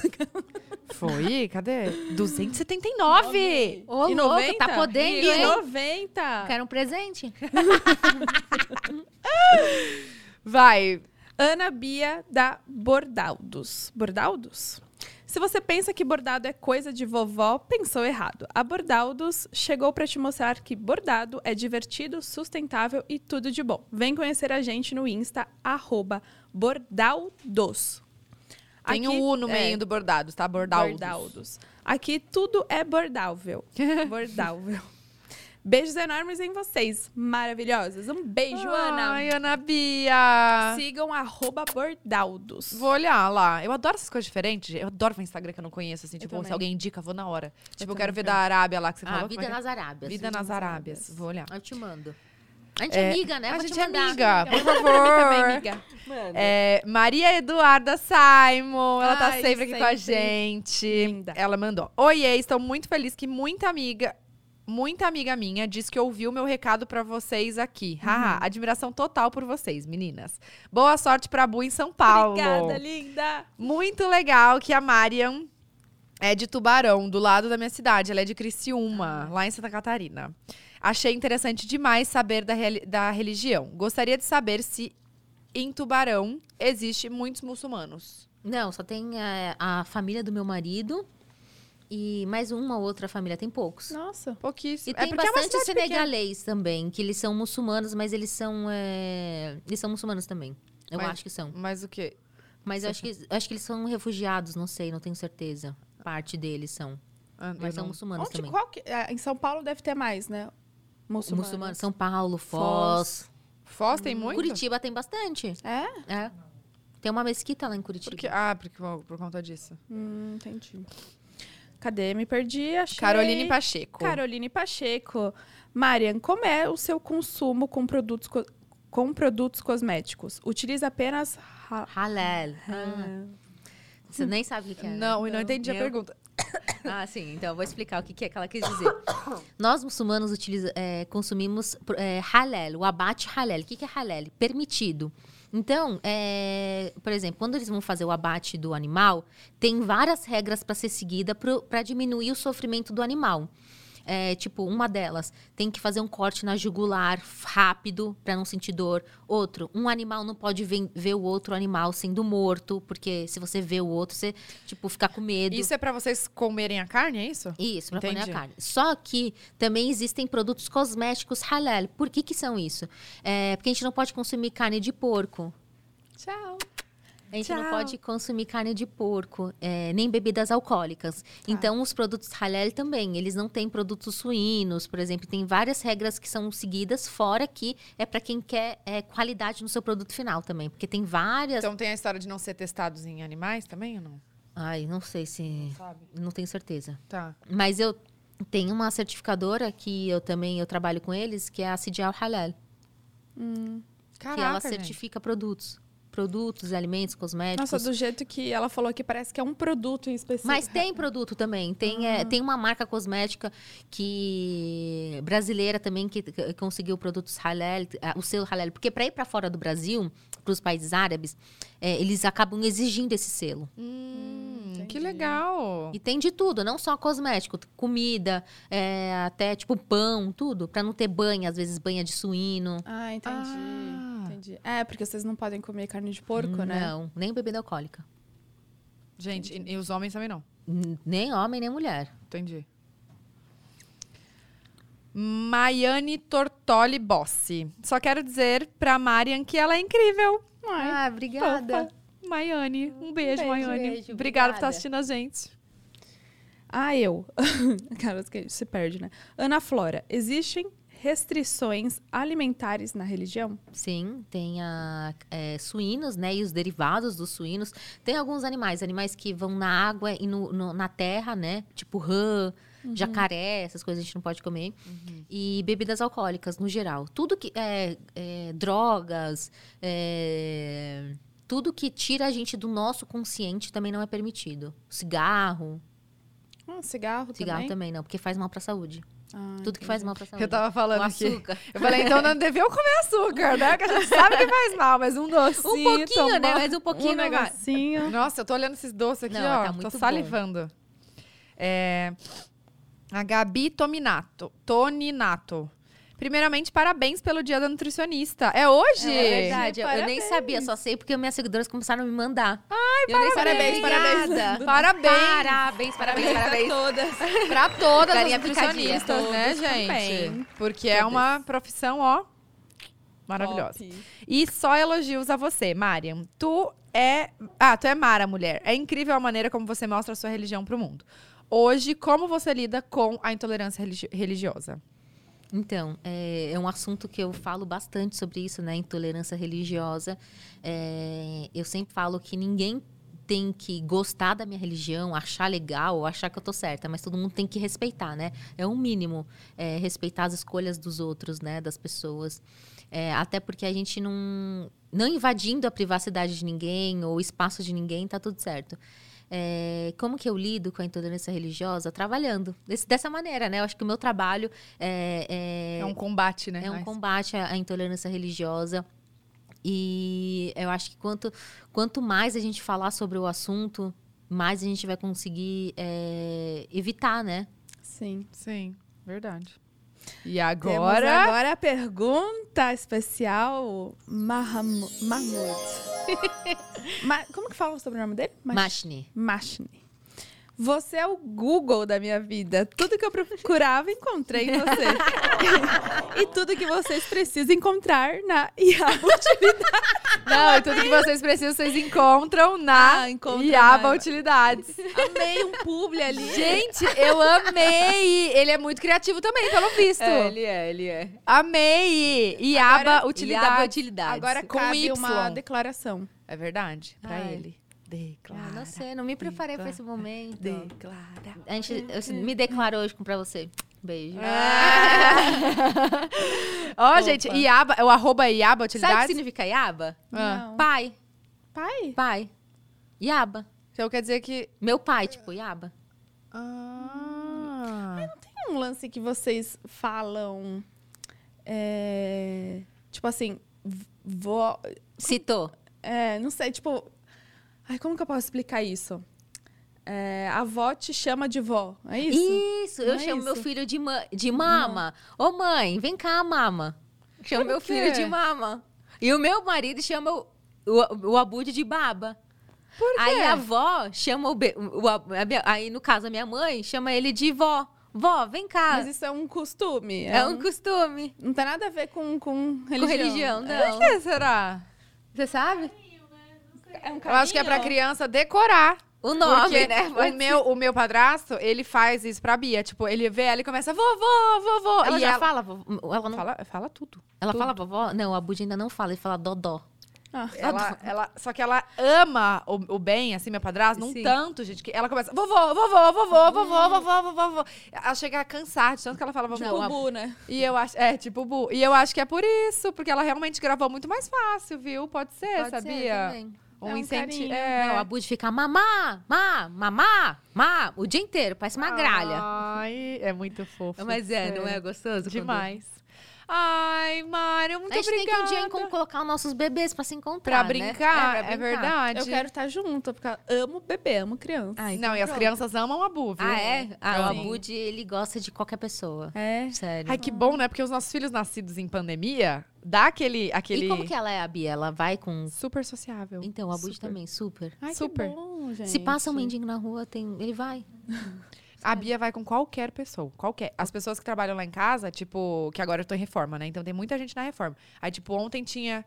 Foi? Cadê? 279!
Ô,
E
louco,
90?
tá podendo,
E
hein?
90.
Quero um presente.
Vai.
Ana Bia da Bordaldos. Bordaldos? Se você pensa que bordado é coisa de vovó, pensou errado. A Bordaldos chegou para te mostrar que bordado é divertido, sustentável e tudo de bom. Vem conhecer a gente no Insta, arroba Bordaldos.
Tem
Aqui- é.
um U no meio do bordados, tá? Bordados.
Bordaldos. Aqui tudo é bordável. bordável. Beijos enormes em vocês, maravilhosas. Um beijo,
Ah, Ai,
Ana.
Ana Bia.
Sigam arroba Bordaldos.
Vou olhar lá. Eu adoro essas coisas diferentes. Eu adoro ver Instagram que eu não conheço, assim. Tipo, se
também.
alguém indica, eu vou na hora. tipo, eu
também é.
quero ver
quero.
da Arábia lá que você
Ah,
falou. como é
Vida
que é?
nas Arábias.
Vida nas Arábias. Vou olhar.
Eu te mando. A gente é amiga, né?
A
Vou te
gente é
mandar.
amiga, por
Também,
favor.
amiga.
É, Maria Eduarda Simon, ela tá
Ai,
sempre aqui com a
sempre.
gente.
Linda.
Ela mandou. Oiê, estou muito feliz que muita amiga, muita amiga minha disse que ouviu meu recado pra vocês aqui.
Uhum.
Haha, admiração total por vocês, meninas. Boa sorte pra Bu em São Paulo.
Obrigada, linda.
Muito legal que a Mariam É de Tubarão, do lado da minha cidade. Ela é de Criciúma, lá em Santa Catarina. Achei interessante demais saber da, reali- da religião. Gostaria de saber se em Tubarão existe muitos muçulmanos.
Não, só tem é, a família do meu marido e mais uma outra família, tem poucos.
Nossa.
Pouquíssimo.
E tem
é uma
bastante
cidade pequena.
senegalês também, que eles são muçulmanos, mas eles são. é, Eles são muçulmanos também. Eu
Mas-
acho que são.
Mas o quê?
Mas eu acho que, eu acho que eles são refugiados, não sei, não tenho certeza. Parte deles são.
Ah, eu
Mas são
não-
muçulmanos
Onde,
também.
qual que- ah, em São Paulo deve ter mais, né? Muçulmanos.
Muçulmanos. São Paulo, Foz.
Foz tem muito?
Curitiba tem bastante.
É?
É. Tem uma mesquita lá em Curitiba.
Porque, ah, porque, por conta disso.
Hum, entendi. Cadê? Me perdi, achei.
Caroline Pacheco.
Caroline Pacheco. Marian, como é o seu consumo com produtos, co- com produtos cosméticos? Utiliza apenas... ra-
Halal. Ah, você nem sabe o que que é. né?
Não, eu não entendi a
Eu-
pergunta.
Ah, sim. Então, eu vou explicar o que, que é que ela quis dizer. Nós, muçulmanos, utiliza, é, consumimos pro- é, halal, o abate halal. O que, que é halal? Permitido. Então, é, por exemplo, quando eles vão fazer o abate do animal, tem várias regras para ser seguida para diminuir o sofrimento do animal. É, tipo, uma delas, tem que fazer um corte na jugular rápido para não sentir dor. Outro, um animal não pode ver, ver o outro animal sendo morto, porque se você vê o outro, você, tipo, fica com medo.
Isso é pra vocês comerem a carne, é isso?
Isso, para pôr a
Entendi.
carne. Só que também existem produtos cosméticos halal. Por que que são isso? É, porque a gente não pode consumir carne de porco.
Tchau.
A gente
Tchau.
não pode consumir carne de porco, é, nem bebidas alcoólicas.
Tá.
Então, os produtos halal também. Eles não têm produtos suínos, por exemplo. Tem várias regras que são seguidas, fora que é para quem quer é, qualidade no seu produto final também. Porque tem várias...
Então tem a história de não ser testados em animais também ou não?
Ai, não sei se...
Sabe?
Não tenho certeza.
Tá.
Mas eu tenho uma certificadora que eu também eu trabalho com eles, que é a Cidial Halal,
Caraca,
que ela
gente.
certifica produtos, produtos, alimentos, cosméticos.
Nossa, do jeito que ela falou aqui, parece que é um produto em específico.
Mas tem produto também, tem,
Ah.
é, tem uma marca cosmética que brasileira também que que conseguiu produtos halal, ah, o selo halal, porque para ir para fora do Brasil, para os países árabes, é, eles acabam exigindo esse selo.
Hum, que
entendi.
legal.
E tem de tudo, não só cosmético, comida, é, até tipo pão, tudo, para não ter banha, às vezes banha de suíno.
Ah, entendi.
Ah.
Entendi. É, porque vocês não podem comer carne de porco,
Hum,
né?
Não, nem bebida alcoólica.
Gente, e, e os homens também não.
N- Nem homem, nem mulher.
Entendi. Maiane Tortoli Bossi. Só quero dizer pra Marian que ela é incrível.
Ai,
ah,
obrigada. Maiane, um beijo,
beijo,
Maiane.
beijo,
obrigada por estar
obrigada.
assistindo a gente.
Ah, eu. Aquelas que a gente se perde, né? Ana Flora, existem restrições alimentares na religião?
Sim, tem a, é, suínos, né? E os derivados dos suínos. Tem alguns animais, animais que vão na água e no, no- na terra, né? Tipo rã, jacaré, essas coisas a gente não pode comer. E bebidas alcoólicas, no geral. Tudo que. É, é, drogas. é, tudo que tira a gente do nosso consciente também não é permitido. Cigarro.
Ah, cigarro,
Cigarro
também?
também não, porque faz mal pra saúde.
Ah,
Tudo que faz mal pra saúde.
Eu tava falando
Então, o
aqui.
açúcar.
Eu falei, então não deveu comer açúcar, né? Que a gente sabe que faz mal, mas um docinho.
Um pouquinho, né?
tomar-
Mas um pouquinho
um
não vai.
negocinho.
Nossa, eu tô olhando esses doces aqui,
Não,
ó.
tá
tô
muito bom.
salivando. É, a Gabi Tominato. Toninato. Primeiramente, parabéns pelo dia da nutricionista. É hoje?
É verdade, eu, eu nem
Parabéns.
sabia, só sei porque minhas seguidoras começaram a me mandar. Ai, eu
parabéns,
nem sabia.
parabéns.
Obrigada.
Parabéns
Parabéns, parabéns, parabéns.
todas.
pra todas
Carinha
as
picadinha.
nutricionistas, né,
Todos
gente?
também.
Porque é uma profissão, ó, maravilhosa. E só elogios a você, Mariam. Tu é. Ah, tu é Mara, mulher. É incrível a maneira como você mostra a sua religião pro mundo. Hoje, como você lida com a intolerância religi- religiosa?
Então, é, é um assunto que eu falo bastante sobre isso, né? Intolerância religiosa. É, eu sempre falo que ninguém tem que gostar da minha religião, achar legal, ou achar que eu tô certa, mas todo mundo tem que respeitar, né? É um mínimo é, respeitar as escolhas dos outros, né? Das pessoas. É, até porque a gente não. Não invadindo a privacidade de ninguém ou o espaço de ninguém, tá tudo certo. É, como que eu lido com a intolerância religiosa? Trabalhando. Desse- dessa maneira, né? Eu acho que o meu trabalho é,
É,
é-
um combate, né?
é um
Mas-
combate à à intolerância religiosa. E eu acho que quanto, quanto mais a gente falar sobre o assunto, mais a gente vai conseguir é, evitar, né?
Sim.
Sim, verdade. E
Temos
agora.
agora a pergunta especial Maham- Mahmoud. Ma- Como que fala o sobrenome dele? Mach-
Machine.
Machne. Você é o Google da minha vida. Tudo que eu procurava, encontrei em você. e tudo que vocês precisam encontrar na Iaba.
Não, e tudo que vocês precisam, vocês encontram na
Ah, encontra
Iaba
na-
Utilidades.
Amei um publi ali.
Gente, eu amei! Ele é muito criativo também, pelo visto.
é, ele é.
Amei! Iaba Utilidades.
Utilidade. utilidade.
Agora
Com
cabe
Y.
uma declaração.
É verdade, pra
Ai.
ele. Declara.
Ah, não sei, não me preparei pra esse momento.
Declara.
A gente, eu me declaro hoje com- pra você. Beijo.
Ó, gente, Iaba, é o arroba Iaba
Sabe o que
Utilidades.
significa Iaba?
Ah.
Não.
Pai.
Pai?
Pai. Iaba.
Então quer dizer que.
Meu pai, tipo, Iaba.
Ah.
Tem um lance que vocês falam. é, tipo assim, v- vó.
Citou.
é, não sei, tipo. Ai, como que eu posso explicar isso? É, a avó te chama de vó, é isso?
Isso, eu
Não é
chamo meu
isso?
filho de, ma de mama. Ô mãe, vem cá, mama. Chamo meu filho de mama. E o meu marido chama o, o, o abude de baba.
Por quê?
Aí a avó chama o, be- o, ab- a minha- Aí, no caso, a minha mãe chama ele de vó. Vó, vem cá.
ah.
Mas isso é um costume.
é um costume.
Não tem nada a ver com, com
Com
religião.
religião, É.
Por
não.
que será?
Você sabe?
É um
Eu acho que é pra
caminho.
criança decorar.
O
Porque
nome, né?
o, meu, o meu padrasto, ele faz isso pra Bia. Tipo, ele vê ela e começa, vovô, vovô.
Ela
e
já
ela
fala, vovó- ela, não, fala,
fala, fala tudo.
ela fala vovó? Não, o Abud ainda não fala, ele fala dodó.
Ah,
Ela, ela, só que ela ama o, o bem, assim, minha padrasta, num
Sim.
tanto, gente, que ela começa, vovô, vovô, vovô, vovô, vovô, vovô, vovô. Ela chega a cansar de tanto que ela fala vovô.
tipo bu, né?
E eu acho, é, tipo, bu. E eu acho que é por isso, porque ela realmente gravou muito mais fácil, viu? Pode ser,
Pode ser
sabia?
também.
um
É um
incentivo.
carinho.
É.
Não, a Bud fica mamá, má, mamá, má, o dia inteiro, parece
Ah,
uma gralha.
Ai, é muito fofo.
Mas é, não é gostoso?
Demais. Ai, Mário, muito
Quando... A gente
obrigada.
tem que um dia encon- colocar os nossos bebês pra se encontrar,
Pra
né?
brincar, é,
pra brincar.
verdade.
Eu quero estar junto, porque eu amo bebê, amo criança.
Ah, então
não, e as
pronto.
crianças amam a Bu, viu?
Ah, é? Ah, o
Sim.
Abud, ele gosta de qualquer pessoa.
É.
Sério.
Ai, que bom, né? Porque os nossos filhos nascidos em pandemia, dá aquele... aquele...
E como que ela é, a Bia? Ela vai com...
Super sociável.
Então, o Abud
Super.
também, super.
Ai,
Super.
que bom, gente.
Se passa um mendigo na rua, tem... ele vai.
A Bia vai com qualquer pessoa, qualquer. As pessoas que trabalham lá em casa, tipo, que agora eu tô em reforma, né? Então tem muita gente na reforma. Aí, tipo, ontem tinha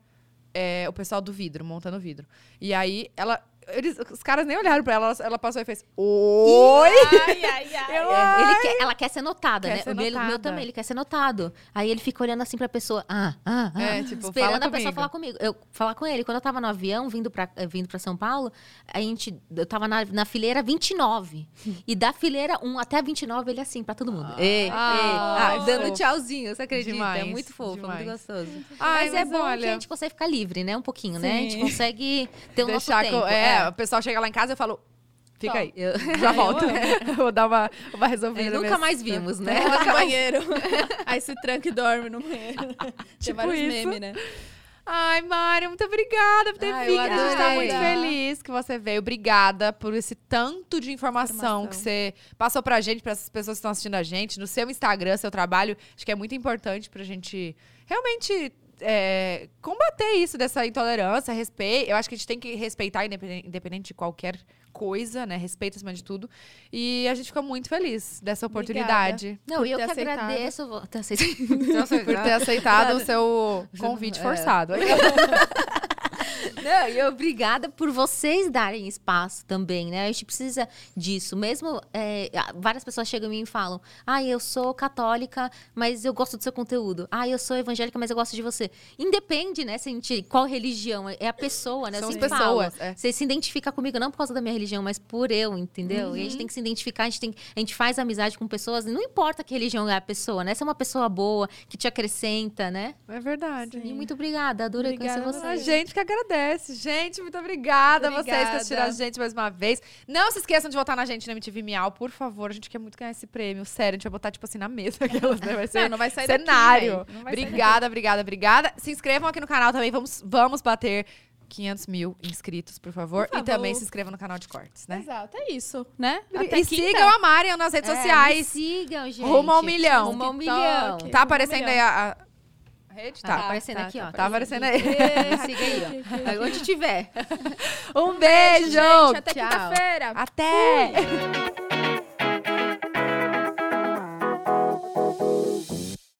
é, o pessoal do vidro, montando vidro. E aí, ela. eles- os caras nem olharam pra ela, ela- ela passou e fez. Oi!
Ai, ai, ai.
Eu-
É, ele quer- ela quer ser notada,
Quer
né?
ser
o meu,
notada.
meu também, ele quer ser notado. Aí ele fica olhando assim pra pessoa, ah, ah, ah.
É, tipo,
esperando
fala
a pessoa
comigo.
falar comigo. Eu falar com ele. Quando eu tava no avião, vindo pra, eh, vindo pra São Paulo, a gente, eu tava na, na fileira 29. e da fileira 1 até a 29, ele assim, pra todo mundo. Ei,
Ah,
ei.
que
Ah, dando
fofo.
tchauzinho, você acredita? é
Demais,
muito fofo,
demais.
é muito gostoso.
Ai,
mas, é bom que
olha,
a gente consegue ficar livre, né? Um pouquinho, né? A gente
Sim.
consegue ter o
deixar
nosso tempo.
co- é, o pessoal chega lá em casa e eu falo. Fica
Só.
aí.
Eu-
Já volto. Vou dar uma, uma
É,
resolvida.
nunca
nesse-
mais vimos, né?
Ela
um
no banheiro. Aí se tranca e dorme no banheiro. Tem
Tipo
vários
isso.
memes, né?
Ai, Mário, muito obrigada por ter
Ai, eu
vindo. A gente tá
adorei.
muito feliz que você veio. Obrigada por esse tanto de informação,
Informação.
que você passou pra gente, pra essas pessoas que estão assistindo a gente, no seu Instagram, seu trabalho. Acho que é muito importante pra gente realmente. é, combater isso dessa intolerância, respeito. Eu acho que a gente tem que respeitar, independen- independente de qualquer coisa, né? Respeito acima de tudo. E a gente fica muito feliz dessa oportunidade.
Não,
Por
e eu que
ter aceitado.
agradeço. vo- ter aceitado.
Por ter aceitado o seu convite
É.
forçado.
Não, e eu- obrigada por vocês darem espaço também, né? A gente precisa disso. Mesmo é, a- várias pessoas chegam em mim e falam: Ah, eu sou católica, mas eu gosto do seu conteúdo. Ah, eu sou evangélica, mas eu gosto de você. Independe, né, gente, qual religião. É a pessoa, né?
São
eu
as
sempre falo.
pessoas. é.
Você se identifica comigo não por causa da minha religião, mas por eu, entendeu? E a
Uhum.
gente tem que se identificar, a gente, tem, a gente faz amizade com pessoas, não importa que religião é a pessoa, né? Se é uma pessoa boa, que te acrescenta, né?
É verdade.
E muito obrigada, adorei
Obrigada
conhecer
a
A
vocês.
gente que agradece. Gente, muito obrigada, a vocês que
Obrigada.
assistiram a gente mais uma vez. Não se esqueçam de votar na gente na MTV Miau, por favor. A gente quer muito ganhar esse prêmio. Sério, a gente vai botar, tipo assim, na mesa. Aquelas, né? Vai ser
Não, não vai sair daqui,
cenário.
velho. Não vai sair
obrigada, obrigada, obrigada. Se inscrevam aqui no canal também. Vamos, vamos bater 500 mil inscritos, por favor.
Por
E também
favor.
se inscreva no canal de cortes, né?
Exato, é isso, né?
e sigam a Marion nas redes
É, me
sociais.
sigam, gente.
Rumo ao milhão.
Rumo ao
TikTok.
milhão.
Tá,
Tá aparecendo
Rumo ao
aí a, a rede?
Tá,
Tá.
aparecendo aqui, ó.
Tá aparecendo aí.
Me siga aí, ó. Onde tiver.
Um beijo!
Gente, até
Tchau.
quinta-feira.
Até!